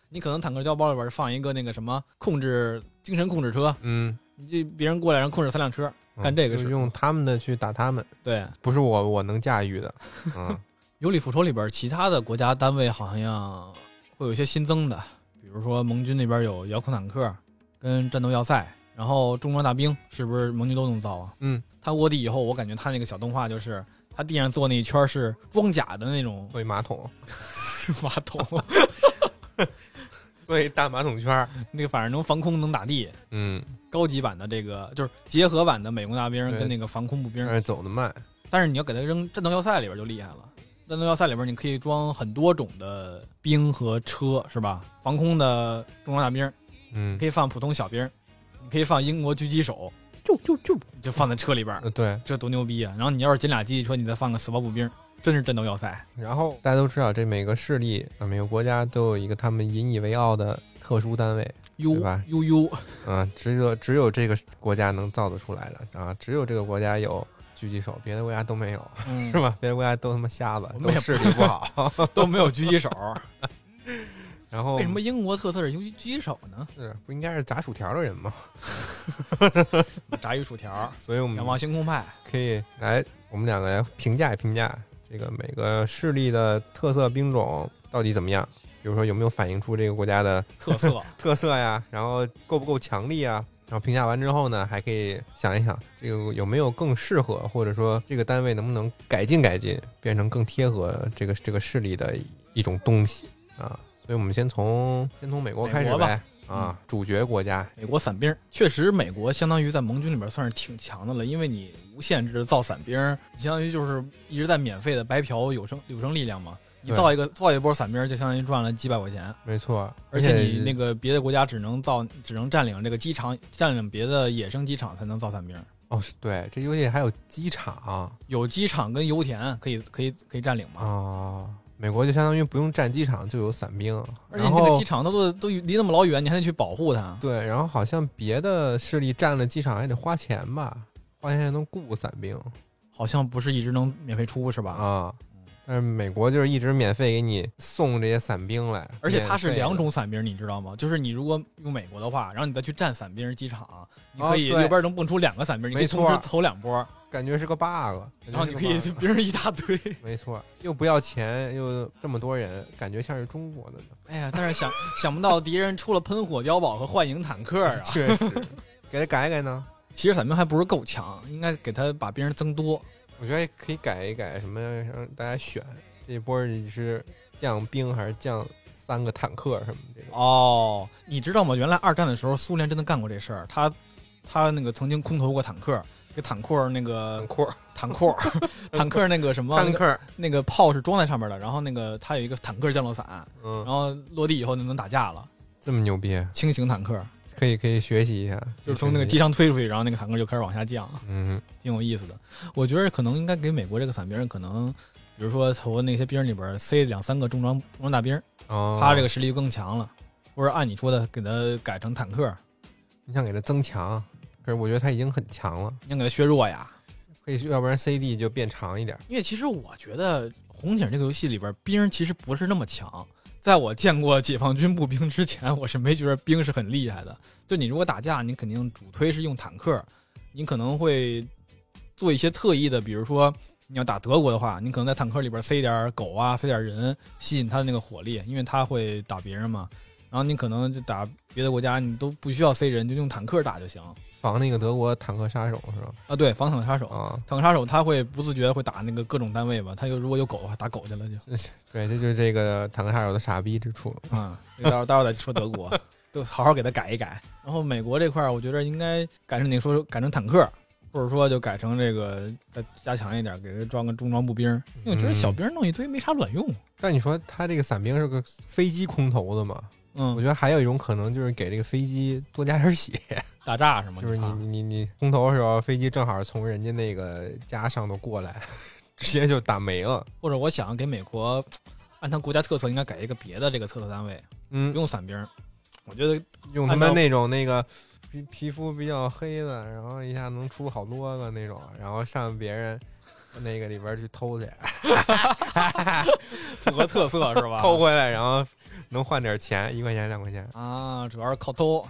[SPEAKER 2] 你可能坦克碉堡里边放一个那个什么控制精神控制车，
[SPEAKER 1] 嗯，
[SPEAKER 2] 你这别人过来，然后控制三辆车。
[SPEAKER 1] 嗯
[SPEAKER 2] 干这个
[SPEAKER 1] 就是是用他们的去打他们，
[SPEAKER 2] 对，
[SPEAKER 1] 不是我我能驾驭 的。嗯，
[SPEAKER 2] 有理复仇里边其他的国家单位好像会有一些新增的，比如说盟军那边有遥控坦克跟战斗要塞，然后重装大兵是不是盟军都能造啊？
[SPEAKER 1] 嗯，
[SPEAKER 2] 他卧底以后，我感觉他那个小动画就是他地上坐那一圈是装甲的 那种
[SPEAKER 1] 做一马桶，
[SPEAKER 2] 马桶，
[SPEAKER 1] 做一大马桶圈儿，
[SPEAKER 2] 那个反正能防空能打地，
[SPEAKER 1] 嗯，
[SPEAKER 2] 高级版的这个就是结合版的美工大兵
[SPEAKER 1] 对
[SPEAKER 2] 跟那个防空步兵
[SPEAKER 1] 但，是走得慢，
[SPEAKER 2] 但是你要给他扔战斗要塞里边就厉害了。战斗要塞里边你可以装很多种的兵和车，是吧？防空的重装大兵，
[SPEAKER 1] 嗯
[SPEAKER 2] 你可，以放普通小兵，你可以放英国狙击手，
[SPEAKER 1] 就就就，
[SPEAKER 2] 你就放在车里边，
[SPEAKER 1] 呃，对。
[SPEAKER 2] 这多牛逼啊！然后你要是捡俩机器车，你再放个死亡步兵，真是战斗要塞。
[SPEAKER 1] 然后大家都知道，这每个势力啊，每个国家都有一个他们引以为傲的特殊单位，
[SPEAKER 2] 悠
[SPEAKER 1] 对吧
[SPEAKER 2] 悠悠，
[SPEAKER 1] 啊，只有只有这个国家能造得出来的啊，只有这个国家有狙击手，别的国家都没有，
[SPEAKER 2] 嗯
[SPEAKER 1] 是吧？别的国家都他妈瞎子
[SPEAKER 2] 我，们
[SPEAKER 1] 都
[SPEAKER 2] 也
[SPEAKER 1] 视力不好。
[SPEAKER 2] 都没有 狙击手。
[SPEAKER 1] 哦然后
[SPEAKER 2] 为什么英国特色是游击狙击手 呢？
[SPEAKER 1] 是不应该是炸薯条的人吗？
[SPEAKER 2] 炸鱼薯条，
[SPEAKER 1] 所以我
[SPEAKER 2] 仰望
[SPEAKER 1] 们
[SPEAKER 2] 星空派，
[SPEAKER 1] 可以来，我们两个来评价评价这个每个势力的特色兵种到底怎么样。比如说有没有反映出这个国家的
[SPEAKER 2] 特色
[SPEAKER 1] 特色呀，然后够不够强力啊？然后评价完之后呢，还可以想一想这个有没有更适合，或者说这个单位能不能改进改进，变成更贴合这个这个势力的一种东西啊。所以我们先从先从美国开
[SPEAKER 2] 美
[SPEAKER 1] 始
[SPEAKER 2] 国吧
[SPEAKER 1] 呗啊，主角国家，
[SPEAKER 2] 美国伞兵，确实美国相当于在盟军里边算是挺强的了，因为你无限制造伞兵，你相当于就是一直在免费的白嫖有生有生力量嘛。你
[SPEAKER 1] 对
[SPEAKER 2] 造一个造一波伞兵，就相当于赚了几百块钱，
[SPEAKER 1] 没错，
[SPEAKER 2] 而且你那个别的国家只能造，只能占领这个机场，占领别的野生机场才能造伞兵。
[SPEAKER 1] 哦，是对，这游戏还有机场啊、
[SPEAKER 2] 有机场跟油田可以可以可以占领嘛？
[SPEAKER 1] 美国就相当于不用占机场就有伞兵，
[SPEAKER 2] 而且你
[SPEAKER 1] 然
[SPEAKER 2] 这个
[SPEAKER 1] 后
[SPEAKER 2] 机场它都都离那么老远，你还得去保护它。
[SPEAKER 1] 对，然后好像别的势力占了机场还得花钱吧，花钱还能雇伞兵。
[SPEAKER 2] 好像不是一直能免费出是吧？
[SPEAKER 1] 啊。但是美国就是一直免费给你送这些伞兵来，
[SPEAKER 2] 而且它是
[SPEAKER 1] 免费的
[SPEAKER 2] 两种伞兵，你知道吗？就是你如果用美国的话，然后你再去占伞兵机场，你
[SPEAKER 1] 哦
[SPEAKER 2] 可以
[SPEAKER 1] 对
[SPEAKER 2] 右边能蹦出两个伞兵，你可以
[SPEAKER 1] 没错
[SPEAKER 2] 同时投两波，
[SPEAKER 1] 感觉是个 bug，感觉
[SPEAKER 2] 然后
[SPEAKER 1] 是
[SPEAKER 2] 哦你
[SPEAKER 1] 个
[SPEAKER 2] 可以
[SPEAKER 1] bug
[SPEAKER 2] 就别人一大 堆。
[SPEAKER 1] 没错，又不要钱，又这么多人，感觉像是中国的呢，
[SPEAKER 2] 哎呀，但是想想不到敌人出了喷火碉堡和幻影坦克啊！
[SPEAKER 1] 确实，给他改改呢，
[SPEAKER 2] 其实伞兵还不是够强，应该给他把兵增多。
[SPEAKER 1] 我觉得可以改一改，什么让大家选这一波你是降兵还是降三个坦克什么这种，
[SPEAKER 2] 哦，你知道吗？原来二战的时候，苏联真的干过这事儿，他他那个曾经空投过坦克，给坦克那个
[SPEAKER 1] 坦克，
[SPEAKER 2] 坦克 坦克那个什么那
[SPEAKER 1] 坦
[SPEAKER 2] 个
[SPEAKER 1] 克，
[SPEAKER 2] 那个炮是装在上面的，然后那个它有一个坦克降落伞，然
[SPEAKER 1] 嗯，
[SPEAKER 2] 后落地以后就能打架了，
[SPEAKER 1] 这么牛逼，
[SPEAKER 2] 轻型坦克
[SPEAKER 1] 可以可以学习一下，
[SPEAKER 2] 就是从那个机，上推出去，然后那个坦克就开始往下降，
[SPEAKER 1] 嗯，
[SPEAKER 2] 挺有意思的。我觉得可能应该给美国这个伞兵可能，比如说从那些兵里边塞两三个重装重装大兵，
[SPEAKER 1] 哦，
[SPEAKER 2] 他这个实力就更强了。或者按你说的，给他改成坦克，
[SPEAKER 1] 你想给他增强，可是我觉得他已经很强了。
[SPEAKER 2] 你想给他削弱呀。
[SPEAKER 1] 可以，要不然 CD 就变长一点。
[SPEAKER 2] 因为其实我觉得《红警》这个游戏里边兵其实不是那么强。在我见过解放军步兵之前，我是没觉得兵是很厉害的。就你如果打架，你肯定主推是用坦克，你可能会做一些特意的，比如说你要打德国的话，你可能在坦克里边塞一点狗啊，塞点人，吸引他的那个火力，因为他会打别人嘛。然后你可能就打别的国家，你都不需要塞人，就用坦克打就行
[SPEAKER 1] 防那个德国坦克杀手是吧？
[SPEAKER 2] 啊。对，防坦克杀手，
[SPEAKER 1] 啊，
[SPEAKER 2] 坦克杀手他会不自觉地会打那个各种单位吧，他就如果有狗的话，打狗去了就。
[SPEAKER 1] 对，这就是这个坦克杀手的傻逼之处。
[SPEAKER 2] 啊， 待会儿待会儿再说德国，都好好给他改一改。然后美国这块儿，我觉得应该改成你说改成坦克，或者说就改成这个再加强一点，给他装个重装步兵。因为我觉得小
[SPEAKER 1] 嗯
[SPEAKER 2] 兵弄一堆没啥卵用。
[SPEAKER 1] 但你说他这个伞兵是个飞机空投的嘛？我
[SPEAKER 2] 嗯，
[SPEAKER 1] 觉得还有一种可能就是给这个飞机多加点血，
[SPEAKER 2] 打炸是吗？
[SPEAKER 1] 就是你
[SPEAKER 2] 怕
[SPEAKER 1] 你你你空投的时候，飞机正好从人家那个家上头过来，直接就打没了。
[SPEAKER 2] 或者我想给美国，按他国家特色应该改一个别的这个特色单位，不
[SPEAKER 1] 嗯，
[SPEAKER 2] 用伞兵。我觉得
[SPEAKER 1] 用他们
[SPEAKER 2] 按照
[SPEAKER 1] 那种那个皮皮肤比较黑的，然后一下能出好多个那种，然后上别人 那个里边去偷去。
[SPEAKER 2] 啊符合特色是 吧？
[SPEAKER 1] 偷回来，然后能换点钱，一块钱两块钱。
[SPEAKER 2] 啊，主要是靠偷，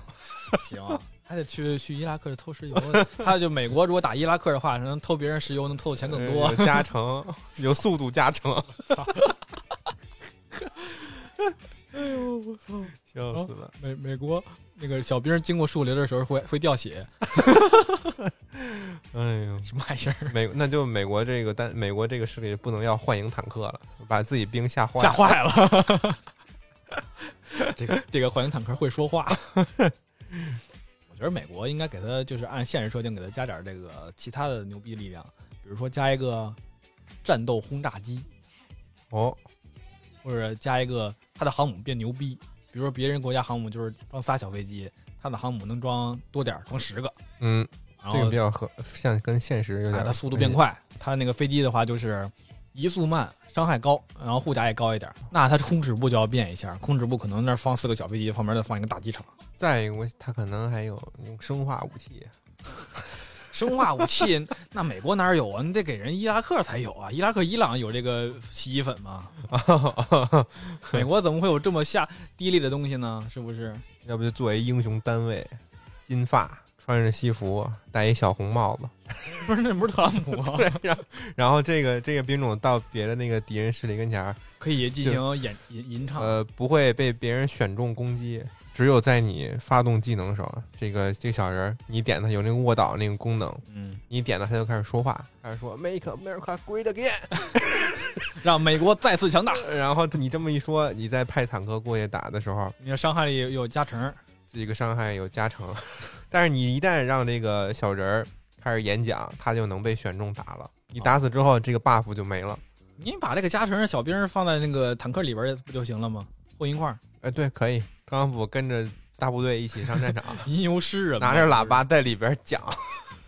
[SPEAKER 2] 行，还得去去伊拉克偷石油。还有就美国如果打伊拉克的话，能偷别人石油，能偷的钱更多
[SPEAKER 1] 呃。有加成，有速度加 成。哎呦，我操！笑死！死了。
[SPEAKER 2] 美美国那个小兵经过树林的时候会会掉血，
[SPEAKER 1] 哎呦，
[SPEAKER 2] 什么玩意 儿？
[SPEAKER 1] 美那就美国这个单美国这个势力不能要幻影坦克了，把自己兵吓坏
[SPEAKER 2] 吓
[SPEAKER 1] 了。
[SPEAKER 2] 坏了。这个这个幻影坦克会说话，我觉得美国应该给他就是按现实设定给他加点这个其他的牛逼力量，比如说加一个战斗轰炸机，
[SPEAKER 1] 哦，
[SPEAKER 2] 或者加一个他的航母变牛逼，比如说别人国家航母就是装仨小飞机，他的航母能装多点儿，装十个，
[SPEAKER 1] 嗯，
[SPEAKER 2] 然
[SPEAKER 1] 这
[SPEAKER 2] 后
[SPEAKER 1] 个比较合，像跟现实有
[SPEAKER 2] 啊
[SPEAKER 1] 点。
[SPEAKER 2] 它速度变，快。它那个飞机的话就是移速慢，伤害高，然后护甲也高一点。那它空指部就要变一下，空指部可能那儿放四个小飞机，旁边再放一个大机场。
[SPEAKER 1] 再一个我他可能还有用生化武 器。
[SPEAKER 2] 生化武 器那美国哪儿有啊？你得给人伊拉克才有啊！伊拉克、伊朗有这个洗衣粉吗？美国怎么会有这么下低劣的东西呢？是不是？
[SPEAKER 1] 要不就作为英雄单位，金发，穿着西服，戴一小红帽子，
[SPEAKER 2] 不是那不是特朗普啊 吗？
[SPEAKER 1] 然后这个这个兵种到别的那个敌人势力跟前儿，
[SPEAKER 2] 可以进行演吟吟唱。
[SPEAKER 1] 呃，不会被别人选中攻击，只有在你发动技能时候，这个这个小人儿你点他有那个卧倒那个功能，
[SPEAKER 2] 嗯，
[SPEAKER 1] 你点他他就开始说话，开始说 Make America Great
[SPEAKER 2] 啊
[SPEAKER 1] Again，
[SPEAKER 2] 让美国再次强大。
[SPEAKER 1] 然后你这么一说，你再派坦克过去打的时候，
[SPEAKER 2] 你的伤害力有加成，
[SPEAKER 1] 这个伤害有加成， 但是你一旦让这个小人儿开始演讲，他就能被选中打了。你打死之后，这个 buff 就没了。
[SPEAKER 2] 你把这个加成小兵放在那个坦克里边儿不就行了吗？混一块儿，
[SPEAKER 1] 哎，对，可以。特朗普跟着大部队一起上 战场，
[SPEAKER 2] 吟游诗人嘛
[SPEAKER 1] 拿着喇。叭在里啊边讲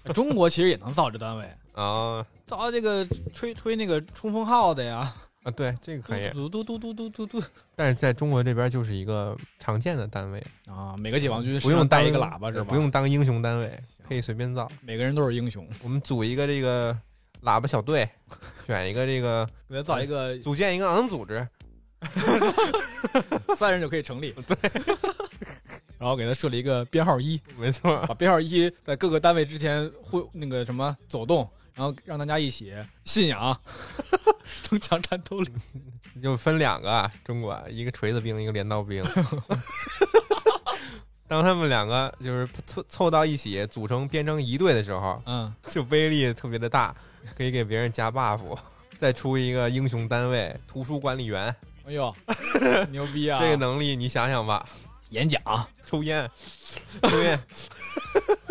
[SPEAKER 2] 就是中国其实也能造这单位，
[SPEAKER 1] 啊
[SPEAKER 2] 造这个吹吹那个冲锋号的呀，
[SPEAKER 1] 啊，对，这个可以。
[SPEAKER 2] 嘟嘟嘟嘟嘟嘟嘟嘟
[SPEAKER 1] 但是在中国这边就是一个常见的单位，
[SPEAKER 2] 啊！每个解放军
[SPEAKER 1] 不用
[SPEAKER 2] 身上带
[SPEAKER 1] 当
[SPEAKER 2] 一个喇叭是
[SPEAKER 1] 对
[SPEAKER 2] 吧？
[SPEAKER 1] 不，用当英雄单位，
[SPEAKER 2] 行
[SPEAKER 1] 可以随便造。
[SPEAKER 2] 每个人都是英雄，
[SPEAKER 1] 我们组一个这个喇叭小队， 选一个这个，
[SPEAKER 2] 给他造 一个
[SPEAKER 1] 组建一个昂组织，
[SPEAKER 2] 三人就可以成立。对，然后给他设立一个编号一，
[SPEAKER 1] 没错。
[SPEAKER 2] 把编号一在各个单位之前会那个什么走动，然后让大家一起信 仰，增强战斗力。
[SPEAKER 1] 就分两个啊，中国一个锤子兵，一个镰刀兵。 当他们两个就是凑凑到一起，组成编成一队的时候，
[SPEAKER 2] 嗯，
[SPEAKER 1] 就威力特别的大，可以给别人加 buff。再出一个英雄单位图书管理员，
[SPEAKER 2] 哎呦，牛逼啊！
[SPEAKER 1] 这个能力你想想吧。
[SPEAKER 2] 演讲，
[SPEAKER 1] 抽烟，抽烟。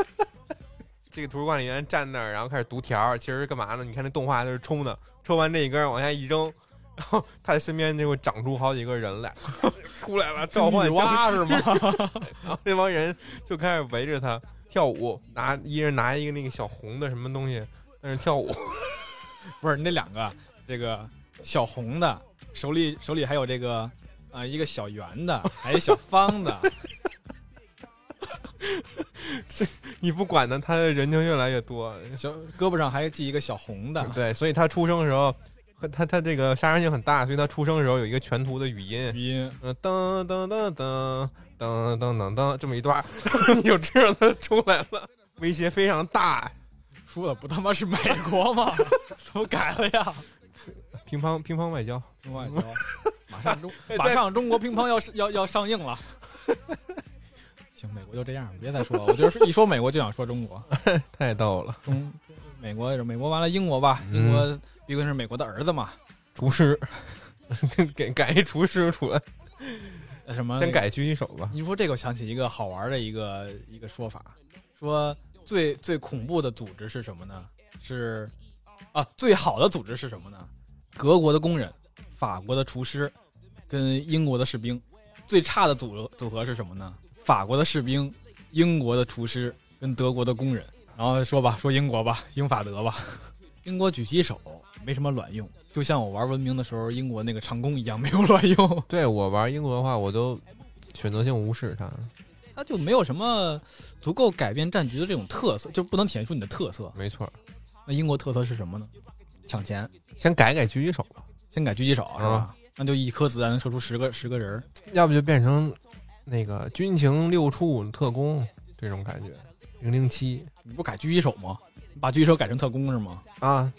[SPEAKER 1] 这个图书管理员站那儿，然后开始读条儿，其实是干嘛呢？你看那动画就是抽呢，抽完这一根儿往下一扔，然后他身边就会长出好几个人来， 出来了召唤
[SPEAKER 2] 女娲
[SPEAKER 1] 僵尸
[SPEAKER 2] 是吗？
[SPEAKER 1] 然后那帮人就开始围着他跳舞，拿一人拿一个那个小红的什么东西，在那儿跳舞。
[SPEAKER 2] 不是，那两个，这个小红的手里手里还有这个啊、一个小圆的，还有小方的，
[SPEAKER 1] 你不管呢，他的人就越来越 多。
[SPEAKER 2] 小胳膊上还系一个小红的。
[SPEAKER 1] 对，所以他出生的时候，和他他这个杀伤性很大，所以他出生的时候有一个全图的语音，
[SPEAKER 2] 语音，
[SPEAKER 1] 嗯，噔噔噔噔噔噔噔噔，这么一段儿， 你就知道他出来了，威胁非常大。
[SPEAKER 2] 说的不他妈是美国吗？ 怎么改了 呀？
[SPEAKER 1] 乒乓乒乓外交，
[SPEAKER 2] 中外交，马上中
[SPEAKER 1] 哎
[SPEAKER 2] 马上中国乒乓要要要上映了。行，美国就这样，别再说了。我就是一说美国就想说中国，
[SPEAKER 1] 太逗了！
[SPEAKER 2] 中美国美国完了英国吧，英国毕竟是美国的儿子嘛，
[SPEAKER 1] 厨师， 给改一厨师出来，
[SPEAKER 2] 呃什么
[SPEAKER 1] 先改狙击手吧。
[SPEAKER 2] 你说这个，我想起一个好玩的一个一个说法，说最最恐怖的组织是什么呢？是啊，最好的组织是什么呢？德国的工人、法国的厨师跟英国的士兵。最差的组组合是什么呢？法国的士兵、英国的厨师跟德国的工人。然后说吧，说英国吧，英法德吧。英国狙击手没什么卵用，就像我玩文明的时候，英国那个长弓一样没有卵用。
[SPEAKER 1] 对我玩英国的话，我都选择性无视他，
[SPEAKER 2] 它就没有什么足够改变战局的这种特色，就不能体现出你的特色。
[SPEAKER 1] 没错儿。
[SPEAKER 2] 那英国特色是什么呢？抢钱，
[SPEAKER 1] 先改改狙击手吧，
[SPEAKER 2] 先改狙击手是吧？那就一颗子弹能射出十个十个人儿，
[SPEAKER 1] 要不就变成那个军情六处特工这种感觉，零零七
[SPEAKER 2] 你不改狙击手吗？你把狙击手改成特工是吗？
[SPEAKER 1] 啊，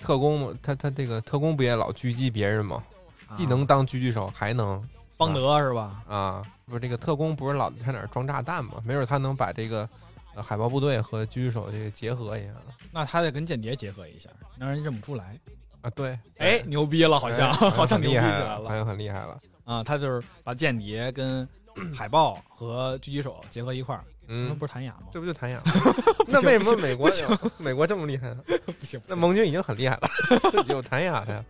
[SPEAKER 1] 特工嘛，他他这个特工不也老狙击别人吗？
[SPEAKER 2] 啊
[SPEAKER 1] 既能当狙击手，还能
[SPEAKER 2] 邦德是吧？
[SPEAKER 1] 啊，不是这个特工不是老在哪儿装炸弹吗？没准他能把这个呃海豹部队和狙击手这个结合一下
[SPEAKER 2] 那他得跟间谍结合一下，让人认不出来。
[SPEAKER 1] 啊。对，哎
[SPEAKER 2] 哎，牛逼了，好像 好像
[SPEAKER 1] 很
[SPEAKER 2] 牛逼
[SPEAKER 1] 厉
[SPEAKER 2] 起
[SPEAKER 1] 害
[SPEAKER 2] 来
[SPEAKER 1] 好
[SPEAKER 2] 了
[SPEAKER 1] 像很厉害了。
[SPEAKER 2] 啊！他就是把间谍 跟海豹和狙击手结合一块儿，那
[SPEAKER 1] 嗯，
[SPEAKER 2] 不是谭雅吗？
[SPEAKER 1] 这不就谭雅吗？那为什么美国美国这么厉害？
[SPEAKER 2] 不行，
[SPEAKER 1] 那盟军已经很厉 害了，有谭雅的呀。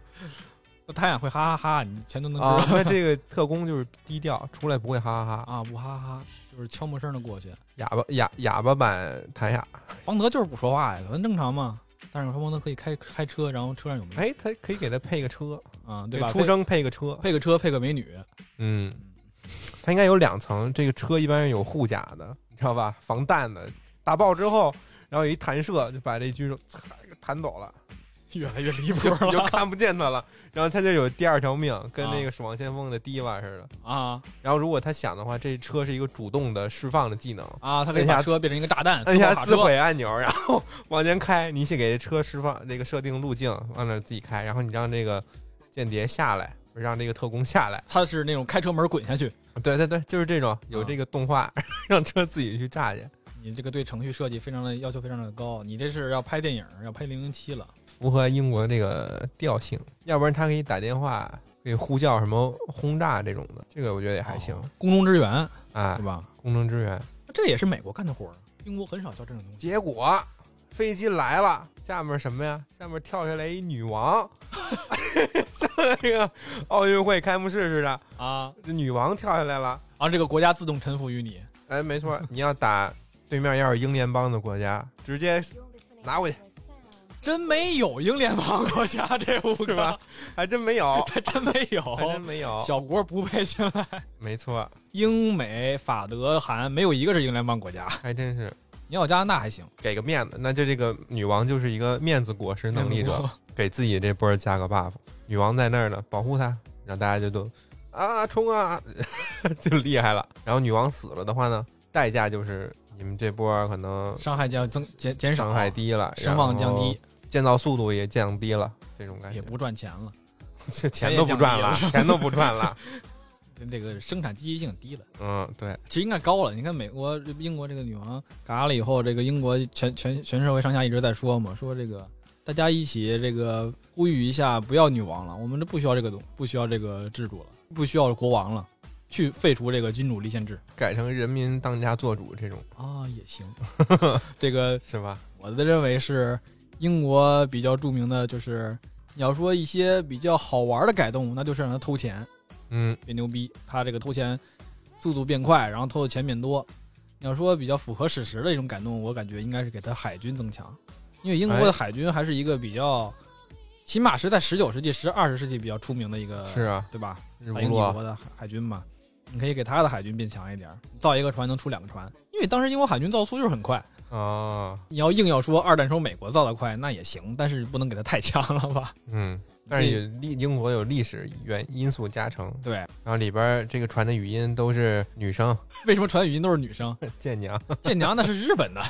[SPEAKER 2] 那谭雅会哈哈哈，你全都能知
[SPEAKER 1] 啊
[SPEAKER 2] 道。，
[SPEAKER 1] 那这个特工就是低调，出来不会哈哈哈，
[SPEAKER 2] 啊，不哈哈，就是悄没声的过去。
[SPEAKER 1] 哑巴哑哑巴版谭雅。
[SPEAKER 2] 邦德就是不说话呀，很正常嘛。但是邦德可以开开车，然后车上有美女
[SPEAKER 1] 哎，他可以给他配个车，
[SPEAKER 2] 啊，
[SPEAKER 1] 给
[SPEAKER 2] 对吧？
[SPEAKER 1] 出生配个车
[SPEAKER 2] 配。配个车，配个美女，
[SPEAKER 1] 嗯，他应该有两层，这个车一般是有护甲的，你知道吧？防弹的， 打爆之后，然后有一弹射就把这狙手擦给弹走 了，
[SPEAKER 2] 越来越离谱
[SPEAKER 1] 就就
[SPEAKER 2] 了
[SPEAKER 1] 看不见他
[SPEAKER 2] 啊
[SPEAKER 1] 了。然后他就有第二条命，跟那个守望先锋的迪瓦似的。
[SPEAKER 2] 啊
[SPEAKER 1] 然后如果他想的话，这车是一个主动的释放的技能。
[SPEAKER 2] 啊！他可以
[SPEAKER 1] 摁下
[SPEAKER 2] 把车变成一个炸弹，
[SPEAKER 1] 按
[SPEAKER 2] 呃自
[SPEAKER 1] 下
[SPEAKER 2] 爆卡
[SPEAKER 1] 自
[SPEAKER 2] 车
[SPEAKER 1] 毁按钮， 然后往前开，你去给车释放那个设定路径，往那儿自己开，然后你让这个间谍下来，让这个特工下来。
[SPEAKER 2] 他是那种开车门滚下去。
[SPEAKER 1] 对对对，就是这种
[SPEAKER 2] 嗯
[SPEAKER 1] 有这个动画， 让车自己去炸去，
[SPEAKER 2] 你这个对程序设计非常的要求非常的高，你这是要拍电影，要拍零零七了。
[SPEAKER 1] 符合英国这个调性。要不然他可以打电话，可以呼叫什么轰炸这种的，这个我觉得也还行、
[SPEAKER 2] 哦宫中支援
[SPEAKER 1] 啊
[SPEAKER 2] 是。吧？
[SPEAKER 1] 空中支援，
[SPEAKER 2] 这也是美国干的活儿，英国很少叫这种东西。
[SPEAKER 1] 结果飞机来了，下面什么呀？下面跳下来一女王， 像那个奥运会开幕式似的。
[SPEAKER 2] 啊，
[SPEAKER 1] 这女王跳下来了。
[SPEAKER 2] 然后这个国家自动臣服于你，
[SPEAKER 1] 哎，没错，你要打对面要是英联邦的国家，直接拿回去，
[SPEAKER 2] 真没有英联邦国家这 五个
[SPEAKER 1] 是吧？还真没 有，
[SPEAKER 2] 还真没
[SPEAKER 1] 还真
[SPEAKER 2] 有，
[SPEAKER 1] 没有。
[SPEAKER 2] 小国不配进来。
[SPEAKER 1] 没错，
[SPEAKER 2] 英美法德韩没有一个是英联邦国 家，
[SPEAKER 1] 还真是
[SPEAKER 2] 你要加拿大还行，
[SPEAKER 1] 给个面子。那就这个女王就是一个面子果实能力者，给自己这波加个 buff。女王在那儿呢，保护她，让大家就都啊冲啊， 就厉害了。然后女王死了的话呢，代价就是你们这波可能
[SPEAKER 2] 伤害将增减减少，
[SPEAKER 1] 伤害低了，
[SPEAKER 2] 声望降低，，
[SPEAKER 1] 建造速度也降低了，这种感觉
[SPEAKER 2] 也不赚钱了，
[SPEAKER 1] 这钱都不赚了，
[SPEAKER 2] 钱
[SPEAKER 1] 钱都不赚 了。
[SPEAKER 2] 这个生产积极性低了。
[SPEAKER 1] 嗯，对，
[SPEAKER 2] 其实应该高了。你看美国、英国这个女王嘎了以后，这个英国全全全社会上下一直在说嘛，说这个大家一起这个呼吁一下，不要女王了，我们这不需要这个东，不需要这个制度了，不需要国王了，去废除这个君主立宪制
[SPEAKER 1] 改成人民当家做主这种
[SPEAKER 2] 啊，也 行。这个
[SPEAKER 1] 是吧？
[SPEAKER 2] 我的认为是英国比较著名的就是。你要说一些比较好玩的改动，那就是让他偷钱，
[SPEAKER 1] 嗯，
[SPEAKER 2] 别牛逼，他这个偷钱速度变快，然后偷的钱变多。你要说比较符合史实的一种改动，我感觉应该是给他海军增强，因为英国
[SPEAKER 1] 哎
[SPEAKER 2] 的海军还是一个比较，起码是在十九世纪、十二十世纪比较出名的一个，
[SPEAKER 1] 是啊，
[SPEAKER 2] 对吧？
[SPEAKER 1] 日
[SPEAKER 2] 反
[SPEAKER 1] 不
[SPEAKER 2] 映
[SPEAKER 1] 落
[SPEAKER 2] 英国的海海军嘛，你可以给他的海军变强一点儿，造一个船能出两个船，因为当时英国海军造速就是很快。
[SPEAKER 1] 哦，
[SPEAKER 2] 你要硬要说二战时候美国造的快，那也行，但是不能给他太强了 吧？
[SPEAKER 1] 嗯，但是有历英国有历史原因素加成，
[SPEAKER 2] 对，
[SPEAKER 1] 然后里边这个传的语音都是女生
[SPEAKER 2] 为什么传语音都是女 生？
[SPEAKER 1] 舰娘，
[SPEAKER 2] 舰娘那是日本的，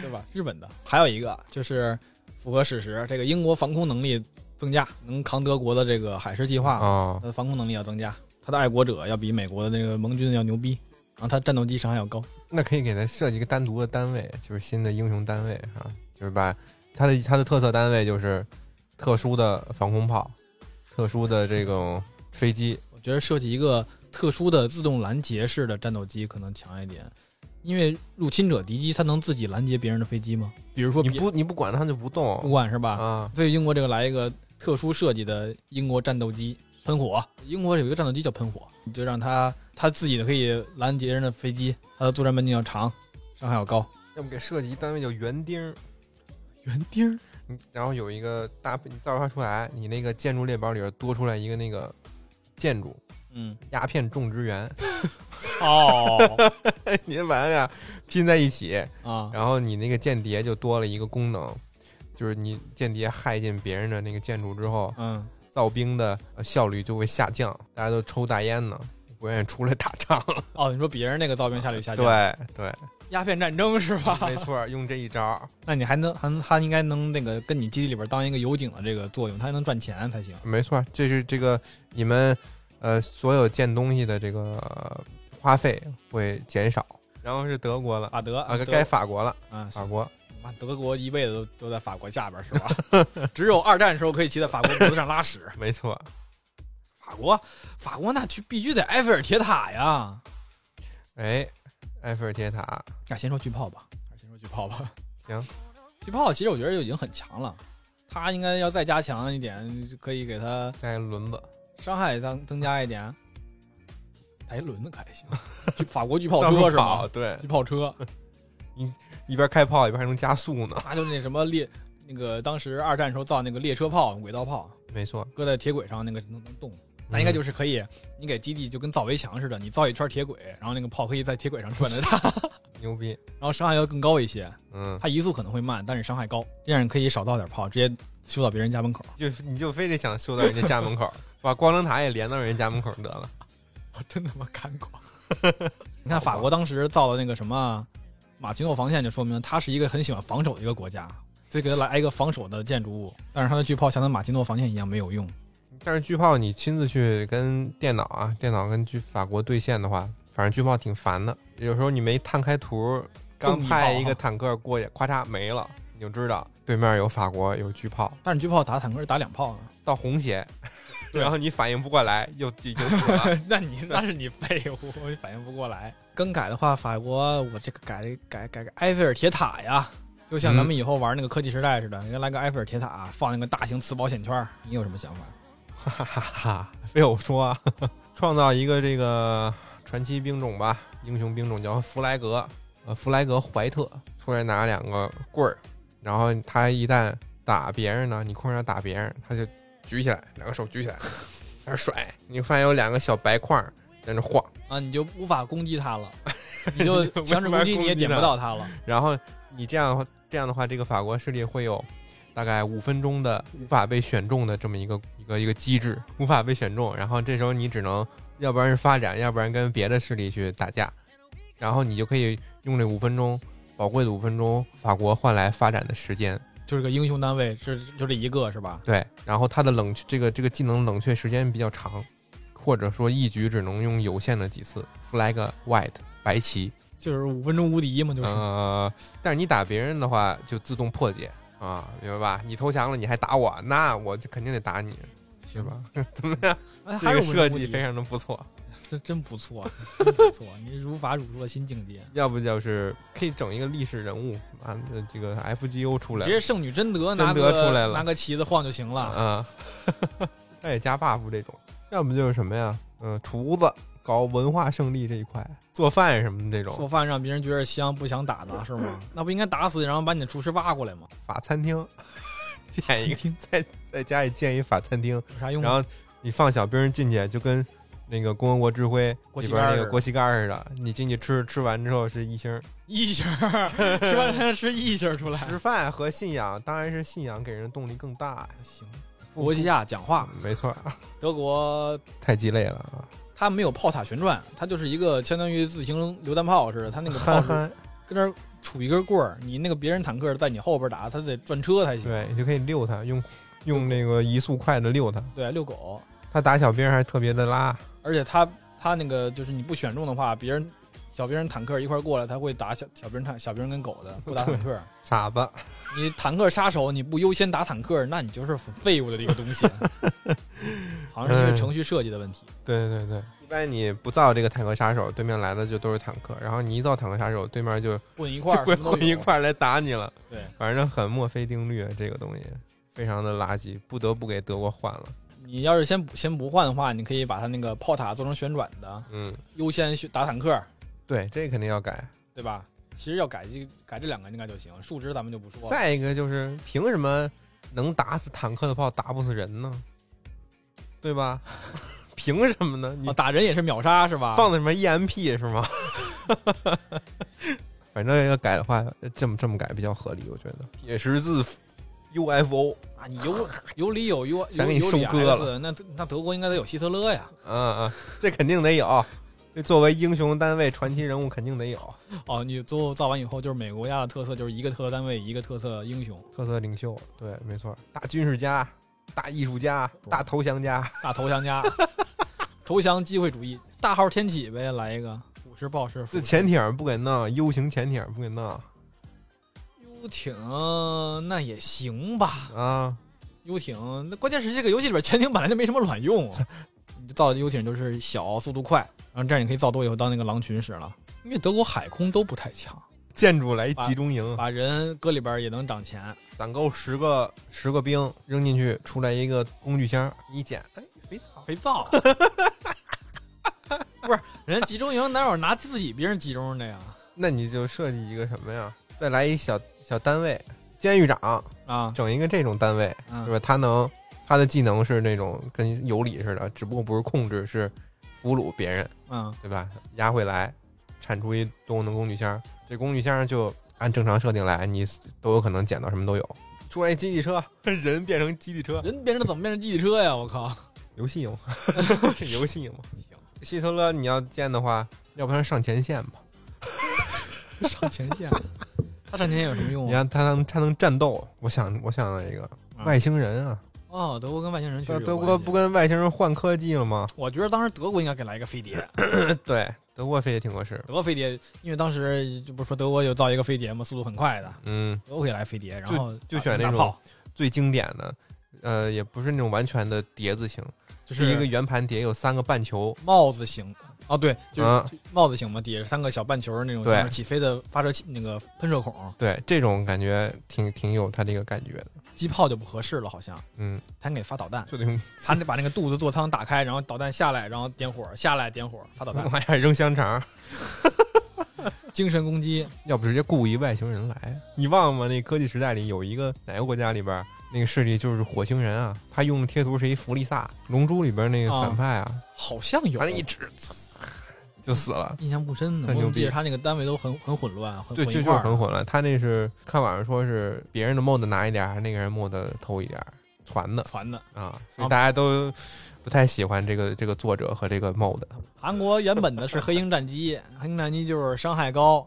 [SPEAKER 2] 对吧？日本的。还有一个就是符合史实，这个英国防空能力增加，能扛德国的这个海狮计划，
[SPEAKER 1] 哦
[SPEAKER 2] 它，的防空能力要增加，它的爱国者要比美国的那个盟军要牛逼，然后它战斗机伤害要高。
[SPEAKER 1] 那可以给他设计一个单独的单位，就是新的英雄单位啊，就是把他的他的特色单位就是特殊的防空炮，特殊的这种飞机，
[SPEAKER 2] 我觉得设计一个特殊的自动拦截式的战斗机可能强一点，因为入侵者敌机它能自己拦截别人的飞机吗？比如说
[SPEAKER 1] 你
[SPEAKER 2] 别
[SPEAKER 1] 不你不管它就不
[SPEAKER 2] 不
[SPEAKER 1] 动
[SPEAKER 2] 管是吧？
[SPEAKER 1] 啊，
[SPEAKER 2] 所以英国这个来一个特殊设计的英国战斗机喷火，英国有一个战斗机叫喷火，你就让它它自己的可以拦截人的飞机，它的作战半径要长，伤害要高。
[SPEAKER 1] 要不给设计一单位叫园丁儿。
[SPEAKER 2] 园丁儿
[SPEAKER 1] 你然后有一个搭你造化出来，你那个建筑列表里边多出来一个那个建筑
[SPEAKER 2] 嗯，
[SPEAKER 1] 鸦片种植园，
[SPEAKER 2] 哦
[SPEAKER 1] 你把它俩拼在一起，
[SPEAKER 2] 啊，
[SPEAKER 1] 然后你那个间谍就多了一个功能，就是你间谍害进别人的那个建筑之后，
[SPEAKER 2] 嗯，
[SPEAKER 1] 造兵的呃效率就会下降，大家都抽大烟呢，不愿意出来打仗了。
[SPEAKER 2] 哦，你说别人那个造兵下率下降，，
[SPEAKER 1] 对对，
[SPEAKER 2] 鸦片战争是吧？
[SPEAKER 1] 没错，用这一招
[SPEAKER 2] 那你还能还能他应该能那个跟你基地里边当一个油井的这个作用，他还能赚钱才行。
[SPEAKER 1] 没错，这是这个你们呃，所有建东西的这个呃花费会减少。然后是德国了
[SPEAKER 2] 法德
[SPEAKER 1] 啊，
[SPEAKER 2] 德
[SPEAKER 1] 该法国了，
[SPEAKER 2] 啊，
[SPEAKER 1] 法国
[SPEAKER 2] 妈德国一辈子都都在法国下边是吧？ 只有二战的时候可以骑在法国脖子上拉屎。
[SPEAKER 1] 没错。
[SPEAKER 2] 法国，法国那去必须得埃菲尔铁塔呀！
[SPEAKER 1] 哎，埃菲尔铁塔，
[SPEAKER 2] 那先说巨炮吧，还是先说巨炮吧。
[SPEAKER 1] 行，
[SPEAKER 2] 巨炮其实我觉得就已经很强了，他应该要再加强一点，可以给他
[SPEAKER 1] 带轮子，
[SPEAKER 2] 伤害增增加一点。抬轮子可还行， 巨法国巨炮
[SPEAKER 1] 到处
[SPEAKER 2] 车是
[SPEAKER 1] 跑
[SPEAKER 2] 吗？
[SPEAKER 1] 对，
[SPEAKER 2] 巨炮车，
[SPEAKER 1] 一边开炮一边还能加速呢。
[SPEAKER 2] 他就是那什么列那个当时二战时候造那个列车炮、轨道炮，
[SPEAKER 1] 没错，
[SPEAKER 2] 搁在铁轨上那个能能动。那应该就是可以，你给基地就跟造围墙似的，你造一圈铁轨，然后那个炮可以在铁轨上转着 它，
[SPEAKER 1] 嗯牛逼。
[SPEAKER 2] 然后伤害要更高一些。
[SPEAKER 1] 嗯，
[SPEAKER 2] 它移速可能会慢，但是伤害高，这样你可以少造点炮，直接修到别人家门口。
[SPEAKER 1] 就你就非得想修到人家家门口， 把光灯塔也连到人家家门口得了。
[SPEAKER 2] 我 真他妈看过。 你看法国当时造的那个什么马奇诺防线，就说明他是一个很喜欢防守的一个国家，所以给他来一个防守的建筑物。但是他的巨炮像他马奇诺防线一样没有用。
[SPEAKER 1] 但是巨炮你亲自去跟电脑啊，电脑跟巨法国对线的话，反正巨炮挺烦的。有时候你没探开图，刚
[SPEAKER 2] 更一
[SPEAKER 1] 派
[SPEAKER 2] 炮
[SPEAKER 1] 一个坦克过去，咔嚓没了，你就知道对面有法国有巨炮，
[SPEAKER 2] 但是巨炮打坦克是打两炮啊，
[SPEAKER 1] 到红鞋，
[SPEAKER 2] 对
[SPEAKER 1] 然后你反应不过来，又已经死了。
[SPEAKER 2] 那你那是你废物，我反应不过来。更改的话，法国我这个改了改改个埃菲尔铁塔呀，就像咱们以后玩那个科技时代似的，人家来个埃菲尔铁塔，放那个大型磁保险圈儿，你有什么想法？
[SPEAKER 1] 哈哈哈！ 非我说啊，创造一个这个传奇兵种吧，英雄兵种叫弗莱格，呃，弗莱格怀特出来拿两个棍儿，然后他一旦打别人呢，你空上打别人，他就举起来，两个手举起来，开始甩，你发现有两个小白块儿在那晃，
[SPEAKER 2] 啊，你就无法攻击 他了，你就
[SPEAKER 1] 你就
[SPEAKER 2] 强制攻击
[SPEAKER 1] 没法攻击
[SPEAKER 2] 你也点不到他了。
[SPEAKER 1] 然后你这样这样的话，这个法国势力会有大概五分钟的无法被选中的这么一个一个一个机制，无法被选中。然后这时候你只能，要不然是发展，要不然跟别的势力去打架，然后你就可以用这五分钟宝贵的五分钟，法国换来发展的时间。
[SPEAKER 2] 就是个英雄单位，是就这一个是吧？
[SPEAKER 1] 对，然后它的冷这个这个技能冷却时间比较长，或者说一局只能用有限的几次。flag white 白旗。
[SPEAKER 2] 就是五分钟无敌嘛，就是。
[SPEAKER 1] 呃，但是你打别人的话就自动破解啊，明白吧？你投降了，你还打我，那我就肯定得打你，是吧？怎么样？
[SPEAKER 2] 哎
[SPEAKER 1] 这
[SPEAKER 2] 嗯还
[SPEAKER 1] 个
[SPEAKER 2] 是五分钟
[SPEAKER 1] 设
[SPEAKER 2] 无
[SPEAKER 1] 计
[SPEAKER 2] 敌
[SPEAKER 1] 非常的不错，
[SPEAKER 2] 这真不错，真不错，你如法入入了新境界。
[SPEAKER 1] 要不就是可以整一个历史人物啊，这个 FGO 出来
[SPEAKER 2] 直接圣女贞德拿
[SPEAKER 1] 贞德
[SPEAKER 2] 个
[SPEAKER 1] 出来了
[SPEAKER 2] 拿个旗子晃就行
[SPEAKER 1] 啊，
[SPEAKER 2] 了。
[SPEAKER 1] 啊 那也加 buff 这种，要不就是什么呀？嗯，厨子搞文化胜利这一块，做饭什么这种
[SPEAKER 2] 做饭让别人觉得香，不想打的是吗？那不应该打死，然后把你的厨师挖过来吗？
[SPEAKER 1] 法餐厅，建一个
[SPEAKER 2] 厅
[SPEAKER 1] 在在家里建一法餐厅，
[SPEAKER 2] 有啥用
[SPEAKER 1] 然
[SPEAKER 2] 啊？
[SPEAKER 1] 后你放小兵进去，就跟那个《共和国之辉》
[SPEAKER 2] 国
[SPEAKER 1] 里
[SPEAKER 2] 旗
[SPEAKER 1] 边
[SPEAKER 2] 杆
[SPEAKER 1] 那
[SPEAKER 2] 儿
[SPEAKER 1] 个
[SPEAKER 2] 似的
[SPEAKER 1] 国旗杆儿似的，你进去吃，吃完之后是一星儿。
[SPEAKER 2] 一星儿 吃完才能吃一星儿出来。
[SPEAKER 1] 吃饭和信仰，当然是信仰给人动力更大呀。啊
[SPEAKER 2] 行，国际下讲话，
[SPEAKER 1] 没错，
[SPEAKER 2] 德国
[SPEAKER 1] 太鸡肋了啊！
[SPEAKER 2] 它没有炮塔旋转，它就是一个相当于自行榴弹炮似的，它那个炮
[SPEAKER 1] 憨
[SPEAKER 2] 是
[SPEAKER 1] 憨，
[SPEAKER 2] 跟那儿杵一根棍儿，你那个别人坦克在你后边打，他得转车才行。
[SPEAKER 1] 对，你就可以溜他，用用那个移速快的溜他。
[SPEAKER 2] 对，遛狗，
[SPEAKER 1] 他打小兵还特别的拉，
[SPEAKER 2] 而且他他那个就是你不选中的话，别人小兵人坦克一块儿过来，他会打小小兵坦小兵 跟狗的，不打坦克。
[SPEAKER 1] 傻子。
[SPEAKER 2] 你坦克杀手你不优先打坦克，那你就是很废物的一个东 西。好像是因为程序设计的问题。
[SPEAKER 1] 对对对，一般你不造这个坦克杀手，对面来的就都是坦克，然后你一造坦克杀手，对面就
[SPEAKER 2] 混一块
[SPEAKER 1] 就
[SPEAKER 2] 儿，
[SPEAKER 1] 会
[SPEAKER 2] 什么都
[SPEAKER 1] 混一
[SPEAKER 2] 有
[SPEAKER 1] 块儿来打你了。
[SPEAKER 2] 对，
[SPEAKER 1] 反正很墨菲定律啊这个东西，非常的垃圾，不得不给德国换了。
[SPEAKER 2] 你要是先不先不换的话，你可以把他那个炮塔做成旋转的，
[SPEAKER 1] 嗯，
[SPEAKER 2] 优先去打坦克，
[SPEAKER 1] 对，这肯定要改。
[SPEAKER 2] 对吧？其实要改这改这两个应该就行，数值咱们就不说了。
[SPEAKER 1] 再一个就是，凭什么能打死坦克的炮打不死人呢？对吧？ 凭什么呢？你
[SPEAKER 2] 哦，打人也是秒杀是吧？
[SPEAKER 1] 放的什么 EMP 是吗？ 反正要改的话，这么这么改比较合理，我觉得。铁十字 UFO，
[SPEAKER 2] 啊，你有有理有有
[SPEAKER 1] 全
[SPEAKER 2] 有
[SPEAKER 1] 给你
[SPEAKER 2] 有理
[SPEAKER 1] 收割
[SPEAKER 2] S，那那德国应该得有希特勒呀。
[SPEAKER 1] 嗯嗯，这肯定得有。这作为英雄单位、传奇人物肯定得有
[SPEAKER 2] 哦，你最后造完以后，就是美国家的特色就是一个特色单位，一个特色英雄，
[SPEAKER 1] 特色领袖，对，没错，大军事家、大艺术家、大投降家。
[SPEAKER 2] 大投降家， 投降机会主义，大号天启呗，来一个俯视豹式。
[SPEAKER 1] 这潜艇不给弄，U 型潜艇不给弄
[SPEAKER 2] U 艇那也行吧
[SPEAKER 1] 啊！
[SPEAKER 2] ，U 艇那关键是这个游戏里边潜艇本来就没什么卵用，啊 你就造的 U 艇就是小速度快，然后这样你可以造多以后当那个狼群使了。因为德国海空都不太强，
[SPEAKER 1] 建筑来集中营，
[SPEAKER 2] 把人搁里边也能涨钱。
[SPEAKER 1] 攒够十个十个兵扔进去，出来一个工具箱，一捡，哎，肥草。
[SPEAKER 2] 肥皂。 不是，人家集中营哪有拿自己别人集中的呀？
[SPEAKER 1] 那你就设计一个什么呀？再来一小小单位，监狱长，
[SPEAKER 2] 啊，
[SPEAKER 1] 整一个这种单位，是
[SPEAKER 2] 嗯，
[SPEAKER 1] 吧？他能他的技能是那种跟尤里似的，只不过不是控制，是俘虏别人，
[SPEAKER 2] 嗯，
[SPEAKER 1] 对吧？押回来，产出一动物能工具箱，这工具箱就按正常设定来，你都有可能捡到什么都有。出来一机器车，人变成机器车，
[SPEAKER 2] 人变成怎么变成机器车呀？我靠！
[SPEAKER 1] 游戏 有吗？游戏有吗？希特勒你要见的话，要不然上前线吧，
[SPEAKER 2] 上前线，他上前线有什么用
[SPEAKER 1] 你
[SPEAKER 2] 啊？
[SPEAKER 1] 看他能他能战斗。我想我想了一个
[SPEAKER 2] 啊
[SPEAKER 1] 外星人啊，
[SPEAKER 2] 哦，德国跟外星人确实有
[SPEAKER 1] 德国
[SPEAKER 2] 关系
[SPEAKER 1] 不，跟外星人换科技了吗？
[SPEAKER 2] 我觉得当时德国应该给来一个飞碟，
[SPEAKER 1] 对，德国飞也挺合适。
[SPEAKER 2] 德国飞碟，因为当时就不是说德国有造一个飞碟嘛，速度很快的，
[SPEAKER 1] 嗯，
[SPEAKER 2] 德国给来飞碟，然后
[SPEAKER 1] 就选那
[SPEAKER 2] 那
[SPEAKER 1] 种最经典的，呃，也不是那种完全的碟子型，
[SPEAKER 2] 就是
[SPEAKER 1] 一个圆盘碟，有三个半球。
[SPEAKER 2] 帽子型。哦，对，就是
[SPEAKER 1] 嗯，
[SPEAKER 2] 帽子型嘛，底下是三个小半球儿那种，
[SPEAKER 1] 对
[SPEAKER 2] 像是起飞的发射器那个喷射孔，
[SPEAKER 1] 对，这种感觉挺挺有它这个感觉的。
[SPEAKER 2] 机炮就不合适了，好像
[SPEAKER 1] 嗯，
[SPEAKER 2] 他给发导弹，
[SPEAKER 1] 就得用
[SPEAKER 2] 他得把那个肚子座舱打开，然后导弹下来，然后点火，下来点火发 导弹，
[SPEAKER 1] 往下扔香肠，
[SPEAKER 2] 精神攻击。
[SPEAKER 1] 要不直接雇一外星人来。你忘了吗？那科技时代里有一个哪个国家里边儿那个势力就是火星人啊，他用的贴图是一弗利萨，《龙珠》里边那个反派啊，
[SPEAKER 2] 好像有
[SPEAKER 1] 完，了一指就死了。
[SPEAKER 2] 印象不深呢。
[SPEAKER 1] 很
[SPEAKER 2] 我
[SPEAKER 1] 牛逼
[SPEAKER 2] 怎么记得他那个单位都很很混乱，很
[SPEAKER 1] 对，
[SPEAKER 2] 混
[SPEAKER 1] 就
[SPEAKER 2] 一
[SPEAKER 1] 就是
[SPEAKER 2] 块儿
[SPEAKER 1] 很混乱。他那是看网上说是别人的 mod 拿一点儿，那个人 mod 偷一点儿，传的
[SPEAKER 2] 传的。
[SPEAKER 1] 啊，所以大家都不太喜欢这个这个作者和这个 mod。
[SPEAKER 2] 韩国原本的是黑鹰战机，黑鹰战机就是伤害高，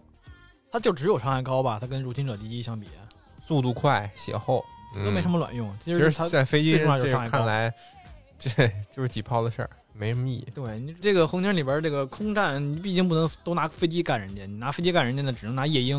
[SPEAKER 2] 它就只有伤害高吧，它跟入侵者第一相比
[SPEAKER 1] 速度快，血厚，嗯、
[SPEAKER 2] 都没什。么卵用。其
[SPEAKER 1] 其
[SPEAKER 2] 实
[SPEAKER 1] 实，
[SPEAKER 2] 它
[SPEAKER 1] 在飞机
[SPEAKER 2] 最重要
[SPEAKER 1] 上
[SPEAKER 2] 就是
[SPEAKER 1] 这
[SPEAKER 2] 上海
[SPEAKER 1] 看
[SPEAKER 2] 高
[SPEAKER 1] 来，这 就是几炮的事儿，没什么意义。
[SPEAKER 2] 对你这个红警里边儿这个空战，你毕竟不能都拿飞机干人家，你拿飞机干人家那只能拿夜鹰，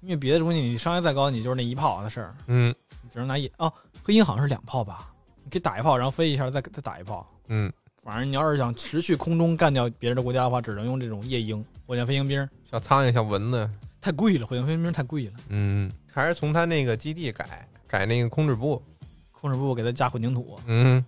[SPEAKER 2] 因为别的东西你伤害再高，你就是那一炮的事儿，
[SPEAKER 1] 嗯
[SPEAKER 2] 你只能拿夜哦，黑鹰好像是两炮吧，你可以打一炮，然后飞一下再再打一炮。
[SPEAKER 1] 嗯，
[SPEAKER 2] 反正你要是想持续空中干掉别人的国家的话，只能用这种夜鹰火箭飞行兵，
[SPEAKER 1] 小苍蝇、小蚊子，
[SPEAKER 2] 太贵了，火箭飞行兵太贵了。
[SPEAKER 1] 嗯，还是从他那个基地改改那个控制部。
[SPEAKER 2] 控制部给它加混凝土，
[SPEAKER 1] 嗯，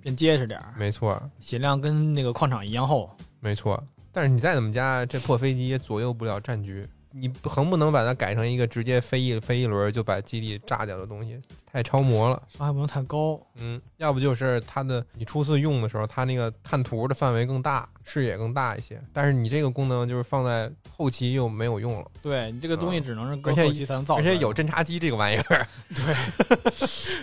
[SPEAKER 2] 变结实点儿，
[SPEAKER 1] 没错，
[SPEAKER 2] 血量跟那个矿场一样厚。
[SPEAKER 1] 没错。但是你再怎么加，这破飞机也左右不了战局。你不横不能把它改成一个直接飞一飞一轮就把基地炸掉的东西，太超模了。
[SPEAKER 2] 伤害不能太高，
[SPEAKER 1] 嗯，要不就是它的你初次用的时候，它那个探图的范围更大，视野更大一些。但是你这个功能就是放在后期又没有用了，
[SPEAKER 2] 对你这个东西
[SPEAKER 1] 嗯
[SPEAKER 2] 只能是搁
[SPEAKER 1] 而且
[SPEAKER 2] 后期才能造
[SPEAKER 1] 而
[SPEAKER 2] 出来，
[SPEAKER 1] 且有侦察机这个玩意 儿。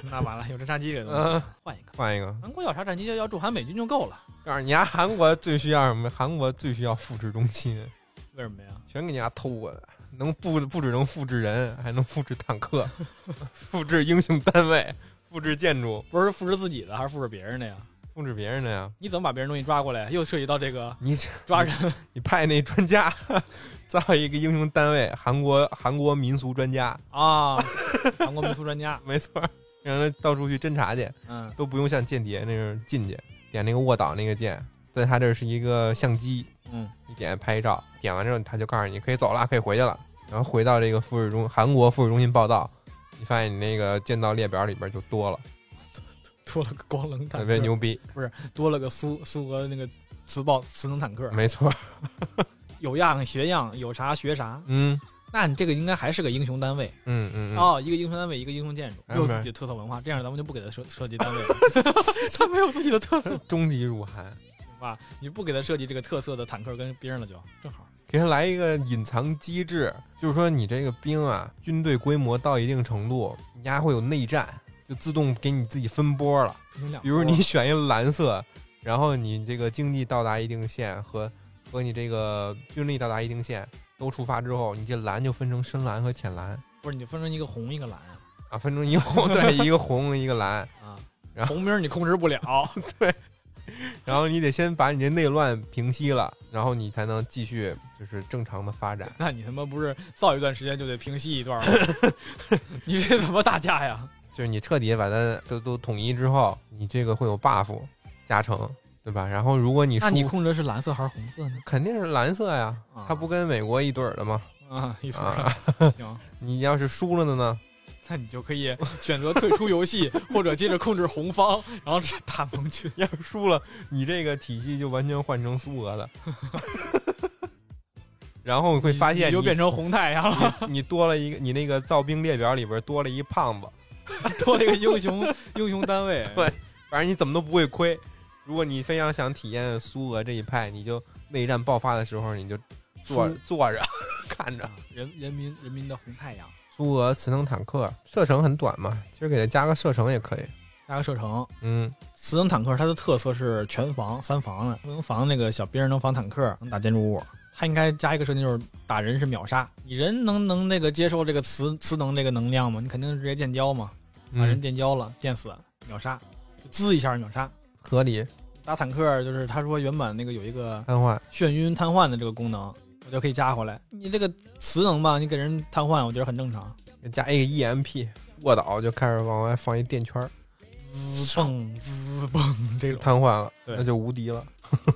[SPEAKER 2] 那完了有侦察机这个东
[SPEAKER 1] 嗯
[SPEAKER 2] 西，换一个。
[SPEAKER 1] 换一个，
[SPEAKER 2] 韩国要啥战机就要驻韩美军就够了，
[SPEAKER 1] 告诉你家韩国最需要什么？韩国最需要复制中心，
[SPEAKER 2] 为什么呀？
[SPEAKER 1] 全给你家偷过来，能不不只能复制人，还能复制坦克， 复制英雄单位，复制建筑，
[SPEAKER 2] 不是复制自己的还是复制别人的呀？
[SPEAKER 1] 复制别人的呀。
[SPEAKER 2] 你怎么把别人东西抓过来？又涉及到这个
[SPEAKER 1] 你这
[SPEAKER 2] 抓人，
[SPEAKER 1] 你派那专家 造一个英雄单位，韩国韩国民俗专家，
[SPEAKER 2] 啊，韩国民俗专家，
[SPEAKER 1] 没错儿，让他到处去侦查去，
[SPEAKER 2] 嗯，
[SPEAKER 1] 都不用像间谍那样进去，点那个卧倒那个键，在他这儿是一个相机，
[SPEAKER 2] 嗯，
[SPEAKER 1] 一点拍一照，点完之后他就告诉你可以走了，可以回去了，然后回到这个复试中韩国复试中心报道。你发现你那个见到列表里边就多 了，
[SPEAKER 2] 多了个光棱坦
[SPEAKER 1] 特
[SPEAKER 2] 克，
[SPEAKER 1] 别牛逼，
[SPEAKER 2] 多了个苏苏俄那个磁爆磁能坦克，
[SPEAKER 1] 没 错儿，
[SPEAKER 2] 有样学样，有啥学啥。
[SPEAKER 1] 嗯
[SPEAKER 2] 那你这个应该还是个英雄单位
[SPEAKER 1] 嗯嗯，嗯
[SPEAKER 2] 哦，一个英雄单位，一个英雄建筑，
[SPEAKER 1] 哎
[SPEAKER 2] 又有
[SPEAKER 1] 没
[SPEAKER 2] 自己的特色文化，这样咱们就不给他设设计单 位了，他没有自己的特色文
[SPEAKER 1] 终极入韩，
[SPEAKER 2] 化，你不给他设计这个特色的坦克跟兵了就正好。
[SPEAKER 1] 给他来一个隐藏机制，就是说你这个兵啊，军队规模到一定程度，你家会有内战，就自动给你自己分波了。比
[SPEAKER 2] 比
[SPEAKER 1] 如你选一蓝色，然后你这个经济到达一定线和和你这个军力到达一定线都触发之后，你这蓝就分成深蓝和浅蓝
[SPEAKER 2] 不是你分成一个红一个蓝啊
[SPEAKER 1] 啊，分成一个红对一个红一个蓝，
[SPEAKER 2] 啊，
[SPEAKER 1] 然后
[SPEAKER 2] 红兵你控制不了，
[SPEAKER 1] 然后你得先把你这内乱平息了，然后你才能继续就是正常的发展。
[SPEAKER 2] 那你他妈不是造一段时间就得平息一段吗？ 你这怎么打架呀？
[SPEAKER 1] 就是你彻底把它都都统一之后，你这个会有 buff 加成，对吧？然后如果你输
[SPEAKER 2] 那，你控制的是蓝色还是红色呢？
[SPEAKER 1] 肯定是蓝色呀，
[SPEAKER 2] 啊
[SPEAKER 1] 它不跟美国一对儿的吗？
[SPEAKER 2] 啊，一出来
[SPEAKER 1] 啊，
[SPEAKER 2] 行，
[SPEAKER 1] 你要是输了的呢？
[SPEAKER 2] 那你就可以选择退出游戏，或者接着控制红方，然后是打盟军。
[SPEAKER 1] 要是输了，你这个体系就完全换成苏俄的。 然后你会发现
[SPEAKER 2] 你
[SPEAKER 1] 你
[SPEAKER 2] 就变成红太阳了，
[SPEAKER 1] 你多了一个，你那个造兵列表里边多了一胖子，
[SPEAKER 2] 多了一个英 雄英雄单位。
[SPEAKER 1] 对反正你怎么都不会亏。如果你非常想体验苏俄这一派，你就内战爆发的时候你就坐
[SPEAKER 2] 苏
[SPEAKER 1] 坐着 看着。
[SPEAKER 2] 啊人人民人民的红太阳，
[SPEAKER 1] 苏俄磁能坦克射程很短嘛，其实给它加个射程也可以。
[SPEAKER 2] 加个射程。
[SPEAKER 1] 嗯，
[SPEAKER 2] 死能坦克它的特色是全防三防的，能防那个小兵，能防坦克，能打建筑物。它应该加一个设定，就是打人是秒杀。你人能能那个接受这个磁磁能这个能量吗？你肯定是直接电交嘛，把人
[SPEAKER 1] 嗯
[SPEAKER 2] 电交了，电死秒杀，就滋一下秒杀。
[SPEAKER 1] 合理
[SPEAKER 2] 打坦克就是他说原本那个有一个
[SPEAKER 1] 瘫痪。
[SPEAKER 2] 眩晕瘫痪的这个功能，我就可以加回来。你这个磁能吧，你给人瘫痪，我觉得很正常。
[SPEAKER 1] 加一个 EMP，卧倒就开始往外放一电圈儿，
[SPEAKER 2] 滋蹦滋蹦这种，
[SPEAKER 1] 瘫痪了，
[SPEAKER 2] 对
[SPEAKER 1] 那就无敌了。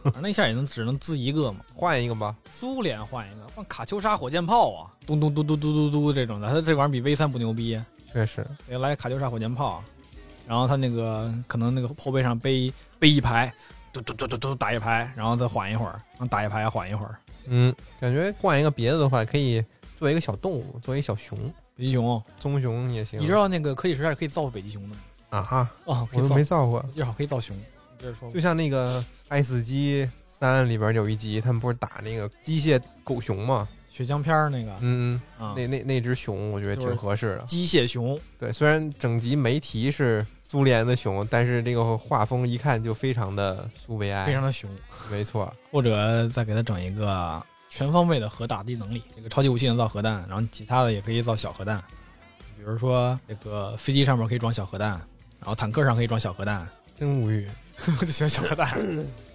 [SPEAKER 2] 反正那一下也能只能滋一个嘛。
[SPEAKER 1] 换一个吧，
[SPEAKER 2] 苏联换一个，换卡秋莎火箭炮啊，咚咚咚咚咚咚咚这种的，它这玩意儿比 V 三不牛逼，
[SPEAKER 1] 确实，
[SPEAKER 2] 得来卡秋莎火箭炮，啊然后它那个可能那个后背上背背一排，嘟嘟嘟嘟嘟打一排，然后再缓一会儿，然后打一排缓一会儿，
[SPEAKER 1] 嗯，感觉换一个别的的话，可以做一个小动物，做一小熊，
[SPEAKER 2] 北极熊，
[SPEAKER 1] 棕熊也行。
[SPEAKER 2] 你知道那个科技时代是可以造北极熊的吗？
[SPEAKER 1] 啊哈，
[SPEAKER 2] 哦，可
[SPEAKER 1] 我
[SPEAKER 2] 以
[SPEAKER 1] 都
[SPEAKER 2] 造
[SPEAKER 1] 没，造过。
[SPEAKER 2] 最好可以造熊。你接着说吧
[SPEAKER 1] 就，像那个《爱死机三》里边有一集，他们不是打那个机械狗熊嘛？
[SPEAKER 2] 血浆片儿那个
[SPEAKER 1] 嗯，
[SPEAKER 2] 啊，
[SPEAKER 1] 那那那只熊，我觉得挺合适的。
[SPEAKER 2] 机械熊，
[SPEAKER 1] 对，虽然整集没提是苏联的熊，但是这个画风一看就非常的苏维
[SPEAKER 2] 非
[SPEAKER 1] 埃，
[SPEAKER 2] 常的熊，
[SPEAKER 1] 没错。
[SPEAKER 2] 或者再给它整一个全方位的核打击能力，这个超级武器能造核弹，然后其他的也可以造小核弹，比如说这个飞机上面可以装小核弹，然后坦克上可以装小核弹，
[SPEAKER 1] 真无语。
[SPEAKER 2] 就喜欢小核弹，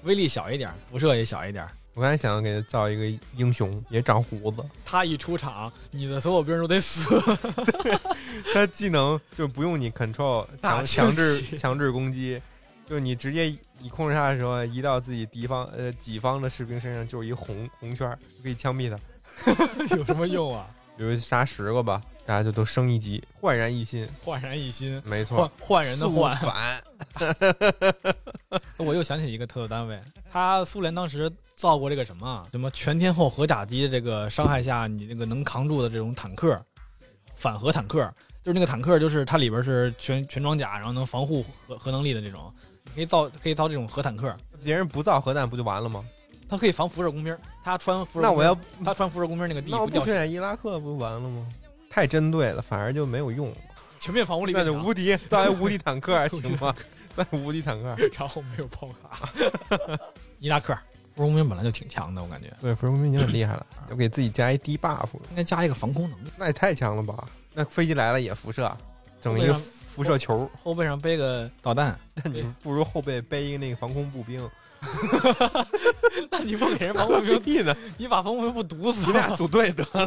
[SPEAKER 2] 威力小一点，辐射也小一点。
[SPEAKER 1] 我刚才想给他造一个英雄，也长胡子，
[SPEAKER 2] 他一出场，你的所有兵都得死。
[SPEAKER 1] 他技能就不用你 control
[SPEAKER 2] 大
[SPEAKER 1] 强强
[SPEAKER 2] 清洗
[SPEAKER 1] 制强制攻击，就你直接你控制他的时候，啊移到自己敌方呃己方的士兵身上就是一红红圈儿，可以枪毙他。
[SPEAKER 2] 有什么用啊？
[SPEAKER 1] 比如杀十个吧，大家就都升一级，焕然一新。
[SPEAKER 2] 焕然一新，
[SPEAKER 1] 没
[SPEAKER 2] 换
[SPEAKER 1] 错，
[SPEAKER 2] 换人的换。
[SPEAKER 1] 肃反
[SPEAKER 2] 我又想起一个特色单位，他苏联当时造过这个什么啊什么全天候核打击的这个伤害下，你那个能扛住的这种坦克，反核坦克，就是那个坦克，就是它里边是全全装甲，然后能防护核核能力的这种，可以造可以造这种核坦克，
[SPEAKER 1] 别人不造核弹不就完了吗？
[SPEAKER 2] 它可以防辐射工兵，它穿辐射
[SPEAKER 1] 那
[SPEAKER 2] 工
[SPEAKER 1] 我
[SPEAKER 2] 兵
[SPEAKER 1] 要
[SPEAKER 2] 它穿辐射工兵那个地
[SPEAKER 1] 那我不
[SPEAKER 2] 掉
[SPEAKER 1] 去
[SPEAKER 2] 血，
[SPEAKER 1] 演伊拉克不就完了吗？太针对了，反而就没有用。
[SPEAKER 2] 全面防护力
[SPEAKER 1] 那
[SPEAKER 2] 变
[SPEAKER 1] 就
[SPEAKER 2] 强，
[SPEAKER 1] 无敌，造一无敌坦克还 行吗？造一无敌坦克。
[SPEAKER 2] 然后没有炮卡，伊拉克辐射工兵本来就挺强的，我感觉
[SPEAKER 1] 对，福尔摩斯已经很厉害了，要给自己加一低 buff，
[SPEAKER 2] 应该加一个防空能力，
[SPEAKER 1] 那也太强了吧？那飞机来了也辐射，整一
[SPEAKER 2] 对
[SPEAKER 1] 个
[SPEAKER 2] 啊
[SPEAKER 1] 辐射球，
[SPEAKER 2] 后背上背个导弹。
[SPEAKER 1] 那你
[SPEAKER 2] 对
[SPEAKER 1] 不如后背背一个那个防空步兵，
[SPEAKER 2] 那 你不给人防空兵
[SPEAKER 1] 何必呢？
[SPEAKER 2] 你把冯文不毒死
[SPEAKER 1] 你俩组队 得了。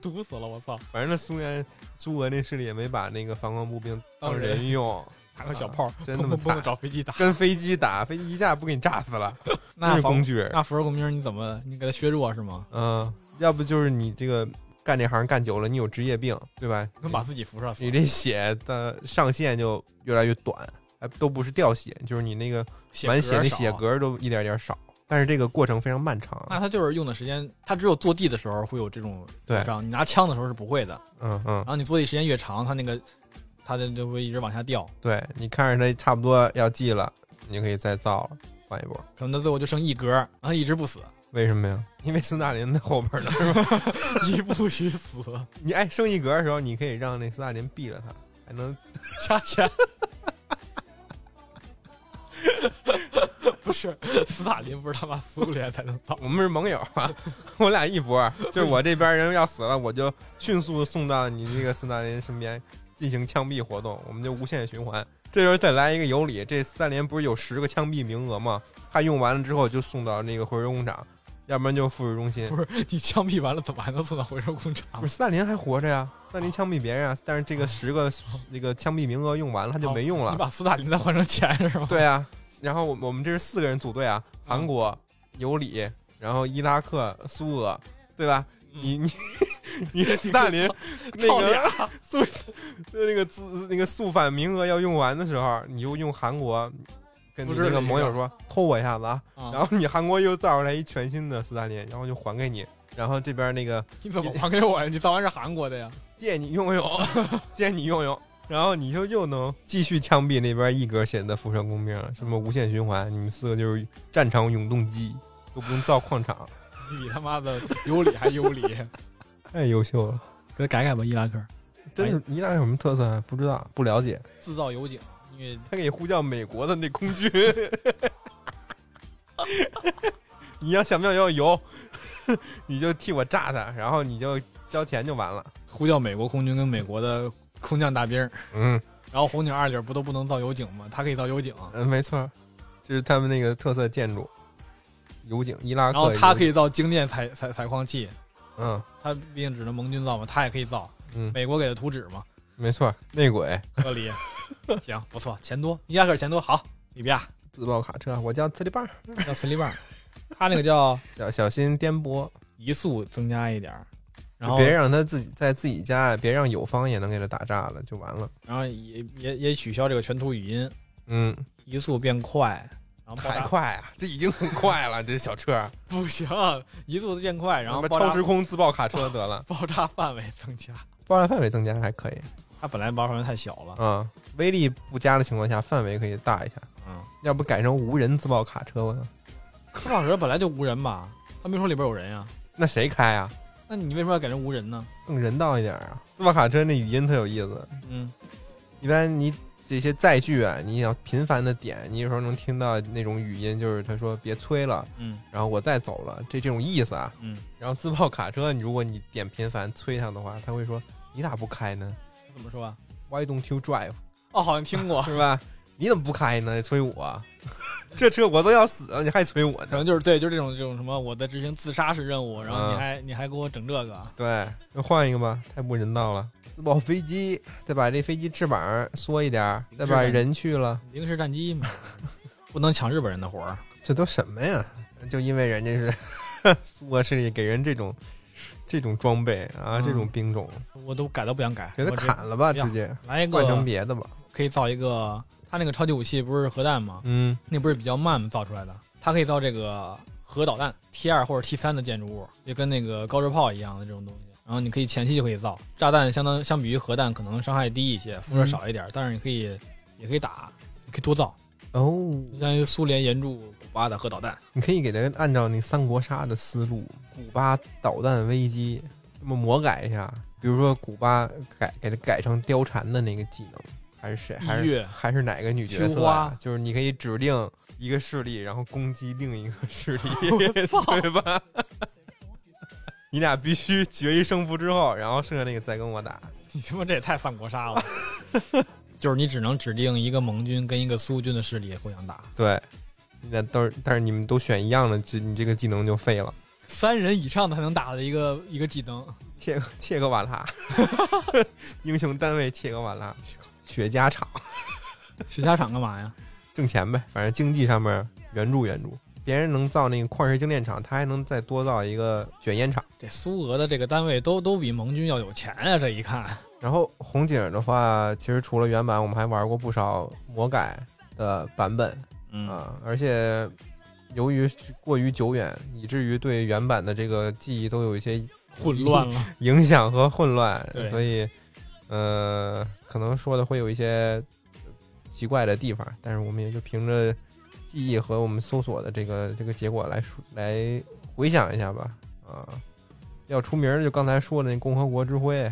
[SPEAKER 2] 毒死了，我操！
[SPEAKER 1] 反正那苏联苏俄那势力也没把那个防空步兵当
[SPEAKER 2] 当人
[SPEAKER 1] 人 用，啊
[SPEAKER 2] 拿个小炮，
[SPEAKER 1] 真
[SPEAKER 2] 砰
[SPEAKER 1] 他妈
[SPEAKER 2] 砰砰
[SPEAKER 1] 惨
[SPEAKER 2] 地找飞机打。
[SPEAKER 1] 跟飞机打，飞机一下不给你炸死了，真
[SPEAKER 2] 那
[SPEAKER 1] 是工
[SPEAKER 2] 防
[SPEAKER 1] 具人。
[SPEAKER 2] 那福尔公兵你怎么你给他削弱是吗？
[SPEAKER 1] 嗯，要不就是你这个干这行干久了，你有职业病，对吧？
[SPEAKER 2] 能把自己辐射死
[SPEAKER 1] 你？这血的上限就越来越短，哎，都不是掉血，就是你那个满血
[SPEAKER 2] 格
[SPEAKER 1] 那
[SPEAKER 2] 少啊
[SPEAKER 1] 血。格都一点点少，但是这个过程非常漫长。
[SPEAKER 2] 那他就是用的时间，他只有坐地的时候会有这种
[SPEAKER 1] 对
[SPEAKER 2] 故障，你拿枪的时候是不会的。
[SPEAKER 1] 嗯嗯
[SPEAKER 2] 然，后你坐地时间越长，他那个他的就会一直往下掉，
[SPEAKER 1] 对你看着它差不多要记了，你就可以再造了，换一波。
[SPEAKER 2] 可能到最后就剩一格，然后一直不 死，
[SPEAKER 1] 为什么呀？因为斯大林在后边呢，是吧？
[SPEAKER 2] 你不许死，
[SPEAKER 1] 你哎升一格的时候，你可以让那斯大林毙了他，还能
[SPEAKER 2] 加钱。 不是斯大林，不是他妈苏联才能造
[SPEAKER 1] 我们是盟友啊， 我俩一波，就是我这边人要死了，我就迅速送到你这个斯大林身边，进行枪毙活动，我们就无限循环。这时候再来一个尤里，这三连不是有十个枪毙名额吗？他用完了之后就送到那个回收工厂，要不然就复制中心
[SPEAKER 2] 不。是你枪毙完了，怎么还能送到回收工厂
[SPEAKER 1] 不？是三连还活着呀，三连枪毙别人啊，但是这个十个那个枪毙名额用完了，他就没用了
[SPEAKER 2] 你。把斯大林再换成钱是吗？
[SPEAKER 1] 对啊，然后我我们这是四个人组队啊，韩国、尤里，然后伊拉克、苏俄，对吧？
[SPEAKER 2] 嗯
[SPEAKER 1] 你 你你斯大林那
[SPEAKER 2] 操
[SPEAKER 1] 个
[SPEAKER 2] 俩
[SPEAKER 1] 肃那个自那个肃反名额要用完的时候，你就用韩国跟你
[SPEAKER 2] 复制
[SPEAKER 1] 那
[SPEAKER 2] 了
[SPEAKER 1] 个
[SPEAKER 2] 一个
[SPEAKER 1] 盟友说偷我一下子啊，
[SPEAKER 2] 啊
[SPEAKER 1] 然后你韩国又造出来一全新的斯大林，然后就还给你，然后这边那个
[SPEAKER 2] 你怎么还给我呀？你造完是韩国的呀？
[SPEAKER 1] 借你用 用，借你用用。然后你就又能继续枪毙那边一格写的辐射工兵了，什么无限循环，你们四个就是战场永动机，都不用造矿场，
[SPEAKER 2] 你比他妈的有理还 有理，
[SPEAKER 1] 太优秀了。
[SPEAKER 2] 给他改改吧，伊 拉克
[SPEAKER 1] 真是伊拉克有什么特色啊？不知道，不了解。
[SPEAKER 2] 制造油井，因为
[SPEAKER 1] 他给呼叫美国的那空军， 你要想不想要油， 你就替我炸他，然后你就交钱就完了。
[SPEAKER 2] 呼叫美国空军跟美国的空降大兵，
[SPEAKER 1] 嗯，
[SPEAKER 2] 然后红警二里不都不能造油井吗？他可以造油井，
[SPEAKER 1] 嗯，没错，这是他们那个特色建筑，油井，伊拉克。
[SPEAKER 2] 然后他可
[SPEAKER 1] 以，
[SPEAKER 2] 以造精炼采采采矿器，
[SPEAKER 1] 嗯
[SPEAKER 2] 他毕竟只能盟军造嘛，他也可以造，
[SPEAKER 1] 嗯，
[SPEAKER 2] 美国给的图纸嘛，
[SPEAKER 1] 没错，内鬼
[SPEAKER 2] 合理。 行，不错，钱多，伊拉克钱多，好，里比亚
[SPEAKER 1] 自爆卡车，我叫磁力棒，
[SPEAKER 2] 叫斯利棒，他那个叫
[SPEAKER 1] 小小心颠簸，
[SPEAKER 2] 移速增加一点儿，然
[SPEAKER 1] 就
[SPEAKER 2] 后
[SPEAKER 1] 别让他自己在自己家，别让友方也能给他打炸了，就完了。
[SPEAKER 2] 然后也也也取消这个全图语音，
[SPEAKER 1] 嗯，
[SPEAKER 2] 移速变快，然后爆
[SPEAKER 1] 太
[SPEAKER 2] 炸
[SPEAKER 1] 快啊，这已经很快了，这小车，
[SPEAKER 2] 不行，移速变快，然后
[SPEAKER 1] 他妈
[SPEAKER 2] 爆
[SPEAKER 1] 超
[SPEAKER 2] 炸
[SPEAKER 1] 时空自爆卡车得了。
[SPEAKER 2] 爆炸范围增加，
[SPEAKER 1] 爆炸范围增加还可以
[SPEAKER 2] 它本来爆炸范围太小了，
[SPEAKER 1] 啊、威力不佳的情况下，范围可以大一下。
[SPEAKER 2] 嗯，
[SPEAKER 1] 要不改成无人自爆卡车吧？
[SPEAKER 2] 科考车本来就无人吧，他没说里边有人呀、
[SPEAKER 1] 那谁开啊？
[SPEAKER 2] 那你为什么要改成无人呢？
[SPEAKER 1] 更人道一点啊！自爆卡车那语音特有意思，
[SPEAKER 2] 嗯，
[SPEAKER 1] 一般你这些载具啊，你要频繁的点，你有时候能听到那种语音，就是他说别催了，
[SPEAKER 2] 嗯
[SPEAKER 1] 然后我再走了，这这种意思啊。
[SPEAKER 2] 嗯，
[SPEAKER 1] 然后自爆卡车，你如果你点频繁催它的话，它会说你咋不开呢
[SPEAKER 2] 怎么说啊？
[SPEAKER 1] ？Why don't you drive？
[SPEAKER 2] 哦，好像 听过，
[SPEAKER 1] 是吧？你怎么不开呢？催我， 这车我都要死了，你还催我呢
[SPEAKER 2] 可？能就是对，就是这种这种什么，我在执行自杀式任
[SPEAKER 1] 嗯
[SPEAKER 2] 务，然后你还、你还给我整这个，
[SPEAKER 1] 对，那换一个吧，太不人道了。自爆飞机，再把这飞机翅膀缩一点儿，再把人去了，
[SPEAKER 2] 零式战 机嘛，不能抢日本人的活儿。
[SPEAKER 1] 这都什么呀？就因为人家是 苏俄势力给人这种这种装备啊，
[SPEAKER 2] 嗯
[SPEAKER 1] 这种兵种，
[SPEAKER 2] 我都改都不想改，
[SPEAKER 1] 给他
[SPEAKER 2] 我直
[SPEAKER 1] 砍了吧，
[SPEAKER 2] 不要
[SPEAKER 1] 直接
[SPEAKER 2] 来一
[SPEAKER 1] 换成
[SPEAKER 2] 个
[SPEAKER 1] 别的吧。
[SPEAKER 2] 可以造一个，他那个超级武器不是核弹吗？
[SPEAKER 1] 嗯，
[SPEAKER 2] 那不是比较慢吗？造出来的，它可以造这个核导弹 T 二或者 T 三的建筑物，就跟那个高射炮一样的这种东西。然后你可以前期就可以造炸弹，相当相比于核弹可能伤害低一
[SPEAKER 1] 嗯
[SPEAKER 2] 些，辐射少一点，但是你可以也可以打，你可以多造，
[SPEAKER 1] 哦，
[SPEAKER 2] 就相当于苏联援助古巴的核导弹。
[SPEAKER 1] 你可以给他按照那三国杀的思路，古巴导弹危机这么魔改一下，比如说古巴改给他改成貂蝉的那个技能，还是谁？还
[SPEAKER 2] 一
[SPEAKER 1] 是
[SPEAKER 2] 月
[SPEAKER 1] 还是哪个女角
[SPEAKER 2] 秋
[SPEAKER 1] 色、啊
[SPEAKER 2] 花？
[SPEAKER 1] 就是你可以指定一个势力，然后攻击另一个势力，对吧？ 你俩必须决一胜负之后，然后剩下那个再跟我打。
[SPEAKER 2] 你他妈这也太三 国杀了！就是你只能指定一个盟军跟一个苏军的势力互相打，
[SPEAKER 1] 对，那都是但是你们都选一样的，这你这个技能就废了。
[SPEAKER 2] 三人以上的才能打的一个一个技能。
[SPEAKER 1] 切切格瓦拉， 英雄单位切格瓦拉，雪茄厂
[SPEAKER 2] 雪茄厂干嘛呀？
[SPEAKER 1] 挣钱呗，反正经济上面援助援助。别人能造那个矿石精炼厂，他还能再多造一个卷烟厂。
[SPEAKER 2] 这苏俄的这个单位都都比盟军要有钱呀、这一看，
[SPEAKER 1] 然后红警的话，其实除了原版，我们还玩过不少魔改的版本
[SPEAKER 2] 嗯
[SPEAKER 1] 啊，而且由于过于久远，以至于对原版的这个记忆都有一些
[SPEAKER 2] 混乱了。
[SPEAKER 1] 影响和混乱，
[SPEAKER 2] 对
[SPEAKER 1] 所以，呃，可能说的会有一些奇怪的地方，但是我们也就凭着记忆和我们搜索的这个这个结果来说来回想一下吧。啊，要出名儿就刚才说的那共和国之辉，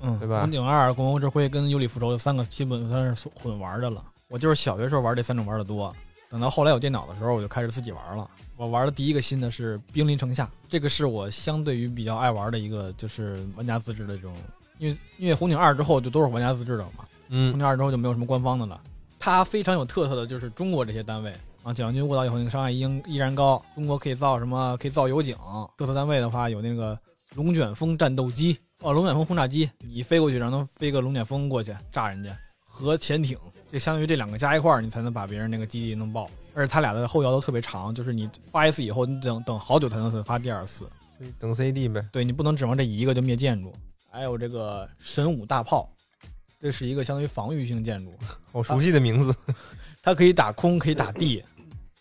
[SPEAKER 2] 嗯，
[SPEAKER 1] 对吧
[SPEAKER 2] 红警二、共和之辉跟尤里复仇这三个基本算是混玩的了。我就是小学时候玩这三种玩的多，等到后来有电脑的时候，我就开始自己玩了。我玩的第一个新的是《兵临城下》，这个是我相对于比较爱玩的一个，就是玩家自制的这种因为因为红警二之后就都是玩家自制的了嘛，红
[SPEAKER 1] 嗯
[SPEAKER 2] 警二之后就没有什么官方的了。它非常有特色的就是中国这些单位啊，解放军误导以后那个伤害依依然高。中国可以造什么？可以造油井。各色单位的话有那个龙卷风战斗机哦，龙卷风轰炸机，你飞过去让它飞个龙卷风过去炸人家，和潜艇。这相当于这两个加一块儿，你才能把别人那个基地弄爆。而且它俩的后摇都特别长，就是你发一次以后，你等等好久才能发第二次。
[SPEAKER 1] 等 CD 呗。
[SPEAKER 2] 对你不能指望这一个就灭建筑。还有这个神武大炮，这是一个相当于防御性建筑，
[SPEAKER 1] 好熟悉的名字，
[SPEAKER 2] 它可以打空，可以打地，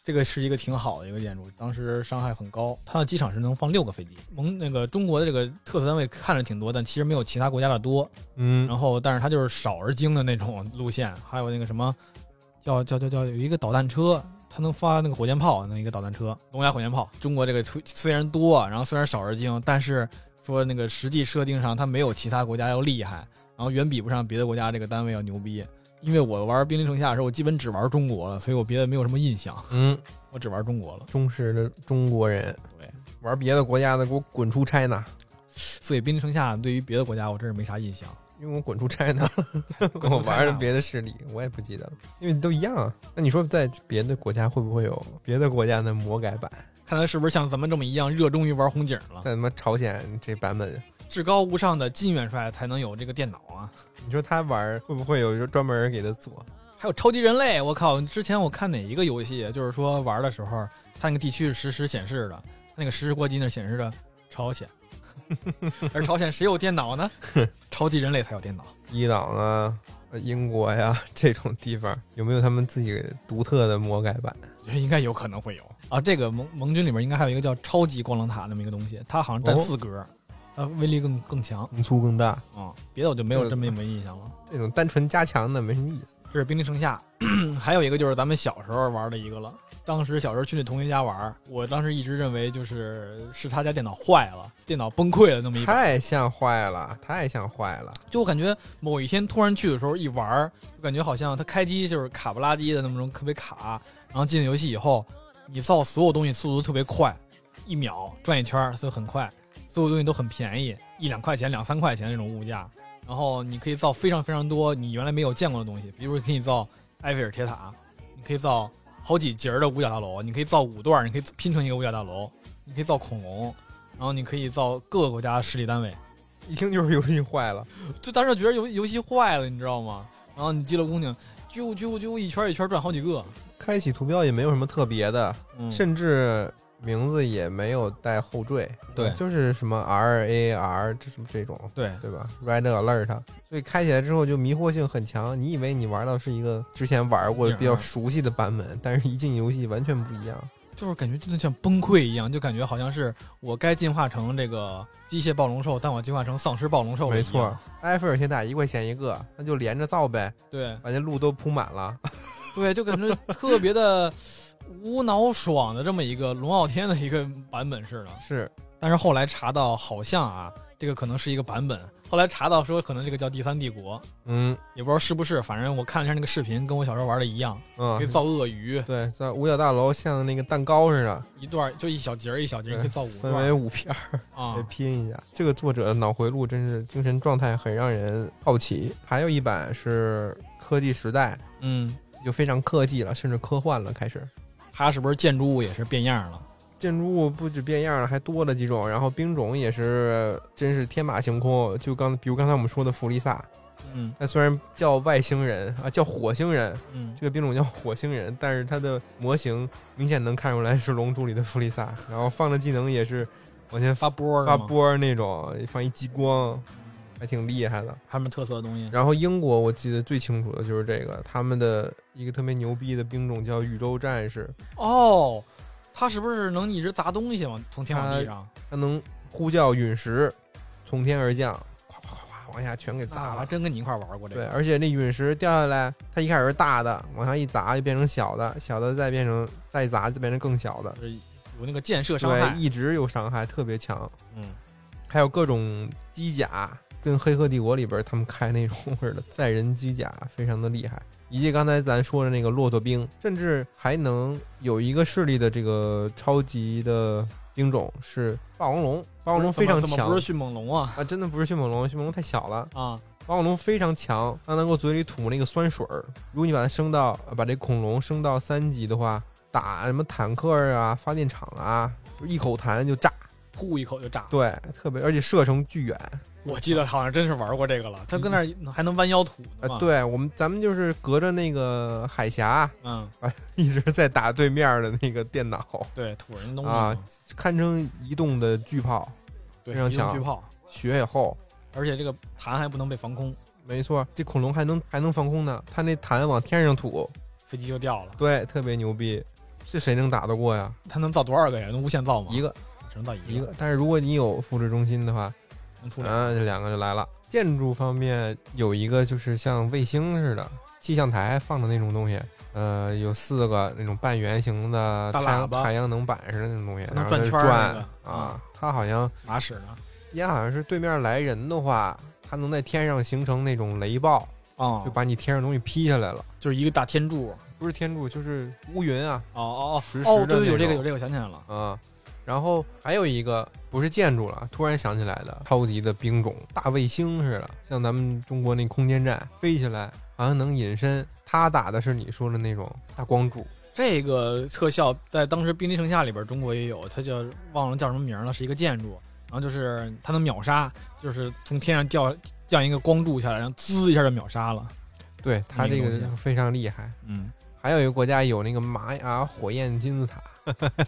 [SPEAKER 2] 这个是一个挺好的一个建筑。当时伤害很高，它的机场是能放六个飞机。蒙那个中国的这个特色单位看着挺多，但其实没有其他国家的多。
[SPEAKER 1] 嗯，
[SPEAKER 2] 然后，但是它就是少而精的那种路线，还有那个什么叫叫叫叫有一个导弹车，它能发那个火箭炮，那一个导弹车，龙牙火箭炮。中国这个虽虽然多，然后虽然少而精，但是说那个实际设定上它没有其他国家要厉害，然后远比不上别的国家这个单位要牛逼。因为我玩兵临城下的时候，我基本只玩中国了，所以我别的没有什么印象，
[SPEAKER 1] 嗯，
[SPEAKER 2] 我只玩中国了。
[SPEAKER 1] 忠实的中国人，
[SPEAKER 2] 对，
[SPEAKER 1] 玩别的国家的给我滚出 China，
[SPEAKER 2] 所以兵临城下对于别的国家我真是没啥印象。
[SPEAKER 1] 因为我滚出 China 了， 跟我玩的别的势力我也不记得了，因为都一样啊。那你说在别的国家会不会有别的国家的魔改版？
[SPEAKER 2] 看来是不是像咱们这么一样热衷于玩红警了？
[SPEAKER 1] 在他妈朝鲜这版本，
[SPEAKER 2] 至高无上的金元帅才能有这个电脑啊！
[SPEAKER 1] 你说他玩会不会有专门人给他做？
[SPEAKER 2] 还有超级人类，我靠！之前我看哪一个游戏，就是说玩的时候，它那个地区是实时显示的，它那个实时国机那显示的朝鲜， 而朝鲜谁有电脑 呢？超级人类才有电脑。
[SPEAKER 1] 伊朗啊、呃英国呀、 这种地方有没有他们自己独特的魔改版？
[SPEAKER 2] 觉得应该有可能会有啊。这个盟盟军里面应该还有一个叫超级光棱塔那么一个东西，它好像占
[SPEAKER 1] 哦
[SPEAKER 2] 四格，它威力更更强啊、
[SPEAKER 1] 更粗更大，
[SPEAKER 2] 别的我就没有这么一没印象了。
[SPEAKER 1] 这种单纯加强的没什么意思。
[SPEAKER 2] 这是兵临城下， 还有一个就是咱们小时候玩的一个了。当时小时候去那同学家玩，我当时一直认为就是是他家电脑坏了，电脑崩溃了那么一把。
[SPEAKER 1] 太像坏了，太像坏了。
[SPEAKER 2] 就我感觉某一天突然去的时候一玩，就感觉好像它开机就是卡不拉几的那么种特别卡，然后进了游戏以后，你造所有东西速度特别快，一秒转一圈儿，所以很快，所有东西都很便宜，一两块钱、两三块钱那种物价。然后你可以造非常非常多你原来没有见过的东西，比如你可以造埃菲尔铁塔，你可以造好几节儿的五角大楼，你可以造五段儿，你可以拼成一个五角大楼，你可以造恐龙，然后你可以造各个国家的势力单位。
[SPEAKER 1] 一听就是游戏坏了，
[SPEAKER 2] 就当时觉得游游戏坏了，你知道吗？然后你进了宫顶，啾啾啾一圈一圈转好几个，
[SPEAKER 1] 开启图标也没有什么特别的，
[SPEAKER 2] 嗯，
[SPEAKER 1] 甚至名字也没有带后缀，
[SPEAKER 2] 对
[SPEAKER 1] 就是什么 R A R 这什么这种，
[SPEAKER 2] 对
[SPEAKER 1] 对吧？Red Alert，所以啊开起来之后就迷惑性很强，你以为你玩到是一个之前玩过的
[SPEAKER 2] 啊
[SPEAKER 1] 比较熟悉的版本，但是一进游戏完全不一样。
[SPEAKER 2] 就是感觉真的像崩溃一样，就感觉好像是我该进化成这个机械暴龙兽，但我进化成丧尸暴龙兽了。
[SPEAKER 1] 没错，，埃菲尔铁塔一块钱一个，那就连着造呗，
[SPEAKER 2] 对
[SPEAKER 1] 把那路都铺满了。
[SPEAKER 2] 对，就感觉特别的无脑爽的这么一个龙傲天的一个版本似的。
[SPEAKER 1] 是，
[SPEAKER 2] 但是后来查到，好像啊，这个可能是一个版本。后来查到说，可能这个叫第三帝国，
[SPEAKER 1] 嗯
[SPEAKER 2] 也不知道是不是。反正我看了一下那个视频，跟我小时候玩的一样，可以
[SPEAKER 1] 嗯，
[SPEAKER 2] 造鳄鱼，
[SPEAKER 1] 对，在五角大楼像那个蛋糕似的，
[SPEAKER 2] 一段儿就一小节儿一小节儿，
[SPEAKER 1] 对
[SPEAKER 2] 你可以造五
[SPEAKER 1] 分
[SPEAKER 2] 段
[SPEAKER 1] 为
[SPEAKER 2] 儿
[SPEAKER 1] 五片儿
[SPEAKER 2] 啊
[SPEAKER 1] 得。哎拼一下。这个作者的脑回路真是精神状态很让人好奇。还有一版是科技时代，
[SPEAKER 2] 嗯，
[SPEAKER 1] 就非常科技了，甚至科幻了，开始。
[SPEAKER 2] 它是不是建筑物也是变样了？
[SPEAKER 1] 建筑物不止变样了，还多了几种，然后兵种也是真是天马行空。就刚比如刚才我们说的弗利萨，
[SPEAKER 2] 嗯
[SPEAKER 1] 它虽然叫外星人啊，叫火星人，
[SPEAKER 2] 嗯，
[SPEAKER 1] 这个兵种叫火星人，但是它的模型明显能看出来是《龙珠》里的弗利萨，然后放的技能也是往前
[SPEAKER 2] 发波儿是
[SPEAKER 1] 发
[SPEAKER 2] 吗，
[SPEAKER 1] 波儿那种，放一激光，还挺厉害的。
[SPEAKER 2] 他们特色的东西。
[SPEAKER 1] 然后英国我记得最清楚的就是这个，他们的一个特别牛逼的兵种叫宇宙战士，
[SPEAKER 2] 哦，它是不是能一直砸东西往从天往
[SPEAKER 1] 呃
[SPEAKER 2] 地上？
[SPEAKER 1] 它能呼叫陨石从天而降，咵咵咵咵往下全给
[SPEAKER 2] 啊
[SPEAKER 1] 砸
[SPEAKER 2] 我还
[SPEAKER 1] 了。
[SPEAKER 2] 真跟你一块儿玩过这
[SPEAKER 1] 对，啊
[SPEAKER 2] 个。
[SPEAKER 1] 而且那陨石掉下来，它一开始是大的，往下一砸就变成小的，小的再变成再一砸就变成更小的，
[SPEAKER 2] 就是有那个建设伤
[SPEAKER 1] 对，
[SPEAKER 2] 害。
[SPEAKER 1] 一直有伤害，特别强。
[SPEAKER 2] 嗯，
[SPEAKER 1] 还有各种机甲，跟《黑客帝国》里边他们开那种 似的载人机甲，非常的厉害。以及刚才咱说的那个骆驼兵，甚至还能有一个势力的这个超级的兵种是霸王龙，霸王龙非常
[SPEAKER 2] 怎么怎么
[SPEAKER 1] 强
[SPEAKER 2] 不是迅猛龙啊
[SPEAKER 1] 啊，真的不是迅猛龙，迅猛龙太小了，
[SPEAKER 2] 啊！
[SPEAKER 1] 霸王龙非常强，它能够嘴里吐沫那个酸水儿。如果你把它升到，呃把这恐龙升到三级的话，打什么坦克啊、发电厂啊，就一口痰就炸。
[SPEAKER 2] 呼一口就炸。
[SPEAKER 1] 对，特别而且射程巨远。
[SPEAKER 2] 我记得好像真是玩过这个了，他跟那儿还能弯腰吐呢
[SPEAKER 1] 嗯呃
[SPEAKER 2] 嘛。，
[SPEAKER 1] 对我们咱们就是隔着那个海峡
[SPEAKER 2] 嗯，
[SPEAKER 1] 一直在打对面的那个电脑，
[SPEAKER 2] 对，吐人东西
[SPEAKER 1] 啊
[SPEAKER 2] 嘛，
[SPEAKER 1] 堪称移动的巨炮，
[SPEAKER 2] 对，
[SPEAKER 1] 非常
[SPEAKER 2] 移动
[SPEAKER 1] 强
[SPEAKER 2] 巨炮，
[SPEAKER 1] 血也厚。
[SPEAKER 2] 而且这个弹还不能被防空，
[SPEAKER 1] 没错，这恐龙还能还能防空呢，它那痰往天上吐，
[SPEAKER 2] 飞机就掉了。
[SPEAKER 1] 对，特别牛逼。这谁能打得过呀？
[SPEAKER 2] 它能造多少个呀？能无限造吗？
[SPEAKER 1] 一个
[SPEAKER 2] 只能造一
[SPEAKER 1] 一个。但是如果你有复制中心的话，
[SPEAKER 2] 能出来。
[SPEAKER 1] 啊，这两个就来了。建筑方面有一个就是像卫星似的气象台放的那种东西，呃，有四个那种半圆形的
[SPEAKER 2] 大
[SPEAKER 1] 太
[SPEAKER 2] 喇
[SPEAKER 1] 阳
[SPEAKER 2] 叭
[SPEAKER 1] 太阳能板似的那种东西，然
[SPEAKER 2] 能
[SPEAKER 1] 后
[SPEAKER 2] 转
[SPEAKER 1] 它就
[SPEAKER 2] 圈儿
[SPEAKER 1] 转
[SPEAKER 2] 那个嗯
[SPEAKER 1] 啊。它好像
[SPEAKER 2] 哪使呢？
[SPEAKER 1] 人家好像是对面来人的话，它能在天上形成那种雷暴，
[SPEAKER 2] 啊
[SPEAKER 1] 就把你天上东西劈下来了。
[SPEAKER 2] 就是一个大天柱。
[SPEAKER 1] 不是天柱，就是乌云啊
[SPEAKER 2] 哦哦
[SPEAKER 1] 实时
[SPEAKER 2] 哦哦，
[SPEAKER 1] 的
[SPEAKER 2] 对对，有
[SPEAKER 1] 那
[SPEAKER 2] 这个
[SPEAKER 1] 种
[SPEAKER 2] 有这个，我想起来了。
[SPEAKER 1] 啊。然后还有一个不是建筑了，突然想起来的，超级的兵种，大卫星似的，像咱们中国那空间站飞起来，好像能隐身。他打的是你说的那种大光柱，
[SPEAKER 2] 这个特效在当时《兵临城下》里边，中国也有，它叫忘了叫什么名了，是一个建筑，然后就是它能秒杀，就是从天上掉降一个光柱下来，然后滋一下就秒杀了。
[SPEAKER 1] 对他这
[SPEAKER 2] 那个东
[SPEAKER 1] 个非常厉害。
[SPEAKER 2] 嗯，
[SPEAKER 1] 还有一个国家有那个玛雅火焰金字塔，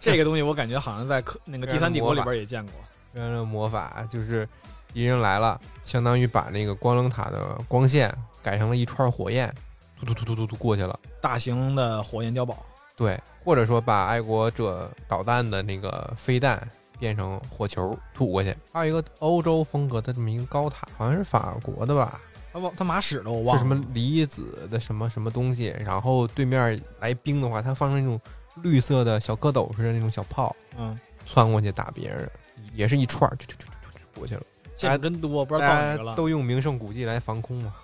[SPEAKER 2] 这个东西我感觉好像在科那个《第三帝国》里边也见过。
[SPEAKER 1] 非常的魔法，就是敌人来了，相当于把那个光棱塔的光线改成了一串火焰，突突突突突突过去了。
[SPEAKER 2] 大型的火焰碉堡，
[SPEAKER 1] 对，或者说把爱国者导弹的那个飞弹变成火球吐过去。还有一个欧洲风格的这么一个高塔，好像是法国的吧？
[SPEAKER 2] 它忘它马使的我
[SPEAKER 1] 是
[SPEAKER 2] 忘了
[SPEAKER 1] 什么离子的什么什么东西？然后对面来兵的话，它放成那种绿色的小蝌蚪似的那种小炮，
[SPEAKER 2] 嗯，
[SPEAKER 1] 窜过去打别人，也是一串儿，就就就就就过去了。
[SPEAKER 2] 建筑真多，不知道造哪
[SPEAKER 1] 大
[SPEAKER 2] 个
[SPEAKER 1] 家
[SPEAKER 2] 了。
[SPEAKER 1] 都用名胜古迹来防空嘛？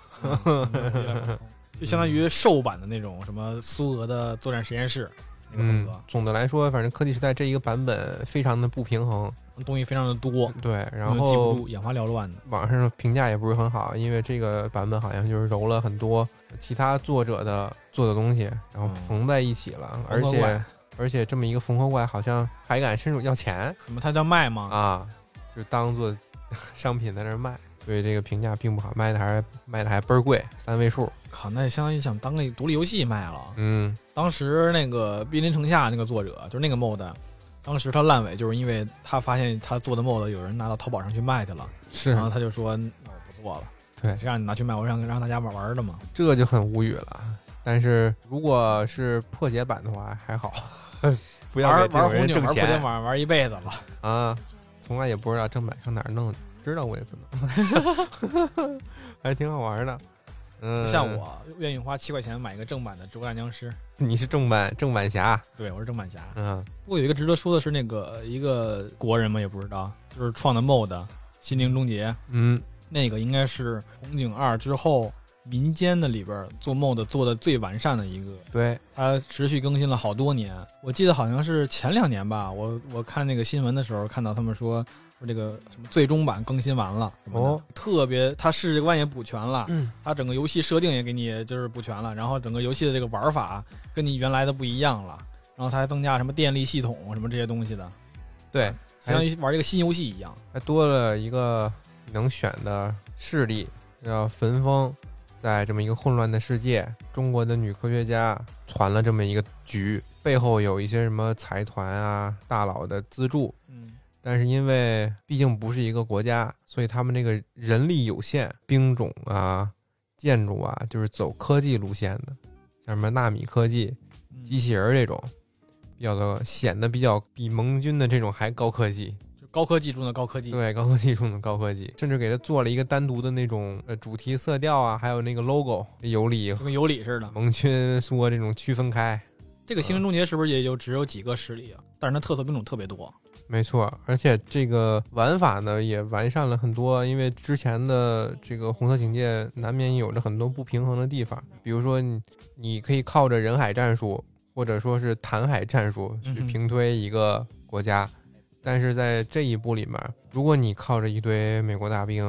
[SPEAKER 2] 嗯 就相当于兽版的那种什么苏俄的作战实验室那个风
[SPEAKER 1] 嗯
[SPEAKER 2] 格，，
[SPEAKER 1] 总的来说，反正科技时代这一个版本非常的不平衡。
[SPEAKER 2] 东西非常的多，
[SPEAKER 1] 对，嗯然
[SPEAKER 2] 记不
[SPEAKER 1] 后
[SPEAKER 2] 住，眼花缭乱的。
[SPEAKER 1] 网上评价也不是很好，因为这个版本好像就是揉了很多其他作者的做的东西，然后
[SPEAKER 2] 嗯
[SPEAKER 1] 缝在一起了，而
[SPEAKER 2] 缝合怪
[SPEAKER 1] 且而且这么一个缝合怪好像还敢伸手要钱
[SPEAKER 2] 什么它叫卖吗？
[SPEAKER 1] 啊，就当做商品在那儿卖， 所以这个评价并不好，卖的还卖的还倍儿贵，三位数。
[SPEAKER 2] 靠，那也相当于想当个独立游戏卖了。
[SPEAKER 1] 嗯，
[SPEAKER 2] 当时那个《兵临城下》那个作者就是那个 mod，当时他烂尾，就是因为他发现他做的 mod 有人拿到淘宝上去卖去了，
[SPEAKER 1] 是
[SPEAKER 2] 然后他就说那我不做了，
[SPEAKER 1] 对
[SPEAKER 2] 谁让你拿去卖，我让让大家玩玩的嘛。
[SPEAKER 1] 这就很无语了。但是如果是破解版的话还好， 不要
[SPEAKER 2] 玩
[SPEAKER 1] 给这
[SPEAKER 2] 玩
[SPEAKER 1] 种
[SPEAKER 2] 红
[SPEAKER 1] 人
[SPEAKER 2] 警
[SPEAKER 1] 挣
[SPEAKER 2] 玩破
[SPEAKER 1] 钱
[SPEAKER 2] 天网玩一辈子了。
[SPEAKER 1] 啊，从来也不知道正版上哪儿弄，知道我也不能， 还挺好玩的。嗯，
[SPEAKER 2] 像我愿意花七块钱买一个正版的《植物大僵尸》，
[SPEAKER 1] 你是正版正版侠，
[SPEAKER 2] 对我是正版侠。
[SPEAKER 1] 嗯
[SPEAKER 2] 不过有一个值得说的是，那个一个国人嘛，也不知道，就是创的 mod《心灵终结》，
[SPEAKER 1] 嗯，
[SPEAKER 2] 那个应该是《红警二》之后民间的里边儿做 mod 做的最完善的一个，
[SPEAKER 1] 对，
[SPEAKER 2] 它持续更新了好多年。我记得好像是前两年吧，我我看那个新闻的时候看到他们说说这个什么最终版更新完了什么的
[SPEAKER 1] 哦
[SPEAKER 2] 特别它世界观也补全了，
[SPEAKER 1] 嗯
[SPEAKER 2] 它整个游戏设定也给你就是补全了，然后整个游戏的这个玩法跟你原来的不一样了，然后它还增加什么电力系统什么这些东西的，
[SPEAKER 1] 哎对，
[SPEAKER 2] 相当于玩一个新游戏一样。
[SPEAKER 1] 还多了一个能选的势力，叫焚风。在这么一个混乱的世界，中国的女科学家传了这么一个局，背后有一些什么财团啊、大佬的资助，
[SPEAKER 2] 嗯，
[SPEAKER 1] 但是因为毕竟不是一个国家，所以他们这个人力有限，兵种啊、建筑啊，就是走科技路线的，像什么纳米科技、
[SPEAKER 2] 嗯
[SPEAKER 1] 机器人儿这种，比较的显得比较比盟军的这种还高科技，
[SPEAKER 2] 就高科技中的高科技。
[SPEAKER 1] 对，高科技中的高科技，甚至给它做了一个单独的那种呃主题色调啊，还有那个 logo，有理
[SPEAKER 2] 就跟有理似的，
[SPEAKER 1] 盟军说这种区分开，
[SPEAKER 2] 这个《心灵终结》是不是也就只有几个实力啊？但是它特色兵种特别多，
[SPEAKER 1] 没错，而且这个玩法呢也完善了很多，因为之前的这个红色警戒难免有着很多不平衡的地方，比如说你你可以靠着人海战术或者说是弹海战术去
[SPEAKER 2] 嗯哼
[SPEAKER 1] 平推一个国家，但是在这一步里面，如果你靠着一堆美国大兵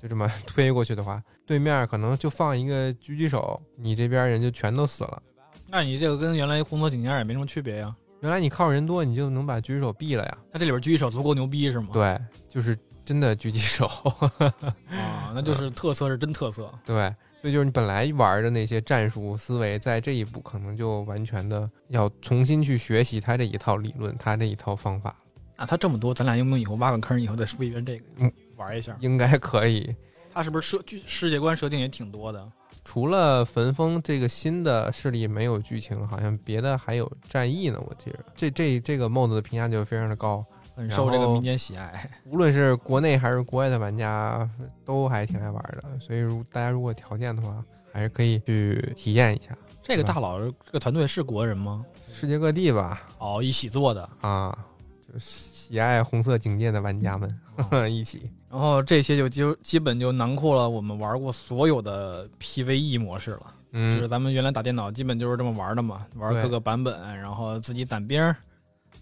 [SPEAKER 1] 就这么 推过去的话，对面可能就放一个狙击手，你这边人就全都死了。
[SPEAKER 2] 那你这个跟原来红头警戒也没什么区别呀。
[SPEAKER 1] 原来你靠人多，你就能把狙击手毙了呀？
[SPEAKER 2] 他这里边狙击手足够牛逼是吗？
[SPEAKER 1] 对，就是真的狙击手。
[SPEAKER 2] 啊，那就是特色是真特色。
[SPEAKER 1] 对，所以就是你本来玩的那些战术思维，在这一步可能就完全的要重新去学习他这一套理论，他这一套方法，
[SPEAKER 2] 啊，他这么多，咱俩用不用以后挖个坑，以后再说一遍这个，
[SPEAKER 1] 嗯
[SPEAKER 2] 玩一下？
[SPEAKER 1] 应该可以。
[SPEAKER 2] 他是不是设剧世界观设定也挺多的？
[SPEAKER 1] 除了焚风这个新的势力没有剧情，好像别的还有战役呢。我记着，这这这个 mod 的评价就非常的高，
[SPEAKER 2] 很
[SPEAKER 1] 然
[SPEAKER 2] 受这个
[SPEAKER 1] 后
[SPEAKER 2] 民间喜 爱。
[SPEAKER 1] 无论是国内还是国外的玩家都还挺爱玩的。所以如大家如果条件的话，还是可以去体验一下。
[SPEAKER 2] 这个大佬这个团队是国人吗？
[SPEAKER 1] 世界各地吧，
[SPEAKER 2] 哦，一起做的。
[SPEAKER 1] 啊，就是喜爱红色警戒的玩家们、
[SPEAKER 2] 嗯 哦
[SPEAKER 1] 一起。
[SPEAKER 2] 然后这些就基基本就囊括了我们玩过所有的 PVE 模式了，就
[SPEAKER 1] 嗯
[SPEAKER 2] 是，咱们原来打电脑基本就是这么玩的嘛，玩
[SPEAKER 1] 对
[SPEAKER 2] 各个版本，然后自己攒兵儿，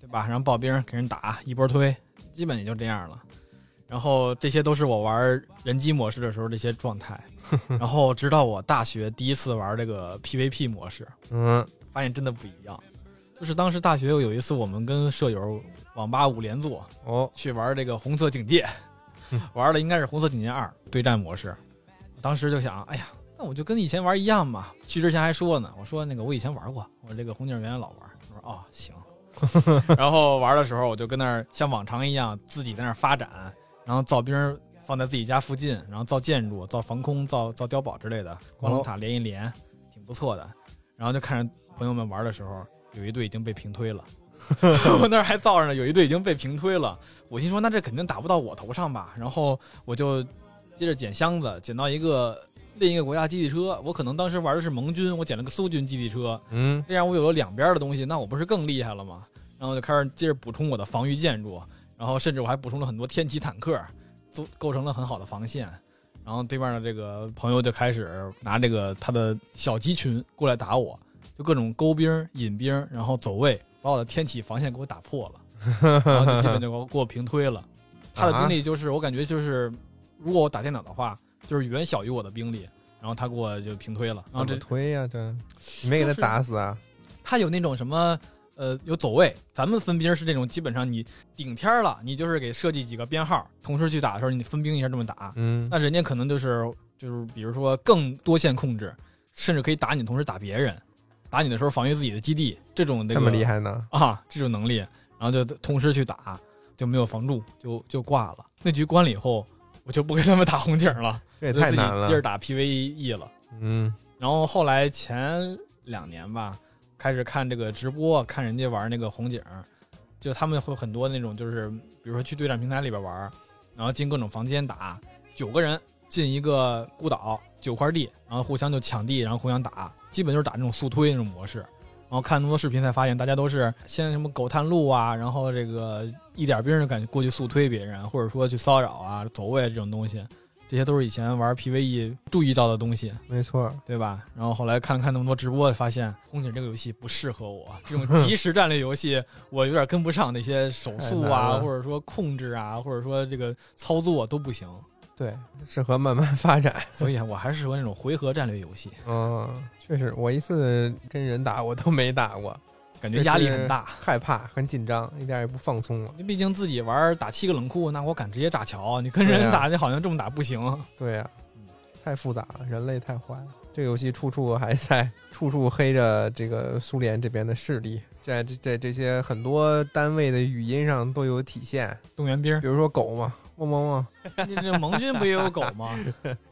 [SPEAKER 2] 对吧？然后爆兵儿给人打一波推，基本也就这样了。然后这些都是我玩人机模式的时候这些 状态，然后直到我大学第一次玩这个 PVP 模式，
[SPEAKER 1] 嗯
[SPEAKER 2] 发现真的不一样。就是当时大学有一次，我们跟舍友网吧五连坐，
[SPEAKER 1] 哦，
[SPEAKER 2] 去玩这个红色警戒，玩的应该是红色警戒二对战模式。我当时就想，哎呀，那我就跟以前玩一样嘛。去之前还说呢，我说那个我以前玩过，我这个红警原来老玩。我说哦行，然后玩的时候我就跟那儿像往常一样自己在那儿发展，然后造兵儿放在自己家附近，然后造建筑、造防空、造造碉堡之类的，光
[SPEAKER 1] 哦
[SPEAKER 2] 棱塔连一连，挺不错的。然后就看着朋友们玩的时候，有一队已经被平推了。我那儿还造着呢，有一队已经被平推了。我心说，那这肯定打不到我头上吧？然后我就接着捡箱子，捡到一个另一个国家基地车。我可能当时玩的是盟军，我捡了个苏军基地车，
[SPEAKER 1] 嗯，
[SPEAKER 2] 这样我有了两边的东西，那我不是更厉害了吗？然后就开始接着补充我的防御建筑，然后甚至我还补充了很多天启坦克，都构成了很好的防线。然后对面的这个朋友就开始拿这个他的小鸡群过来打我，就各种勾兵、引兵，然后走位，把我的天启防线给我打破了，然后就基本就给我给我平推了。他的
[SPEAKER 1] 啊
[SPEAKER 2] 兵力就是我感觉就是，如果我打电脑的话，就是远小于我的兵力，然后他给我就平推了。然
[SPEAKER 1] 怎
[SPEAKER 2] 后这
[SPEAKER 1] 么推呀、这你没给他
[SPEAKER 2] 就是
[SPEAKER 1] 打死啊？
[SPEAKER 2] 他有那种什么，呃，有走位。咱们分兵是那种，基本上你顶天儿了，你就是给设计几个编号，同时去打的时候，你分兵一下这么打。
[SPEAKER 1] 嗯，
[SPEAKER 2] 那人家可能就是就是，比如说更多线控制，甚至可以打你，同时打别人，打你的时候防御自己的基地，这种、这
[SPEAKER 1] 这
[SPEAKER 2] 个、
[SPEAKER 1] 么厉害呢？
[SPEAKER 2] 啊，这种能力，然后就同时去打，就没有防住，就就挂了。那局关了以后，我就不跟他们打红警了，
[SPEAKER 1] 这
[SPEAKER 2] 我
[SPEAKER 1] 也
[SPEAKER 2] 就
[SPEAKER 1] 太
[SPEAKER 2] 自己
[SPEAKER 1] 难了
[SPEAKER 2] 接。着打 PVE 了。
[SPEAKER 1] 嗯
[SPEAKER 2] 然后后来前两年吧，开始看这个直播，看人家玩那个红警，就他们会很多那种，就是比如说去对战平台里边玩，然后进各种房间打，九个人进一个孤岛，九块地，然后互相就抢地，然后互相打，基本就是打那种速推那种模式。然后看那么多视频才发现，大家都是先什么狗探路啊，然后这个一点兵就感觉过去速推别人，或者说去骚扰啊、走位这种东西，这些都是以前玩 PVE E 注意到的东西。
[SPEAKER 1] 没错，
[SPEAKER 2] 对吧？然后后来看了看那么多直播，发现红警这个游戏不适 合我，这种即时战略游戏 我有点跟不上那些手速
[SPEAKER 1] 太难
[SPEAKER 2] 啊，
[SPEAKER 1] 了
[SPEAKER 2] 或者说控制啊，或者说这个操作都 不行，
[SPEAKER 1] 对，适合慢慢 发展。
[SPEAKER 2] 所以啊我还是适合那种回合战略游戏，
[SPEAKER 1] 嗯， 确实，我一次跟人打我都没打过，
[SPEAKER 2] 感觉压力很大。
[SPEAKER 1] 害怕，很紧张，一点也不放松啊了。
[SPEAKER 2] 你毕竟自己玩打七个冷库，那我敢直接炸桥，你跟人
[SPEAKER 1] 对啊
[SPEAKER 2] 打，你好像这么打 不行。
[SPEAKER 1] 对呀、
[SPEAKER 2] 嗯
[SPEAKER 1] 太复杂了，人类太坏了。这个游戏处处还在处处黑着这个苏联这边的势力，在这在这些很多单位的语音上都有体现，
[SPEAKER 2] 动员兵
[SPEAKER 1] 比，如说狗嘛，汪汪汪。
[SPEAKER 2] 你这盟军不也有狗 吗？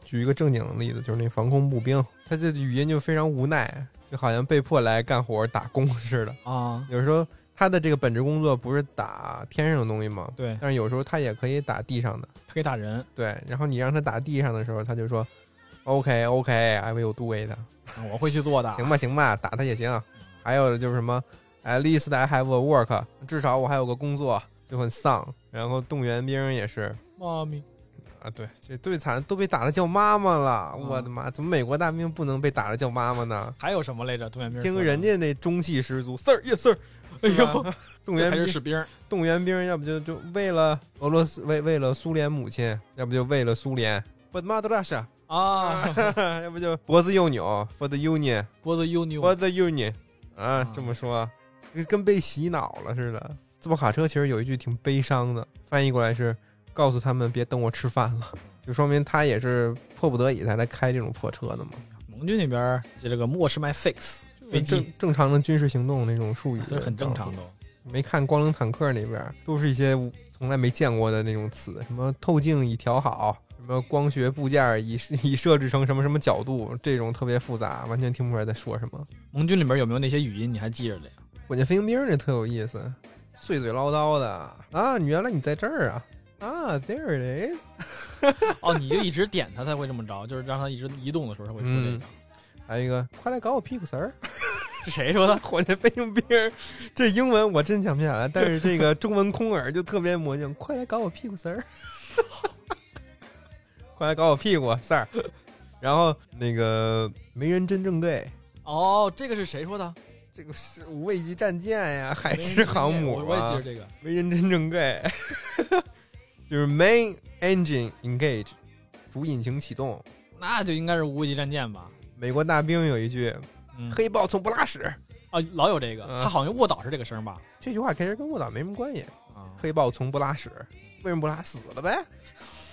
[SPEAKER 1] 举一个正经的例子，就是那防空步兵，他这语音就非常无奈，就好像被迫来干活打工似的。
[SPEAKER 2] 啊，
[SPEAKER 1] 有时候他的这个本职工作不是打天上的东西吗？
[SPEAKER 2] 对，
[SPEAKER 1] 但是有时候他也可以打地上的。
[SPEAKER 2] 他可以打人，
[SPEAKER 1] 对，然后你让他打地上的时候，他就说 “OK OK，I、will do it”，
[SPEAKER 2] 啊我会去做的。
[SPEAKER 1] 行吧行吧，打他也行。还有就是什么，at 哎 least I have a work，至少我还有个工作，就很丧。然后动员兵也是，
[SPEAKER 2] 妈咪，
[SPEAKER 1] 啊，对，这最惨都被打了叫妈妈了，
[SPEAKER 2] 嗯
[SPEAKER 1] 我的妈！怎么美国大兵不能被打了叫妈妈呢？
[SPEAKER 2] 还有什么来着？动员兵说的
[SPEAKER 1] 听人，家那中气十足，Sir yes sir，
[SPEAKER 2] 哎
[SPEAKER 1] 是
[SPEAKER 2] 呦，
[SPEAKER 1] 吧，动
[SPEAKER 2] 这
[SPEAKER 1] 员
[SPEAKER 2] 还
[SPEAKER 1] 兵
[SPEAKER 2] 是士兵儿，
[SPEAKER 1] 动员兵，要不就就为了俄罗斯，为为了苏联母亲，要不就为了苏联，for the mother Russia，
[SPEAKER 2] 啊，
[SPEAKER 1] 要不就脖子右扭，for the union，for
[SPEAKER 2] 脖子又扭，
[SPEAKER 1] the union，啊，这么说，跟被洗脑了似的。自跑卡车其实有一句挺悲伤的，翻译过来是告诉他们别等我吃饭
[SPEAKER 2] 嗯
[SPEAKER 1] 了，就说明他也是迫不得已才来开这种破车的嘛。
[SPEAKER 2] 盟军那边儿接这个莫什麦 six 飞
[SPEAKER 1] 正
[SPEAKER 2] 机，
[SPEAKER 1] 正常的军事行动那种术语，
[SPEAKER 2] 这很正常。的。
[SPEAKER 1] 没看《光荣坦克》那边儿都是一些从来没见过的那种词，什么透镜已调好，什么光学部件儿已已设置成什么什么角度，这种特别复杂，完全听不出来在说什么。
[SPEAKER 2] 盟军里面有没有那些语音你还记着的呀？
[SPEAKER 1] 火箭飞行兵儿那特有意思，碎嘴唠叨的啊，你原来你在这儿啊啊，there it is。
[SPEAKER 2] 哦，你就一直点他才会这么着，就是让他一直移动的时候他会说这个。
[SPEAKER 1] 还有一个，快来搞我屁股丝儿！
[SPEAKER 2] 是谁说的？
[SPEAKER 1] 火箭飞行兵儿，这英文我真想不起来，但是这个中文空耳就特别魔性。快来搞我屁股丝儿， 快来搞我屁股丝儿。然后那个没人真正 gay，
[SPEAKER 2] 哦，这个是谁说的？
[SPEAKER 1] 这个是无畏级战舰呀，海狮哎航母
[SPEAKER 2] 我我也记
[SPEAKER 1] 啊
[SPEAKER 2] 着，这个。
[SPEAKER 1] 没人真正 gay，就是 main engine engage，主引擎启动。
[SPEAKER 2] 那就应该是无畏级战舰吧？
[SPEAKER 1] 美国大兵有一句
[SPEAKER 2] 嗯，
[SPEAKER 1] 黑豹从不拉屎，
[SPEAKER 2] 啊，老有这个，
[SPEAKER 1] 嗯
[SPEAKER 2] 他好像卧倒是这个声儿吧？
[SPEAKER 1] 这句话其实跟卧倒没什么关系。
[SPEAKER 2] 啊，
[SPEAKER 1] 黑豹从不拉屎，为什么不拉？死了呗，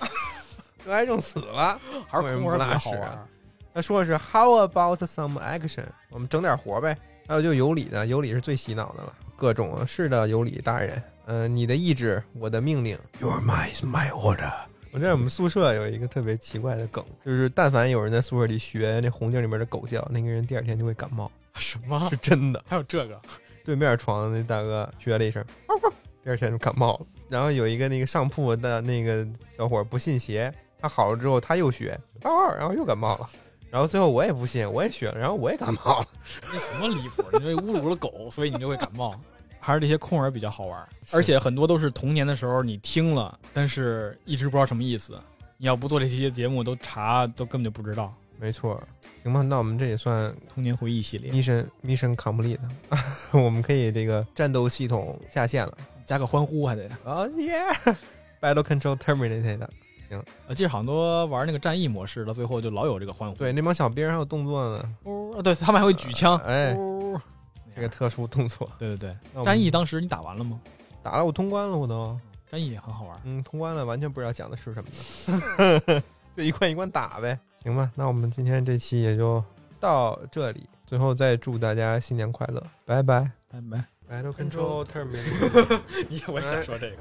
[SPEAKER 1] 得癌症死了。
[SPEAKER 2] 还是空
[SPEAKER 1] 为什么不
[SPEAKER 2] 耳比较好
[SPEAKER 1] 拉屎
[SPEAKER 2] 玩
[SPEAKER 1] 啊。他说的是 How about some action？我们整点活呗。还有就有理的，有理是最洗脑的了，各种是的，有理大人。嗯、你的意志，我的命令，Your mind is my order。我在我们宿舍有一个特别奇怪的梗，就是但凡有人在宿舍里学那红警里面的狗叫，那个人第二天就会感冒，
[SPEAKER 2] 什么
[SPEAKER 1] 是？真的。
[SPEAKER 2] 还有这个？
[SPEAKER 1] 对面床的那大哥学了一声，嗷嗷第二天就感冒了。然后有一个那个上铺的那个小伙不信邪，他好了之后他又学，嗷嗷然后又感冒了。然后最后我也不信，我也学了，然后我也感冒了。
[SPEAKER 2] 那什么离谱？你这侮辱了狗，所以你就会感冒。还是这些空耳比较好玩，而且很多都是童年的时候你听了，但是一直不知道什么意思。你要不做这期节目，都查都根本就不知道。
[SPEAKER 1] 没错，行吧，那我们这也算
[SPEAKER 2] 童年回忆系列，
[SPEAKER 1] mission mission complete，我 们可以这个战斗系统下线了。
[SPEAKER 2] 加个欢呼还得。
[SPEAKER 1] 啊耶，battle control terminated。
[SPEAKER 2] 我记得呃好多玩那个战役模式，到最后就老有这个欢呼。
[SPEAKER 1] 对，那帮小兵还有动作呢，
[SPEAKER 2] 呜，啊对他们还会举枪。
[SPEAKER 1] 哎，
[SPEAKER 2] 呜，
[SPEAKER 1] 这个特殊动作。
[SPEAKER 2] 对对
[SPEAKER 1] 那
[SPEAKER 2] 对，
[SPEAKER 1] 我们
[SPEAKER 2] 战役当时你打完了吗？
[SPEAKER 1] 打了，我通关了，我都。
[SPEAKER 2] 战役也很好玩。
[SPEAKER 1] 嗯，通关了，完全不知道讲的是什么呢， 就一关一关打呗。行吧，那我们今天这期也就到这里，最后再祝大家新年快乐，拜拜。
[SPEAKER 2] 拜拜。
[SPEAKER 1] Battle Control Terminal。
[SPEAKER 2] 你我
[SPEAKER 1] 也想
[SPEAKER 2] 说这个。